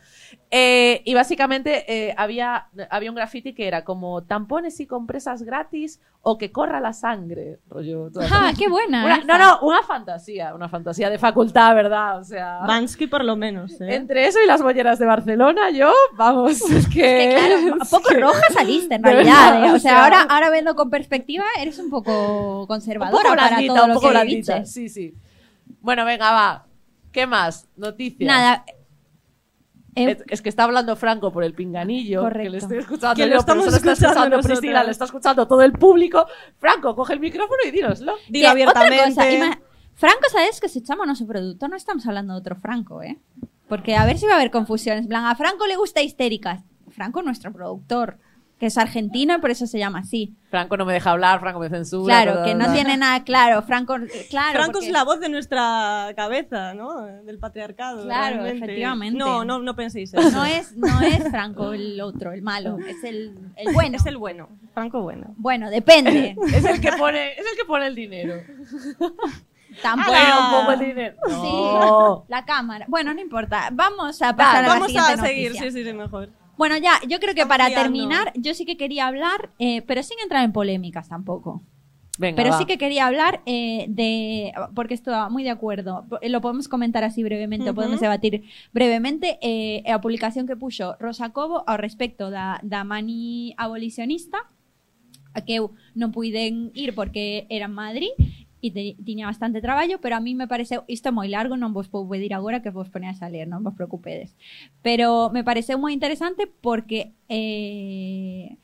Speaker 1: Eh, y básicamente eh, había, había un graffiti que era como tampones y compresas gratis o que corra la sangre. Rollo, toda esa-
Speaker 4: Ah, qué buena
Speaker 1: Pues, Una-
Speaker 4: esa.
Speaker 1: no, no, una fantasía, una fantasía de facultad, ¿verdad? O sea.
Speaker 5: Bansky por lo menos, ¿eh?
Speaker 1: Entre eso y las bolleras de Barcelona, yo, vamos, es que...
Speaker 4: claro, poco roja saliste en
Speaker 1: De
Speaker 4: realidad.
Speaker 1: verdad,
Speaker 4: eh.
Speaker 1: o
Speaker 4: O sea,
Speaker 1: sea-
Speaker 4: ahora, ahora viendo con perspectiva, eres un poco
Speaker 1: Un
Speaker 4: conservadora
Speaker 1: poco
Speaker 4: para
Speaker 1: blandita,
Speaker 4: todo
Speaker 1: un
Speaker 4: lo
Speaker 1: poco
Speaker 4: que
Speaker 1: blandita,
Speaker 4: dices.
Speaker 1: Sí, sí. Bueno, venga, va. ¿Qué más? Noticias.
Speaker 4: Nada. eh,
Speaker 1: Es, es que está hablando Franco por el pinganillo. Que
Speaker 4: Correcto.
Speaker 1: le estoy escuchando.
Speaker 5: Que lo
Speaker 1: yo, pero
Speaker 5: estamos
Speaker 1: solo está
Speaker 5: escuchando
Speaker 1: escuchando
Speaker 5: nosotras.
Speaker 1: Priscila, le está escuchando todo el público. Franco, coge el micrófono y dínoslo.
Speaker 4: Que Otra cosa, ima- Franco, ¿sabes que si echamos nuestro producto? No estamos hablando de otro Franco, ¿eh? Porque a ver si va a haber confusiones. En plan, a Franco le gusta histéricas. Franco, nuestro productor, que es argentino y por eso se llama así.
Speaker 1: Franco no me deja hablar, Franco me censura.
Speaker 4: Claro,
Speaker 1: ta, ta,
Speaker 4: que no
Speaker 1: ta.
Speaker 4: tiene nada claro. Franco, eh, claro.
Speaker 5: Franco
Speaker 4: porque-
Speaker 5: es la voz de nuestra cabeza, ¿no? Del patriarcado.
Speaker 4: Claro,
Speaker 5: realmente.
Speaker 4: efectivamente.
Speaker 5: No, no, no penséis eso.
Speaker 4: No es, no es Franco el otro, el malo. Es el, el bueno.
Speaker 5: Es el bueno. Franco bueno.
Speaker 4: Bueno, depende.
Speaker 1: Es el que pone, es el que pone el dinero.
Speaker 4: Tampoco.
Speaker 1: Bueno, un poco el dinero.
Speaker 4: Sí,
Speaker 1: No.
Speaker 4: la cámara. Bueno, no importa. Vamos a pasar a la
Speaker 5: Vamos
Speaker 4: siguiente
Speaker 5: a seguir,
Speaker 4: noticia.
Speaker 5: sí, sí, sí, mejor.
Speaker 4: Bueno, ya, yo creo que para
Speaker 19: Ampliando.
Speaker 4: terminar, yo sí que quería hablar, eh, pero sin entrar en polémicas tampoco.
Speaker 1: Venga,
Speaker 4: pero
Speaker 1: va.
Speaker 4: sí que quería hablar eh, de, porque estoy muy de acuerdo, eh, lo podemos comentar así brevemente, o
Speaker 19: Ujú.
Speaker 4: podemos debatir brevemente eh, a publicación que puxo Rosa Cobo ao respecto da, da mani abolicionista, a que eu non puiden ir porque era en Madrid e te, tiña bastante traballo, pero a mí me pareceu, isto é moi largo, non vos vou pedir agora que vos poneas a ler, non vos preocupedes. Pero me pareceu moi interesante porque eh,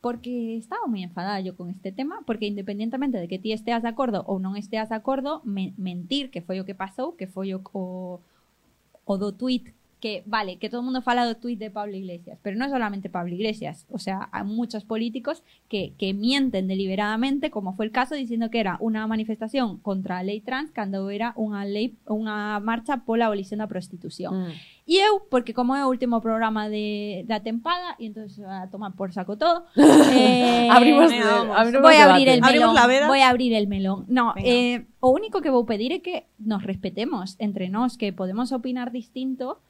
Speaker 4: porque estaba moi enfadada yo con este tema, porque independentemente de que ti esteas de acordo ou non esteas de acordo, me, mentir, que foi o que pasou, que foi o, o, o do tweet que, vale, que todo o mundo fala do tweet de Pablo Iglesias, pero non solamente Pablo Iglesias, o sea, hai muchos políticos que, que mienten deliberadamente, como foi o caso, dicindo que era unha manifestación contra a lei trans cando era unha lei unha marcha pola abolición da prostitución. Mm. E eu, porque como é o último programa de, da tempada, e entón a tomar por saco todo, eh,
Speaker 1: Abrimos- Venga, vamos. abrimos
Speaker 4: voy a
Speaker 1: debate.
Speaker 4: abrir el
Speaker 1: Abrimos
Speaker 4: melón.
Speaker 1: la veda.
Speaker 4: Voy a abrir el melón. No,
Speaker 1: Venga.
Speaker 4: eh, o único que vou pedir é que nos respetemos entre nós, que podemos opinar distinto,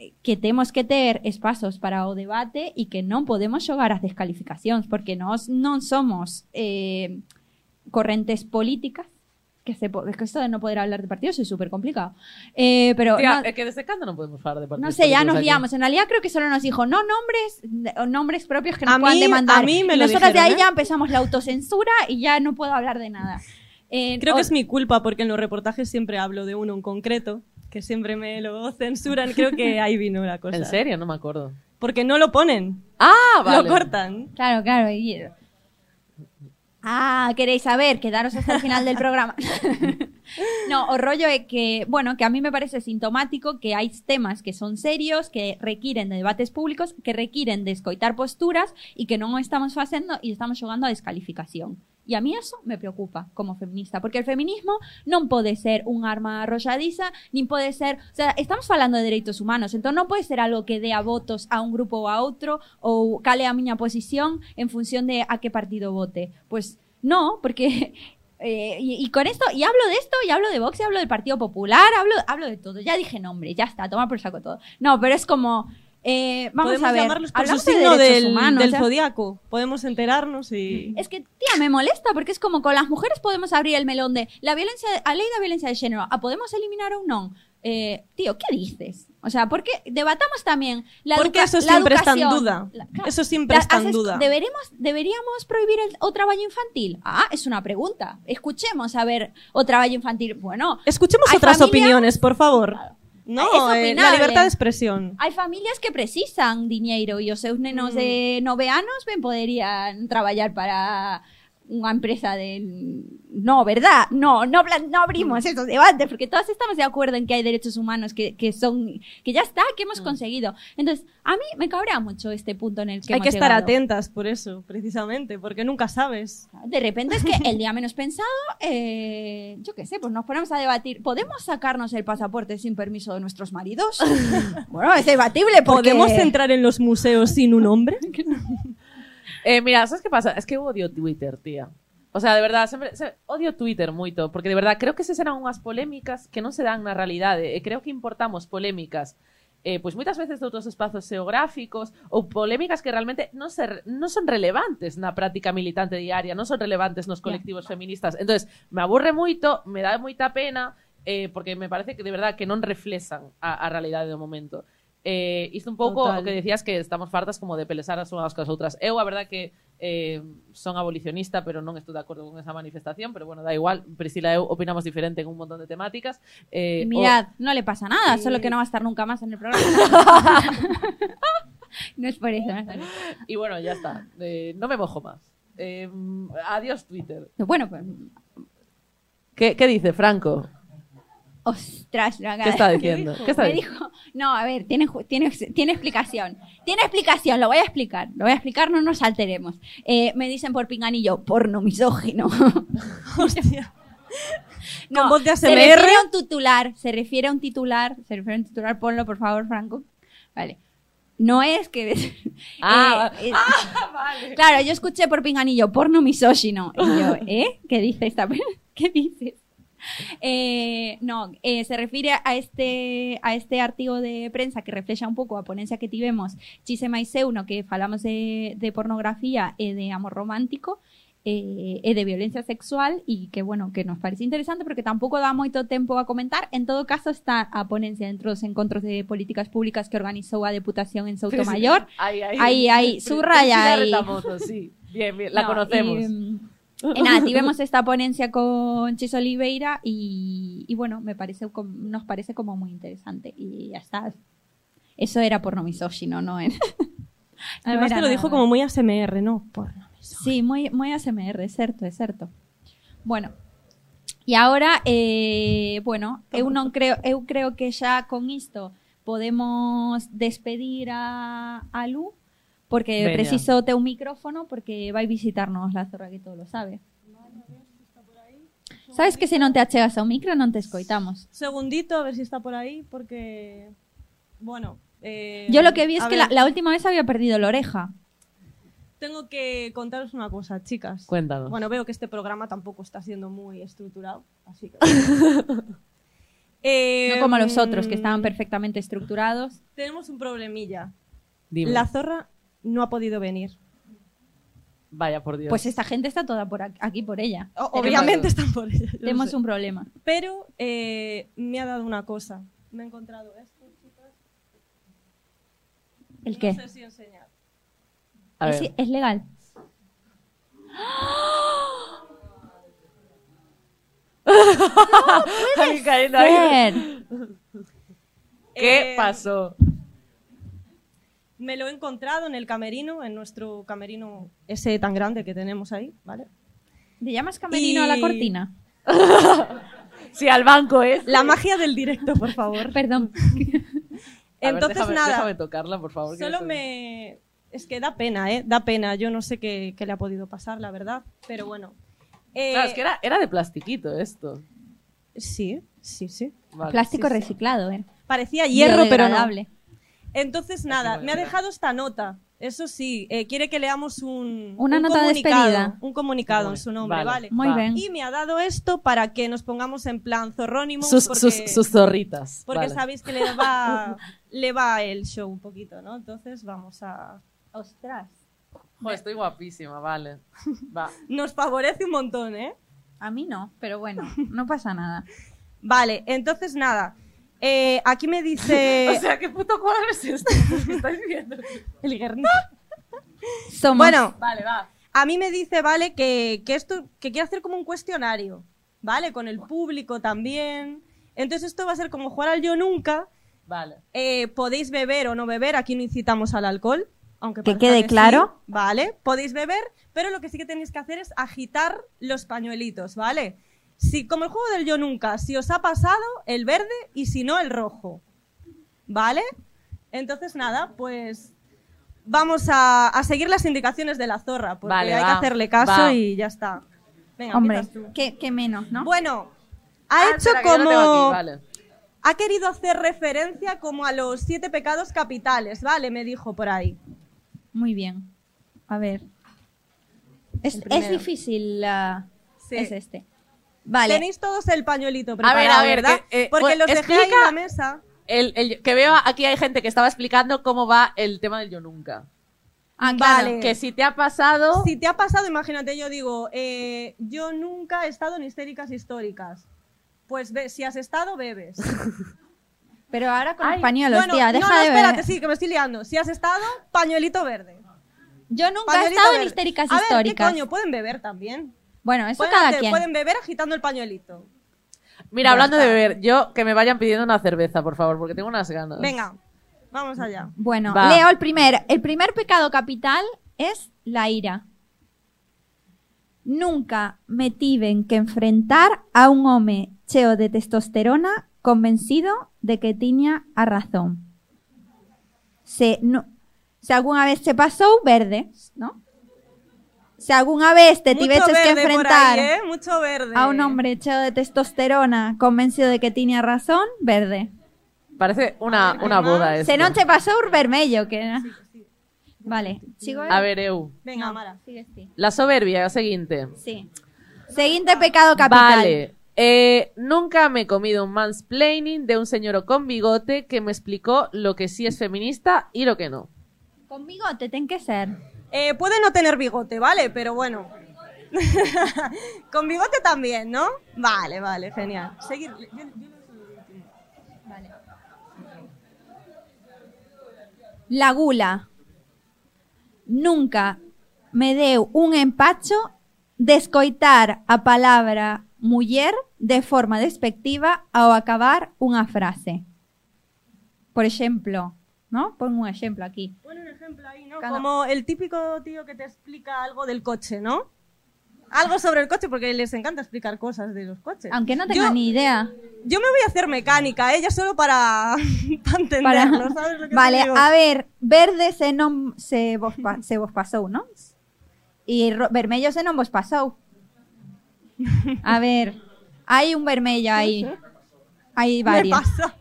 Speaker 4: eh, que temos que ter espazos para o debate e que non podemos xogar as descalificacións, porque nós non somos eh, correntes políticas, que se po- es que esto de no poder hablar de partidos é super complicado. Eh, pero no-
Speaker 1: Tía, es que desde cuándo no podemos hablar de partidos
Speaker 4: no sé, ya
Speaker 1: políticos
Speaker 4: nos
Speaker 1: aquí?
Speaker 4: liamos. En realidad creo que solo nos dijo no nombres, de- o nombres propios que nos
Speaker 1: A
Speaker 4: puedan
Speaker 1: mí-
Speaker 4: demandar.
Speaker 1: a mí me
Speaker 4: Y
Speaker 1: lo
Speaker 4: Nosotras
Speaker 1: dijeron,
Speaker 4: de ahí ya
Speaker 1: ¿eh?
Speaker 4: empezamos la autocensura y ya no puedo hablar de nada. Eh,
Speaker 5: Creo
Speaker 4: o-
Speaker 5: que es mi culpa porque en los reportajes siempre hablo de uno en concreto, que siempre me lo censuran. Creo que ahí vino la cosa.
Speaker 1: ¿En serio? No me acuerdo.
Speaker 5: Porque no lo ponen.
Speaker 1: Ah, vale.
Speaker 5: Lo cortan.
Speaker 4: Claro, claro. y- Ah, queréis saber, quedaros hasta el final del programa. no, o rollo é que, bueno, que a mí me parece sintomático que hai temas que son serios, que requiren de debates públicos, que requiren de escoitar posturas e que non o estamos facendo e estamos xogando a descalificación. E a mí eso me preocupa como feminista, porque el feminismo non pode ser un arma arrolladiza, nin pode ser, o sea, estamos falando de dereitos humanos, entón non pode ser algo que dea votos a un grupo ou a outro ou cale a miña posición en función de a que partido vote. Pois no, porque eh, y, y con esto, y hablo de esto, y hablo de Vox, y hablo del Partido Popular, hablo, hablo de todo. Ya dije nombre, ya está, toma por saco todo. No, pero es como. eh, vamos
Speaker 5: Podemos
Speaker 4: a ver.
Speaker 5: llamarlos por su
Speaker 4: hablamos de
Speaker 5: signo
Speaker 4: derechos
Speaker 5: del,
Speaker 4: humanos,
Speaker 5: del
Speaker 4: o sea,
Speaker 5: zodiaco. Podemos enterarnos y.
Speaker 4: es que, tía, me molesta porque es como con las mujeres podemos abrir el melón de la violencia, a ley de violencia de género, a podemos eliminar o no. Eh, tío, ¿qué dices? O sea, porque debatamos también la
Speaker 5: porque
Speaker 4: educa-
Speaker 5: eso
Speaker 4: la
Speaker 5: siempre está en
Speaker 4: educación.
Speaker 5: duda.
Speaker 4: La- claro.
Speaker 5: Eso siempre
Speaker 4: La-
Speaker 5: está en
Speaker 4: haces-
Speaker 5: duda.
Speaker 4: ¿deberemos, ¿Deberíamos prohibir el, o trabajo infantil? Ah, es una pregunta. Escuchemos a ver o trabajo infantil. Bueno,
Speaker 5: Escuchemos
Speaker 4: hay
Speaker 5: otras
Speaker 4: familias-
Speaker 5: opiniones, por favor. No,
Speaker 4: Es
Speaker 5: eh, la
Speaker 4: opinable.
Speaker 5: libertad de expresión.
Speaker 4: Hai familias que precisan diñeiro e os seus nenos de
Speaker 5: Mm.
Speaker 4: nove anos ben poderían traballar para unha empresa de... No, verdad? No, no, hablan- no
Speaker 5: Mm.
Speaker 4: abrimos esos debates porque todas estamos de acuerdo en que hay derechos humanos que, que son... que ya está, que hemos
Speaker 5: Mm.
Speaker 4: conseguido. Entonces, a mí me cabrea mucho este punto en el que
Speaker 5: Hay
Speaker 4: hemos
Speaker 5: que estar
Speaker 4: llegado.
Speaker 5: atentas por eso, precisamente, porque nunca sabes.
Speaker 4: De repente es que el día menos pensado, eh, yo qué sé, pues nos ponemos a debatir. ¿Podemos sacarnos el pasaporte sin permiso de nuestros maridos? bueno, es debatible porque...
Speaker 5: ¿Podemos entrar en los museos sin un hombre?
Speaker 1: Eh, mira, ¿sabes qué pasa? Es que odio Twitter, tía. O sea, de verdad, sempre, se, odio Twitter moito, porque de verdad creo que esas eran unhas polémicas que non se dan na realidade. E creo que importamos polémicas eh, pois moitas veces de outros espazos geográficos ou polémicas que realmente non, se, non son relevantes na práctica militante diaria, non son relevantes nos colectivos feministas. Entonces, me aburre moito, me dá moita pena, eh, porque me parece que de verdad que non reflexan a, a realidade do momento. Eh, isto un pouco
Speaker 20: Total.
Speaker 1: o que decías que estamos fartas como de pelesar as unhas coas outras. Eu, a verdad que eh, son abolicionista, pero non estou de acordo con esa manifestación, pero bueno, da igual, Priscila e eu opinamos diferente en un montón de temáticas. Eh,
Speaker 4: Mirad,
Speaker 1: o-
Speaker 4: no le pasa nada, solo que no va a estar nunca más en el programa. no es por eso. no es por eso.
Speaker 1: Y bueno, ya está. Eh, no me mojo más. Eh, adiós, Twitter.
Speaker 4: Bueno, pues,
Speaker 1: ¿Qué, qué dice Franco?
Speaker 4: ostras, lo acaba-
Speaker 1: ¿Qué está diciendo? ¿Qué está
Speaker 4: Me
Speaker 1: diciendo?
Speaker 4: dijo, no, a ver, tiene, ju- tiene, tiene explicación. Tiene explicación, lo voy a explicar. Lo voy a explicar, no nos alteremos. Eh, me dicen por pinganillo, porno misógino. No,
Speaker 5: Con voz de
Speaker 4: Se
Speaker 5: ASMR.
Speaker 4: refiere a un titular, se refiere a un titular, se refiere a un titular, ponlo por favor, Franco. Vale. No es que.
Speaker 1: Ah,
Speaker 4: eh, eh, Claro, yo escuché por pinganillo porno misógino. Y yo, ¿eh? ¿Qué dice esta per- ¿Qué dices? Eh, no, eh, se refiere a este, a este artigo de prensa que reflexa un pouco a ponencia que tivemos Chise máis eu no que falamos de, de pornografía e de amor romántico eh, e de violencia sexual e que, bueno, que nos parece interesante porque tampouco dá moito tempo a comentar. En todo caso, está a ponencia dentro dos encontros de políticas públicas que organizou a Deputación en Souto Mayor.
Speaker 1: Ahí, ahí.
Speaker 4: Aí, aí, subraya
Speaker 1: Priscila
Speaker 4: aí.
Speaker 1: Retamoso, sí. Bien, bien, la
Speaker 4: No,
Speaker 5: em,
Speaker 1: conocemos.
Speaker 4: y, mm, E nada, tivemos esta ponencia con Chis Oliveira y, y bueno, me parece, com- nos parece como muy interesante y ya está. Eso era porno misógino, ¿no?
Speaker 5: Además te lo dijo como muy ASMR, ¿no? Porno.
Speaker 4: Sí, muy, muy ASMR, es cierto, es cierto. Bueno, e agora, eh, bueno, eu non creo, eu creo que xa con isto podemos despedir a, a Lu, porque
Speaker 6: Veña.
Speaker 4: preciso o teu micrófono, porque vai visitarnos la zorra que todo lo sabe. Sabes que se non te achegas ao micro non te escoitamos.
Speaker 5: Segundito, a ver si está por ahí, porque. Bueno. eh,
Speaker 4: Yo lo que vi es
Speaker 5: a
Speaker 4: que la,
Speaker 5: ver,
Speaker 4: la última vez había perdido la oreja.
Speaker 5: Tengo que contaros una cosa, chicas.
Speaker 1: Cuéntanos.
Speaker 5: Bueno, veo que este programa tampoco está siendo muy estructurado, así que.
Speaker 4: No
Speaker 5: Eh,
Speaker 4: como los otros, que
Speaker 5: mm,
Speaker 4: estaban perfectamente estructurados.
Speaker 5: Tenemos un problemilla.
Speaker 4: Dime.
Speaker 5: La zorra no ha podido venir.
Speaker 1: Vaya, por Dios.
Speaker 4: Pues esta gente está toda por aquí, aquí por ella.
Speaker 5: obviamente están por ella. yo lo
Speaker 4: Tenemos
Speaker 5: sé.
Speaker 4: un problema.
Speaker 5: Pero eh, me ha dado una cosa. Me he encontrado esto, chicas.
Speaker 4: ¿El qué?
Speaker 5: No sé si enseñar.
Speaker 1: A
Speaker 4: ¿Es,
Speaker 1: ver.
Speaker 4: es legal.
Speaker 1: Ahí cayendo, ahí. ¿Qué
Speaker 5: Eh,
Speaker 1: pasó?
Speaker 5: Me lo he encontrado en el camerino, en nuestro camerino ese tan grande que tenemos ahí, ¿vale?
Speaker 4: ¿Le llamas camerino a la cortina?
Speaker 1: Sí, al banco, ¿eh?
Speaker 5: La magia del directo, por favor.
Speaker 4: Perdón.
Speaker 1: A ver,
Speaker 5: Entonces,
Speaker 1: déjame,
Speaker 5: nada.
Speaker 1: Déjame tocarla, por favor. que
Speaker 5: Solo
Speaker 1: eso-
Speaker 5: me... Es que da pena, ¿eh? Da pena. Yo no sé qué, qué le ha podido pasar, la verdad. Pero bueno. Eh,
Speaker 1: Claro, es que era, era de plastiquito esto.
Speaker 5: Sí, sí, sí.
Speaker 1: Vale.
Speaker 4: Plástico
Speaker 5: sí, sí.
Speaker 4: reciclado, ¿eh?
Speaker 5: Parecía hierro, pero no.
Speaker 4: Biodegradable.
Speaker 5: Entonces, nada, me ha dejado esta nota. Eso sí, eh, quiere que leamos un,
Speaker 4: Una
Speaker 5: un
Speaker 4: nota de
Speaker 5: comunicado,
Speaker 4: despedida.
Speaker 5: Un comunicado en su nombre,
Speaker 1: vale,
Speaker 5: vale.
Speaker 1: Muy va. bien.
Speaker 5: Y me ha dado esto para que nos pongamos en plan zorrónimo.
Speaker 1: Sus,
Speaker 5: porque,
Speaker 1: sus, sus zorritas.
Speaker 5: Porque
Speaker 1: vale.
Speaker 5: sabéis que le va, le va el show un poquito, ¿no? Entonces vamos a...
Speaker 4: Ostras.
Speaker 1: Jo, estoy guapísima, vale. Va.
Speaker 5: Nos favorece un montón, ¿eh?
Speaker 4: A mí no, pero bueno, no pasa nada.
Speaker 5: Vale, entonces nada. Eh, aquí me dice...
Speaker 1: O sea, ¿qué puto cuadro es este? ¿Qué estáis viendo?
Speaker 5: El Guernica.
Speaker 4: Somos-
Speaker 5: Bueno,
Speaker 1: Vale, va.
Speaker 5: a mí me dice, vale, que, que esto, que quiere hacer como un cuestionario, ¿vale? Con el público también. Entonces esto va a ser como jugar al yo nunca.
Speaker 1: Vale.
Speaker 5: Eh, podéis beber o no beber, aquí no incitamos al alcohol, aunque
Speaker 6: Que
Speaker 5: parezca
Speaker 6: quede
Speaker 5: sí,
Speaker 6: claro.
Speaker 5: vale, podéis beber, pero lo que sí que tenéis que hacer es agitar los pañuelitos, ¿vale? Si, como el juego del yo nunca, si os ha pasado el verde y si no el rojo, ¿vale? Entonces nada, pues vamos a, a seguir las indicaciones de la zorra, porque
Speaker 4: Vale,
Speaker 5: hay
Speaker 4: va,
Speaker 5: que hacerle caso
Speaker 4: va.
Speaker 5: y ya está. Venga,
Speaker 4: Hombre,
Speaker 5: empiezas tú.
Speaker 4: qué, qué menos, ¿no?
Speaker 5: Bueno, ha hecho
Speaker 1: Ah, espera, que yo
Speaker 5: como
Speaker 1: lo tengo aquí, vale.
Speaker 5: ha querido hacer referencia como a los siete pecados capitales, ¿vale? Me dijo por ahí.
Speaker 4: Muy bien. A ver. Es,
Speaker 5: El primero.
Speaker 4: es difícil. la-
Speaker 5: Sí.
Speaker 4: Es este. Vale.
Speaker 5: Tenéis todos el pañuelito
Speaker 1: A
Speaker 5: preparado,
Speaker 1: ver, a ver,
Speaker 5: ¿verdad?
Speaker 1: que, eh,
Speaker 5: Porque los
Speaker 1: bueno,
Speaker 5: dejé ahí en
Speaker 1: explica-
Speaker 5: la mesa.
Speaker 1: El, el- que veo aquí hay gente que estaba explicando cómo va el tema del yo nunca.
Speaker 4: Ah,
Speaker 1: claro. Que si te ha pasado...
Speaker 5: Si te ha pasado, imagínate, yo digo, eh, yo nunca he estado en histéricas históricas. Pues ve, si has estado, bebes.
Speaker 4: Pero ahora con
Speaker 5: Ay,
Speaker 4: los pañuelos,
Speaker 5: bueno,
Speaker 4: tía,
Speaker 5: no,
Speaker 4: deja
Speaker 5: no,
Speaker 4: de
Speaker 5: espérate,
Speaker 4: ver.
Speaker 5: sí, que me estoy liando. Si has estado, pañuelito verde.
Speaker 4: Yo nunca he
Speaker 5: Pañuelito
Speaker 4: estado en
Speaker 5: verde.
Speaker 4: histéricas
Speaker 5: a ver, ¿qué
Speaker 4: históricas.
Speaker 5: coño? Pueden beber también.
Speaker 4: Bueno, eso
Speaker 5: Pueden
Speaker 4: cada
Speaker 5: hacer-
Speaker 4: quien.
Speaker 5: Pueden beber agitando el pañuelito.
Speaker 1: Mira, hablando de beber, yo que me vayan pidiendo una cerveza, por favor, porque tengo unas ganas.
Speaker 5: Venga, vamos allá.
Speaker 4: Bueno,
Speaker 1: Va.
Speaker 4: leo el primer. El primer pecado capital es la ira. Nunca me tiven que enfrentar a un home cheo de testosterona convencido de que tiña a razón. Se, no, se alguna vez se pasou, verde, ¿no? Se alguna vez te
Speaker 5: Mucho
Speaker 4: tiveches que
Speaker 5: verde por
Speaker 4: enfrentar
Speaker 5: ahí, ¿eh? Mucho verde.
Speaker 4: a un hombre cheo de testosterona convencido de que tiña razón, verde.
Speaker 1: Parece una, una boda esto.
Speaker 4: Se non che pasou vermello, que era. Vale, sigo eu?
Speaker 1: A ver, eu.
Speaker 5: Venga, Mara.
Speaker 4: Sigues ti.
Speaker 1: La soberbia, é o seguinte.
Speaker 4: Sí. Seguinte pecado capital.
Speaker 1: Vale, Eh, nunca me he comido un mansplaining de un señor con bigote que me explicó lo que sí es feminista y lo que no.
Speaker 4: Con bigote, ten que ser.
Speaker 5: Eh, puede no tener bigote, ¿vale? Pero bueno. Con bigote también, ¿no? Vale, vale, genial. Seguir. yo- yo-
Speaker 4: La gula. Nunca me deu un empacho descoitar a palabra muller de forma despectiva ao acabar unha frase. Por exemplo, ¿no? Pon un exemplo aquí.
Speaker 5: Pon un ejemplo ahí, ¿no? Como el típico tío que te explica algo del coche, ¿no? Algo sobre el coche, porque les encanta explicar cosas de los coches.
Speaker 4: Aunque no
Speaker 5: Yo-
Speaker 4: tenga ni idea.
Speaker 5: Yo me voy a hacer mecánica, ella solo para, para entenderlo, ¿sabes lo que te
Speaker 4: Vale,
Speaker 5: digo?
Speaker 4: a ver, verde se non se vos, pa- se vos pasou, non? E ro- vermello se non vos pasou. A ver, hai un vermello aí. Hai
Speaker 5: Me
Speaker 4: varios.
Speaker 5: pasa.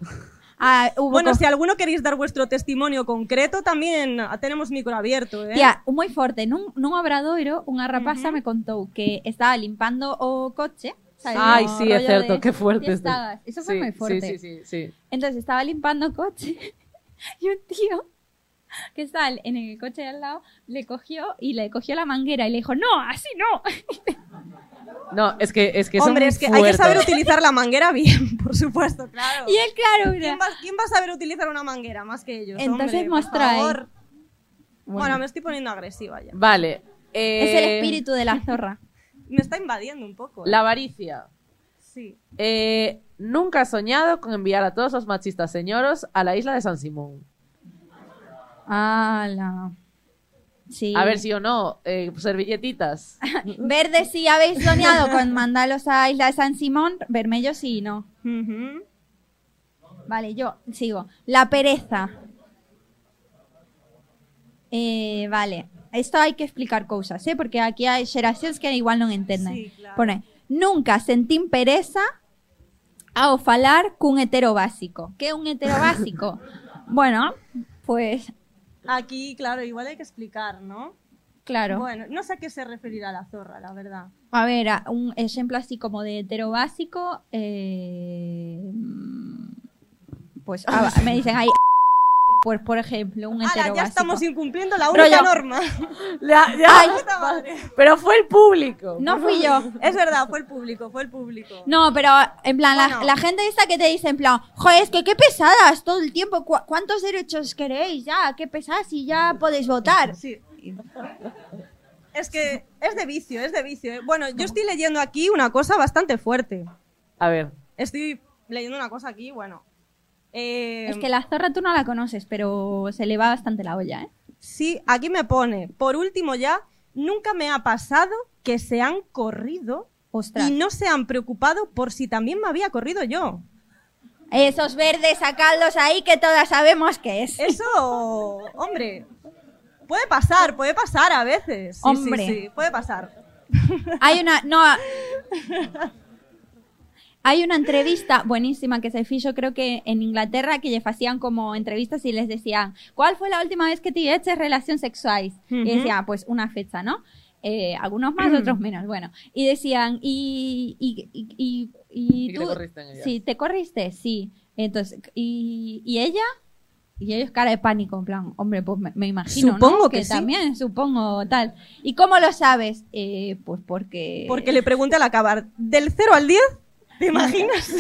Speaker 4: Ah, hubo
Speaker 5: Bueno,
Speaker 4: co-
Speaker 5: si alguno queréis dar vuestro testimonio concreto, también tenemos micro abierto, ¿eh?
Speaker 4: Tía, moi forte, nun, nun obradoiro unha rapaza me contou que estaba limpando o coche. ¿sabes?
Speaker 1: Ay,
Speaker 4: O
Speaker 1: sí, é
Speaker 4: rollo
Speaker 1: certo,
Speaker 4: de-
Speaker 1: qué fuerte
Speaker 4: Tía,
Speaker 1: esto.
Speaker 4: estabas. Eso foi
Speaker 1: Sí,
Speaker 4: moi forte.
Speaker 1: Sí, sí, sí, sí.
Speaker 4: Entonces estaba limpando coche y un tío que está en el coche de al lado le cogió y le cogió la manguera y le dijo, no, así no.
Speaker 1: No, es que, es que son
Speaker 5: Hombre, es que hay que
Speaker 1: fuertes.
Speaker 5: saber utilizar la manguera bien, por supuesto, claro.
Speaker 4: Y él, claro,
Speaker 5: ¿Quién va, quién va a saber utilizar una manguera más que ellos?
Speaker 4: Entonces
Speaker 5: hombre, por
Speaker 4: mostra ahí.
Speaker 5: favor. Bueno.
Speaker 1: Bueno.
Speaker 5: me estoy poniendo agresiva ya.
Speaker 1: Vale.
Speaker 4: Es el
Speaker 1: eh,
Speaker 4: espíritu de la zorra.
Speaker 5: Me está invadiendo un poco. ¿eh?
Speaker 1: La avaricia.
Speaker 5: Sí.
Speaker 1: Eh, nunca he soñado con enviar a todos los machistas señoros a la isla de San Simón.
Speaker 4: Ala. Sí.
Speaker 1: A ver si o no, eh, servilletitas.
Speaker 4: Verde si habéis soñado con mandarlos a Isla de San Simón, vermello sí no. Vale, yo sigo. La pereza. Eh, vale, esto hai que explicar cousas, eh? porque aquí hai xeracións que igual non
Speaker 6: Sí,
Speaker 4: entenden.
Speaker 6: claro.
Speaker 4: Pone, nunca sentín pereza ao falar cun hetero básico. Que é un hetero básico? bueno, pues
Speaker 5: Aquí, claro, igual hay que explicar, ¿no?
Speaker 4: Claro.
Speaker 5: Bueno, no sé a qué se referirá la zorra, la verdad.
Speaker 4: A ver, a- un ejemplo así como de hetero básico. eh, pues ah, me dicen ahí. Pues, por ejemplo, un
Speaker 5: Ala,
Speaker 4: hetero
Speaker 5: ya
Speaker 4: básico.
Speaker 5: estamos incumpliendo la única
Speaker 4: Rollo.
Speaker 5: norma.
Speaker 4: Ay,
Speaker 1: pero fue el público.
Speaker 4: No fui yo.
Speaker 5: Es verdad, fue el público, fue el público.
Speaker 4: No, pero en plan, la-
Speaker 5: Bueno.
Speaker 4: la, gente esa que te dice en plan, joder, es que qué pesadas todo el tiempo, cua- ¿cuántos derechos queréis ya? ¿Qué pesadas y ya podéis votar?
Speaker 5: Sí. Es que es de vicio, es de vicio. ¿eh? Bueno, yo estoy leyendo aquí una cosa bastante fuerte.
Speaker 1: A ver.
Speaker 5: Estoy leyendo una cosa aquí, bueno. eh,
Speaker 4: Es que la zorra tú no la conoces, pero se le va bastante la olla, ¿eh?
Speaker 5: Sí, aquí me pone, por último ya, nunca me ha pasado que se han corrido y no se han preocupado por si también me había corrido yo.
Speaker 4: Esos verdes, sacadlos ahí que todas sabemos que es.
Speaker 5: Eso, hombre, puede pasar, puede pasar a veces. Sí, sí,
Speaker 4: Hombre.
Speaker 5: sí, puede pasar.
Speaker 4: Hay una, no. ah. Hay una entrevista buenísima que se fichó creo que en Inglaterra que les hacían como entrevistas y les decían, "¿Cuál fue la última vez que te eches relación sexual?" Y
Speaker 6: Ujú.
Speaker 4: decía, "Pues una fecha, ¿no?" Eh, algunos más, otros menos, bueno. Y decían, "Y y y, y- y
Speaker 6: ¿Y que te
Speaker 4: tú
Speaker 6: corriste en ella?
Speaker 4: Sí, te corriste, sí. Entonces, y, y ella y ellos cara de pánico, en plan, hombre, pues me, me imagino, ¿no?
Speaker 5: Supongo que sí.
Speaker 4: también, supongo tal. ¿Y cómo lo sabes? Eh, pues porque
Speaker 5: Porque le pregunté al acabar, del 0 al 10, ¿te imaginas?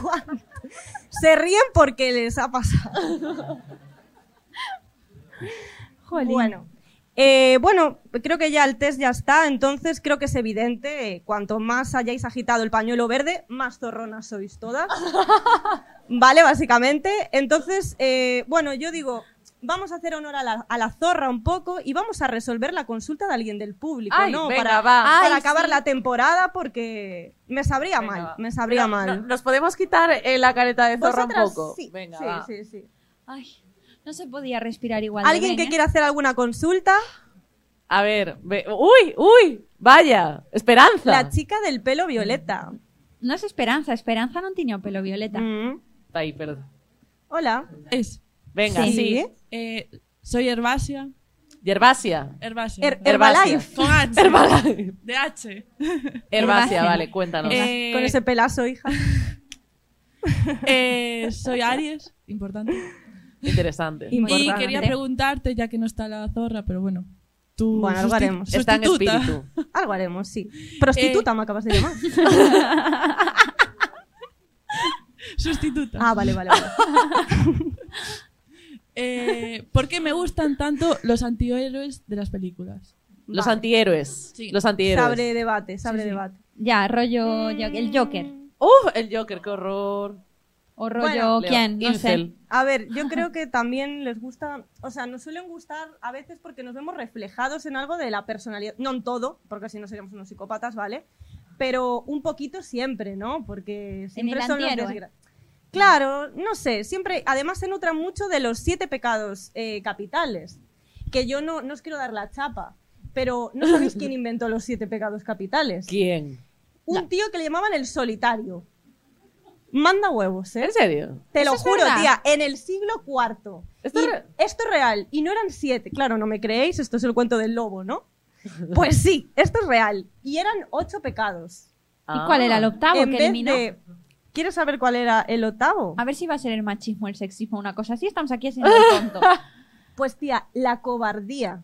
Speaker 5: ¿Cuánto? Se ríen porque les ha pasado.
Speaker 4: Jolín.
Speaker 5: Bueno. Eh, bueno, creo que ya el test ya está, entonces creo que es evidente, eh, cuanto más hayáis agitado el pañuelo verde, más zorronas sois todas. Vale, básicamente. Entonces, eh, bueno, yo digo, vamos a hacer honor a la, a la zorra un poco y vamos a resolver la consulta de alguien del público,
Speaker 1: Ay,
Speaker 5: ¿no?
Speaker 1: venga,
Speaker 5: para
Speaker 1: va.
Speaker 5: para
Speaker 1: Ay,
Speaker 5: acabar
Speaker 1: sí.
Speaker 5: la temporada porque me sabría mal, me sabría
Speaker 1: Pero,
Speaker 5: mal.
Speaker 1: no- nos podemos quitar eh, la careta de zorra un
Speaker 5: Vosotras
Speaker 1: poco.
Speaker 5: sí,
Speaker 1: Venga,
Speaker 5: sí,
Speaker 1: va.
Speaker 5: sí, sí.
Speaker 4: Ay, no se podía respirar igual. de
Speaker 5: ¿Alguien
Speaker 4: bien,
Speaker 5: que
Speaker 4: ¿eh?
Speaker 5: quiera hacer alguna consulta?
Speaker 1: A ver, ve- uy, uy, vaya, esperanza.
Speaker 5: La chica del pelo violeta.
Speaker 4: No es Esperanza, Esperanza no tenía pelo violeta.
Speaker 5: Mm,
Speaker 1: Está ahí, perdón.
Speaker 5: Hola.
Speaker 21: Es.
Speaker 1: Venga, sí.
Speaker 21: Eh, soy herbácea.
Speaker 1: Yerbasia.
Speaker 21: Herbasia.
Speaker 5: Er,
Speaker 1: Herbalife.
Speaker 21: Con H.
Speaker 1: Herbalife.
Speaker 21: De H.
Speaker 1: Herbacia, vale, cuéntanos.
Speaker 21: Eh,
Speaker 5: Con ese pelazo, hija.
Speaker 21: eh, soy Aries, importante.
Speaker 1: Interesante.
Speaker 21: Y quería preguntarte, ya que no está la zorra, pero bueno. Tú
Speaker 5: Bueno, algo
Speaker 21: susti-
Speaker 5: haremos.
Speaker 21: sustituta.
Speaker 5: Algo haremos, sí. Prostituta
Speaker 21: Eh,
Speaker 5: me acabas de llamar.
Speaker 21: Sustituta.
Speaker 5: Ah, vale, vale, vale.
Speaker 21: Eh, ¿Por qué me gustan tanto los antihéroes de las películas?
Speaker 1: Los antihéroes. Los antihéroes.
Speaker 5: Sabre debate, sabre debate.
Speaker 4: Ya, rollo yo- el Joker.
Speaker 1: Uf, el Joker, qué horror.
Speaker 4: O
Speaker 5: Bueno,
Speaker 4: rollo, ¿quién? No sé.
Speaker 5: A ver, yo creo que también les gusta, o sea, nos suelen gustar a veces porque nos vemos reflejados en algo de la personalidad, no en todo, porque si no seríamos unos psicópatas, ¿vale? Pero un poquito siempre, ¿no? Porque siempre
Speaker 4: el
Speaker 5: son los
Speaker 4: antihéroe.
Speaker 5: desgra- Claro, no sé, siempre, además se nutran mucho de los siete pecados eh, capitales, que yo no, no os quiero dar la chapa, pero ¿no sabéis quién inventó los siete pecados capitales?
Speaker 1: ¿Quién?
Speaker 5: Un tío que le llamaban el solitario. Manda huevos, ¿eh?
Speaker 1: ¿En serio?
Speaker 5: Te
Speaker 1: Eso
Speaker 5: lo
Speaker 1: es
Speaker 5: juro,
Speaker 1: verdad.
Speaker 5: tía, en el siglo IV.
Speaker 1: Esto
Speaker 5: Y
Speaker 1: es re-
Speaker 5: esto es real. Y no eran siete. Claro, no me creéis, esto es el cuento del lobo, ¿no? Pues sí, esto es real. Y eran ocho pecados.
Speaker 4: ¿Y cuál
Speaker 1: Ah.
Speaker 4: era el octavo
Speaker 5: Ah. En
Speaker 4: que
Speaker 5: vez
Speaker 4: eliminó?
Speaker 5: de- ¿Quieres saber cuál era el octavo?
Speaker 4: A ver si va a ser el machismo, el sexismo, una cosa así. Estamos aquí haciendo el tonto.
Speaker 5: Pues tía, la cobardía.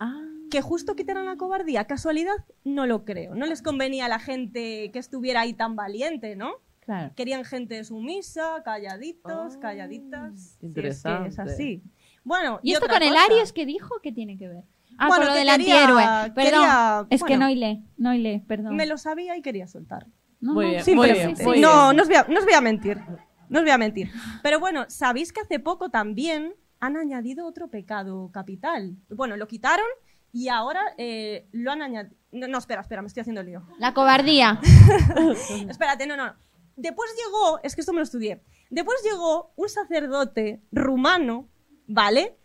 Speaker 1: Ah,
Speaker 5: Que justo quitaran la cobardía. ¿Casualidad? No lo creo. No les convenía a la gente que estuviera ahí tan valiente, ¿no?
Speaker 1: Claro.
Speaker 5: Querían gente sumisa, calladitos, calladitas. Si es que
Speaker 1: interesante.
Speaker 5: es así. Bueno,
Speaker 4: Oh, ¿Y, esto
Speaker 5: otra
Speaker 4: con el
Speaker 5: cosa.
Speaker 4: Aries que dijo? ¿Qué tiene que ver? Ah,
Speaker 5: Bueno,
Speaker 4: con lo
Speaker 5: que
Speaker 4: del
Speaker 5: quería-
Speaker 4: antihéroe. Perdón.
Speaker 5: quería-
Speaker 4: es que
Speaker 5: bueno.
Speaker 4: no hilé, no hilé, perdón.
Speaker 5: Me lo sabía y quería soltar.
Speaker 4: No, Muy no, bien, muy
Speaker 5: Simplemente.
Speaker 4: bien, muy
Speaker 5: no,
Speaker 4: bien.
Speaker 5: no os, voy a, no os voy a mentir. No os voy a mentir. Pero bueno, sabéis que hace poco también han añadido otro pecado capital. Bueno, lo quitaron y ahora eh, lo han añadido. No, no, espera, espera, me estoy haciendo lío.
Speaker 4: La cobardía.
Speaker 5: Espérate, no, no. Después llegó, es que esto me lo estudié. Después llegó un sacerdote rumano, ¿vale?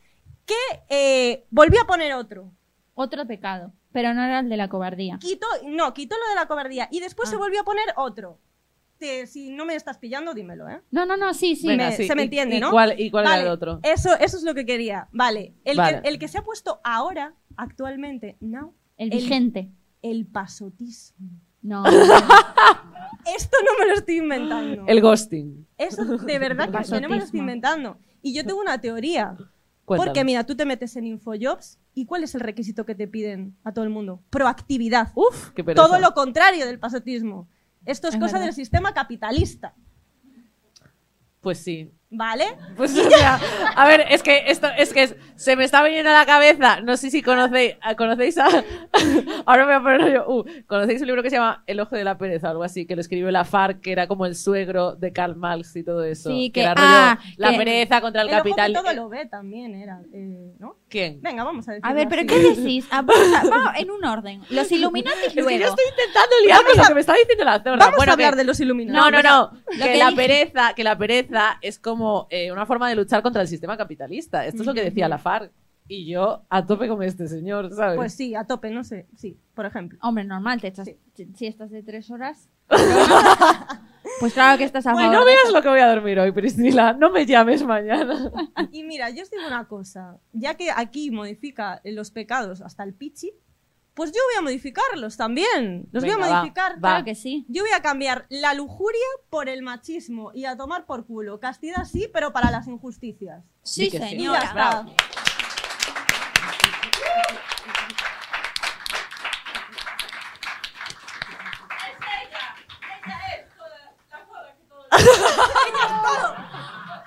Speaker 5: Que eh, volvió a poner otro.
Speaker 4: Otro pecado, pero no era el de la cobardía.
Speaker 5: Quitó, no, quitó lo de la cobardía y después
Speaker 4: Ah.
Speaker 5: se volvió a poner otro. Te- si no me estás pillando, dímelo, ¿eh?
Speaker 4: No, no, no, sí, sí.
Speaker 5: Me- se me entiende, ¿no? Vale, Eh, Eso, eso es lo que quería. Vale. El,
Speaker 4: Vale.
Speaker 5: Que, el que se ha puesto ahora, actualmente, now.
Speaker 4: El vigente.
Speaker 5: El pasotismo.
Speaker 4: No.
Speaker 5: Esto no me lo estoy inventando.
Speaker 1: El ghosting.
Speaker 5: Eso de verdad que- que no me lo estoy
Speaker 1: Pasotismo.
Speaker 5: inventando. Y yo tengo una teoría.
Speaker 1: Cuéntanos.
Speaker 5: Porque mira, tú te metes en InfoJobs y ¿cuál es el requisito que te piden a todo el mundo? Proactividad.
Speaker 1: Uf, qué pereza.
Speaker 5: Todo lo contrario del pasotismo. Esto es,
Speaker 1: Es
Speaker 5: cosa
Speaker 1: verdad.
Speaker 5: del sistema capitalista,
Speaker 1: Pues sí.
Speaker 5: ¿vale?
Speaker 1: Pues, o sea, a ver, es que esto es que es- se me está viniendo a la cabeza. No sé si conocéis, a- conocéis a. Ahora me voy a poner yo. uh, conocéis un libro que se llama El ojo de la pereza o algo así, que lo escribió la FARC, que era como el suegro de Karl Marx y todo eso.
Speaker 5: Sí, que-
Speaker 1: era
Speaker 4: ah,
Speaker 1: la
Speaker 4: que-
Speaker 1: pereza contra el,
Speaker 5: ojo que
Speaker 1: capital. eh.
Speaker 5: todo lo ve también era, eh, ¿no?
Speaker 1: ¿Quién?
Speaker 5: Venga, vamos a decir.
Speaker 4: A ver, pero ¿qué decís? Ah, Vamos, a- vamos en un orden. Los Illuminati
Speaker 1: Es que yo
Speaker 4: luego.
Speaker 1: estoy intentando liar con lo que me está diciendo la zorra.
Speaker 4: vamos a
Speaker 1: Bueno, que-
Speaker 4: hablar de
Speaker 5: los Illuminati.
Speaker 1: No, no, no.
Speaker 4: Lo
Speaker 1: Que
Speaker 4: que
Speaker 1: la
Speaker 4: dije.
Speaker 1: pereza, que la pereza es como eh, una forma de luchar contra el sistema capitalista. Esto es lo que decía la FARC. Y yo a tope con este señor, ¿sabes?
Speaker 5: Pues sí, a tope, no sé. Sí, por ejemplo.
Speaker 4: Hombre, normal, te echas si- si estás de tres horas.
Speaker 1: Pues
Speaker 4: claro que estás a
Speaker 1: Bueno,
Speaker 4: favor
Speaker 1: no
Speaker 4: de
Speaker 1: veas
Speaker 4: eso.
Speaker 1: lo que voy a dormir hoy, Priscila. No me llames mañana.
Speaker 5: Y mira, yo os digo una cosa. Ya que aquí modifica los pecados hasta el pichi, pues yo voy a modificarlos también. Los voy
Speaker 4: Venga,
Speaker 5: a
Speaker 4: va,
Speaker 5: modificar.
Speaker 4: va. Claro que sí.
Speaker 5: Yo voy a cambiar la lujuria por el machismo y a tomar por culo. Castidad sí, pero para las injusticias.
Speaker 4: Sí, Di que sí. señora.
Speaker 5: Y ya está.
Speaker 4: Bravo.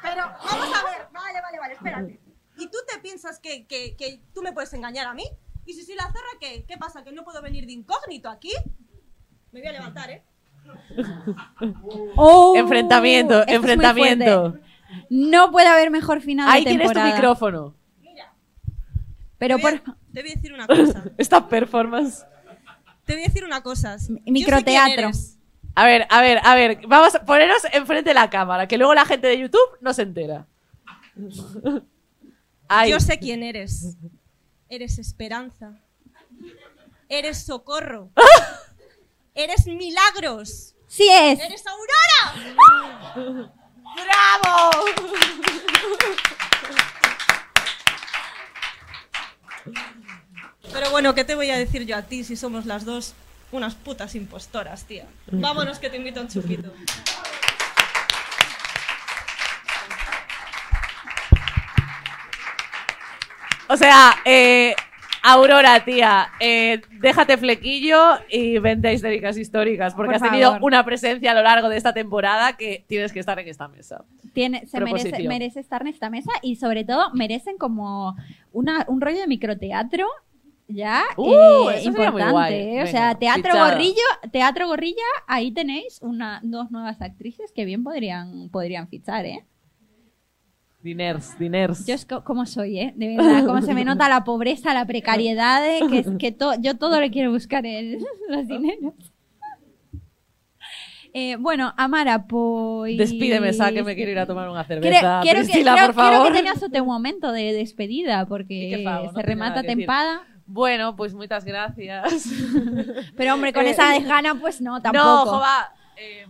Speaker 5: Pero vamos a ver, vale, vale, vale, espérate. ¿Y tú te piensas que, que- que tú me puedes engañar a mí? ¿Y si soy la zorra, qué? ¿Qué pasa? ¿Que no puedo venir de incógnito aquí? Me voy a levantar, ¿eh?
Speaker 4: Oh,
Speaker 1: enfrentamiento,
Speaker 4: esto es muy
Speaker 1: enfrentamiento.
Speaker 4: fuerte. No puede haber mejor final
Speaker 1: Ahí
Speaker 4: de
Speaker 1: tienes tu
Speaker 4: temporada.
Speaker 1: micrófono.
Speaker 4: Pero por
Speaker 5: Te voy a decir una cosa.
Speaker 1: Esta performance.
Speaker 5: Te voy a decir una cosa. Yo sé quién
Speaker 1: microteatro.
Speaker 5: eres.
Speaker 1: A ver, a ver, a ver. Vamos a poneros enfrente de la cámara, que luego la gente de YouTube no se entera. Ay.
Speaker 5: Yo sé quién eres. Eres esperanza. Eres socorro. Eres milagros.
Speaker 4: Sí es.
Speaker 5: Eres Aurora. ¡Bravo! bueno, ¿qué te voy a decir yo a ti si somos las dos unas putas impostoras, tía? Vámonos que te invito a un chupito.
Speaker 1: O sea, eh, Aurora, tía, eh, déjate flequillo y vente a histéricas históricas, porque
Speaker 4: Por
Speaker 1: has tenido
Speaker 4: favor.
Speaker 1: una presencia a lo largo de esta temporada que tienes que estar en esta mesa.
Speaker 4: Tiene, se merece,
Speaker 1: Proposición.
Speaker 4: merece estar en esta mesa y sobre todo merecen como una, un rollo de microteatro ya
Speaker 1: Uh,
Speaker 4: eh,
Speaker 1: eso sería muy
Speaker 4: importante
Speaker 1: guay.
Speaker 4: eh. o
Speaker 1: Venga,
Speaker 4: sea teatro
Speaker 1: fichado.
Speaker 4: gorrillo teatro gorrilla ahí tenéis una dos nuevas actrices que bien podrían podrían fichar eh
Speaker 1: Diners, diners.
Speaker 4: yo es co- como soy eh de verdad como se me nota la pobreza la precariedad eh, que es que to- yo todo le quiero buscar el, los dineros Eh, bueno Amara pues
Speaker 1: Despídeme, Sa, que me quiero ir a tomar una
Speaker 4: Creo,
Speaker 1: cerveza.
Speaker 4: quiero que,
Speaker 1: Priscila,
Speaker 4: creo-
Speaker 1: por
Speaker 4: quiero
Speaker 1: favor.
Speaker 4: que tengas un momento de despedida porque
Speaker 1: Qué pavo, no
Speaker 4: se
Speaker 1: tiene nada
Speaker 4: remata
Speaker 1: que decir.
Speaker 4: tempada.
Speaker 1: Bueno, pues muchas gracias.
Speaker 4: Pero hombre, con
Speaker 1: Eh,
Speaker 4: esa desgana, pues no, tampoco.
Speaker 1: No, jova.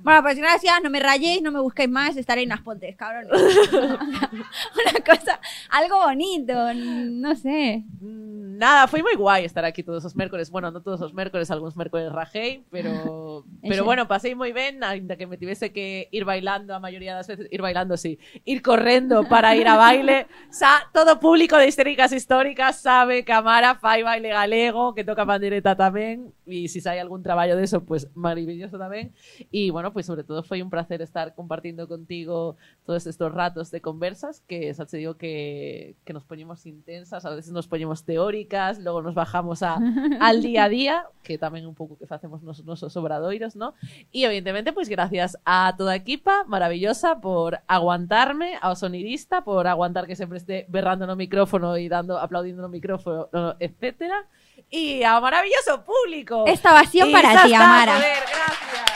Speaker 4: Bueno, pues gracias, no me rayéis, no me busquéis más, estaré en las pontes, cabrones. Una cosa, algo bonito, no sé.
Speaker 1: Nada, fue muy guay estar aquí todos los miércoles. Bueno, no todos los miércoles, algunos miércoles rajei, pero, pero
Speaker 7: Eso.
Speaker 1: bueno, pasé muy bien, ainda que me tuviese que ir bailando a mayoría de las veces. Ir bailando, sí. Ir corriendo para ir a baile. Sa, todo público de Histéricas Históricas sabe que Amara fai baile galego, que toca pandereta tamén, e se si hai algún traballo de eso, pues maravilloso tamén. E, bueno, pues sobre todo foi un placer estar compartindo contigo todos estos ratos de conversas, que xa te digo que, que nos poñemos intensas, a veces nos poñemos teóricas, logo nos bajamos a, al día a día, que tamén un pouco que facemos nos nosos obradoiros, ¿no? E evidentemente, pois gracias a toda a equipa maravillosa por aguantarme, ao sonidista por aguantar que sempre este berrando no micrófono e dando aplaudindo no micrófono, etcétera, e ao maravilloso público.
Speaker 4: Esta ovación
Speaker 1: Y
Speaker 4: para
Speaker 1: xa
Speaker 4: ti,
Speaker 1: está,
Speaker 4: Amara.
Speaker 1: joder, gracias.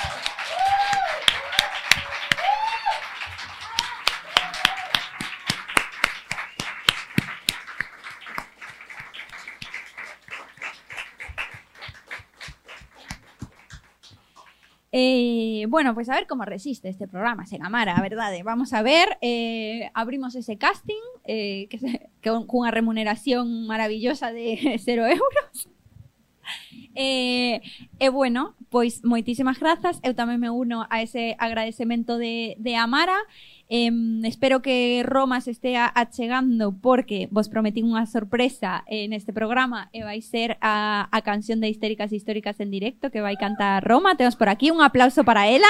Speaker 4: Eh, bueno, pues a ver cómo resiste este programa, se Amara, ¿verdad? Eh, Vamos a ver, eh, abrimos ese casting eh, que se- con con una remuneración maravillosa de cero euros. Eh, e bueno, pois moitísimas grazas Eu tamén me uno a ese agradecemento de, de Amara Em, Espero que Roma se estea achegando Porque vos prometín unha sorpresa eh, neste programa E vai ser a, a canción de Histéricas Históricas en directo Que vai cantar Roma Temos por aquí un aplauso para ela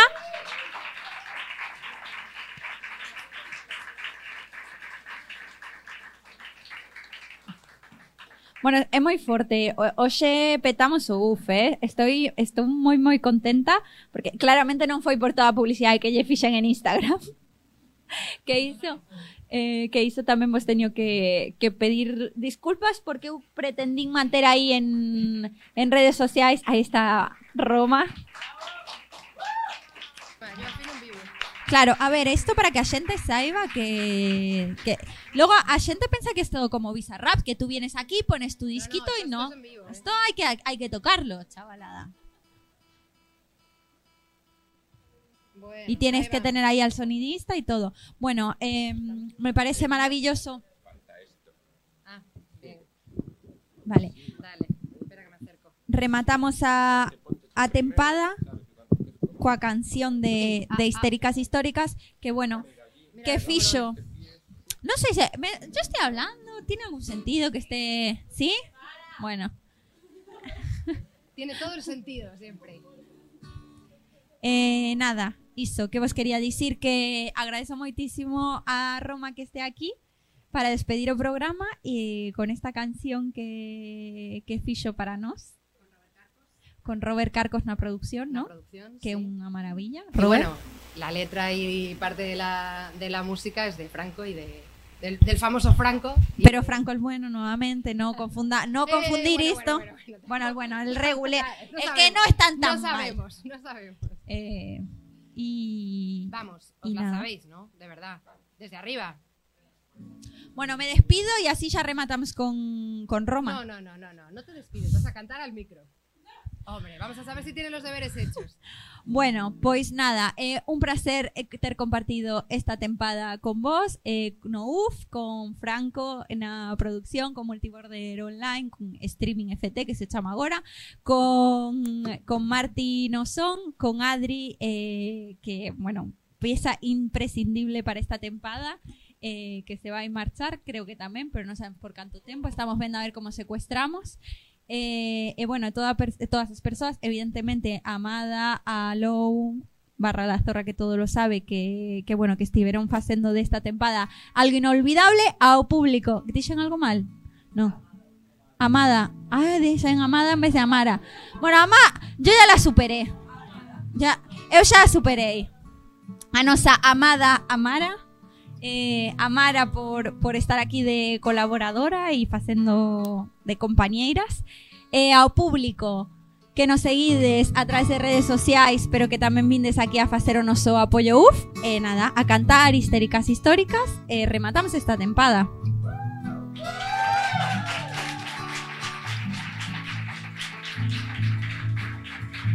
Speaker 4: Bueno, é moi forte. O- Hoxe petamos o UF, eh? Estoy, estou moi moi contenta porque claramente non foi por toda a publicidade que lle fixen en Instagram. que hizo eh, que hizo tamén vos teño que, que pedir disculpas porque eu pretendín manter aí en, en redes sociais aí está Roma Claro, a ver, esto para que a xente saiba que, que... Logo, a xente pensa que é todo como Bizarrap, que tú vienes aquí, pones tu disquito y no. Esto hay que, hay que tocarlo, chavalada. y tienes que tener ahí al sonidista y todo. Bueno, eh, me parece maravilloso. Vale. Rematamos a, a tempada coa canción de,
Speaker 22: Eh, ah,
Speaker 4: de Histéricas Históricas, que bueno, que fixo. No sé, si, me- yo estoy hablando, ¿tiene algún sentido que esté...? ¿Sí? Bueno.
Speaker 22: Tiene todo el sentido siempre.
Speaker 4: Eh, nada, iso, que vos quería dicir que agradezo moitísimo a Roma que este aquí para despedir o programa e con esta canción que, que fixo para nós. Con Robert Carcos na producción, ¿no? que é unha maravilla.
Speaker 22: Y
Speaker 4: Robert,
Speaker 22: bueno, la letra y parte de la, de la música es de Franco y de, del, del famoso Franco. Y
Speaker 4: pero Franco el bueno nuevamente, no confunda, no
Speaker 22: Eh,
Speaker 4: confundir
Speaker 22: bueno,
Speaker 4: esto. Bueno,
Speaker 22: bueno,
Speaker 4: el bueno, el regulé,
Speaker 22: No
Speaker 4: el que
Speaker 22: sabemos,
Speaker 4: no están tan
Speaker 22: No
Speaker 4: mal.
Speaker 22: sabemos, no sabemos.
Speaker 4: Eh, y
Speaker 22: Vamos,
Speaker 4: y
Speaker 22: os la
Speaker 4: nada.
Speaker 22: sabéis, ¿no? De verdad. Desde arriba.
Speaker 4: Bueno, me despido y así ya rematamos con, con Roma.
Speaker 22: No, no, no, no, no, no te despides, vas a cantar al micro. Hombre, vamos a saber si tiene los deberes hechos.
Speaker 4: Bueno, pois nada, eh, un placer eh, ter compartido esta tempada con vos, eh, no UF, con Franco na producción, con Multiborder Online, con Streaming FT que se chama agora, con, con Marti Nosón, con Adri, eh, que, bueno, pieza imprescindible para esta tempada, eh, que se vai marchar, creo que tamén, pero non sabemos por canto tempo, estamos vendo a ver como secuestramos. Eh, e bueno, toda per- todas as persoas, evidentemente, Amada, a Lou, barra la zorra que todo lo sabe, que, que bueno, que estiveron facendo desta tempada algo inolvidable ao público. Dixen algo mal? No. Amada. Ah, dixen Amada en vez de Amara. Bueno, Amá, yo ya la superé. Ya, Ah, eu xa a superei. A nosa amada Amara. Eh, Amara por, por estar aquí de colaboradora e facendo de compañeiras. Eh, ao público que nos seguides a través de redes sociais, pero que tamén vindes aquí a facer o noso apoio UF. E eh, nada, a cantar histéricas históricas. Eh, rematamos esta tempada.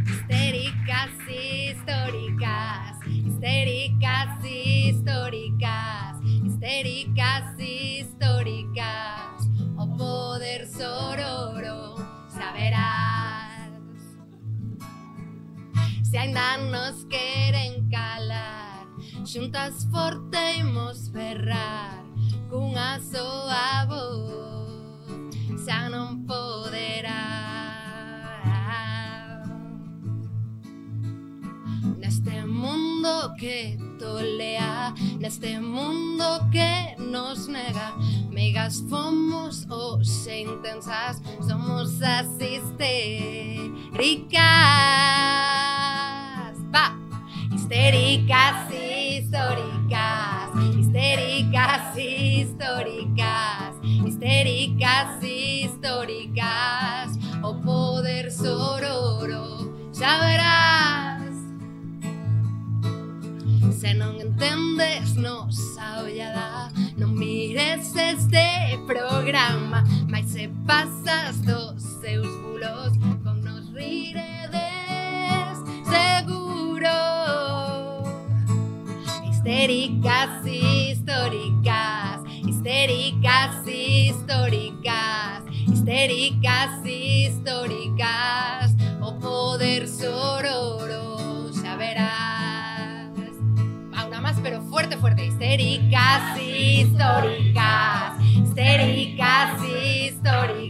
Speaker 3: Histéricas históricas, histéricas históricas, histéricas históricas, o poder sororo, saberás.
Speaker 22: Se ainda nos queren calar Xuntas forteimos ferrar Cunha soa voz Xa non poderá Neste este mundo que tolea Neste mundo que nos nega Meigas fomos hoxe intensas Somos as histéricas Va!
Speaker 3: Histéricas históricas, histéricas históricas, histéricas históricas,
Speaker 22: O poder sororo Xa verás Se non entendes nosa ollada Non mires este programa Mais se pasas dos seus bulos Con nos riredes seguro
Speaker 3: histéricas históricas, histéricas históricas, histéricas históricas,
Speaker 22: O poder sororo Xa verás Va, una más pero fuerte, fuerte Histérica,
Speaker 3: histéricas históricas, histéricas históricas.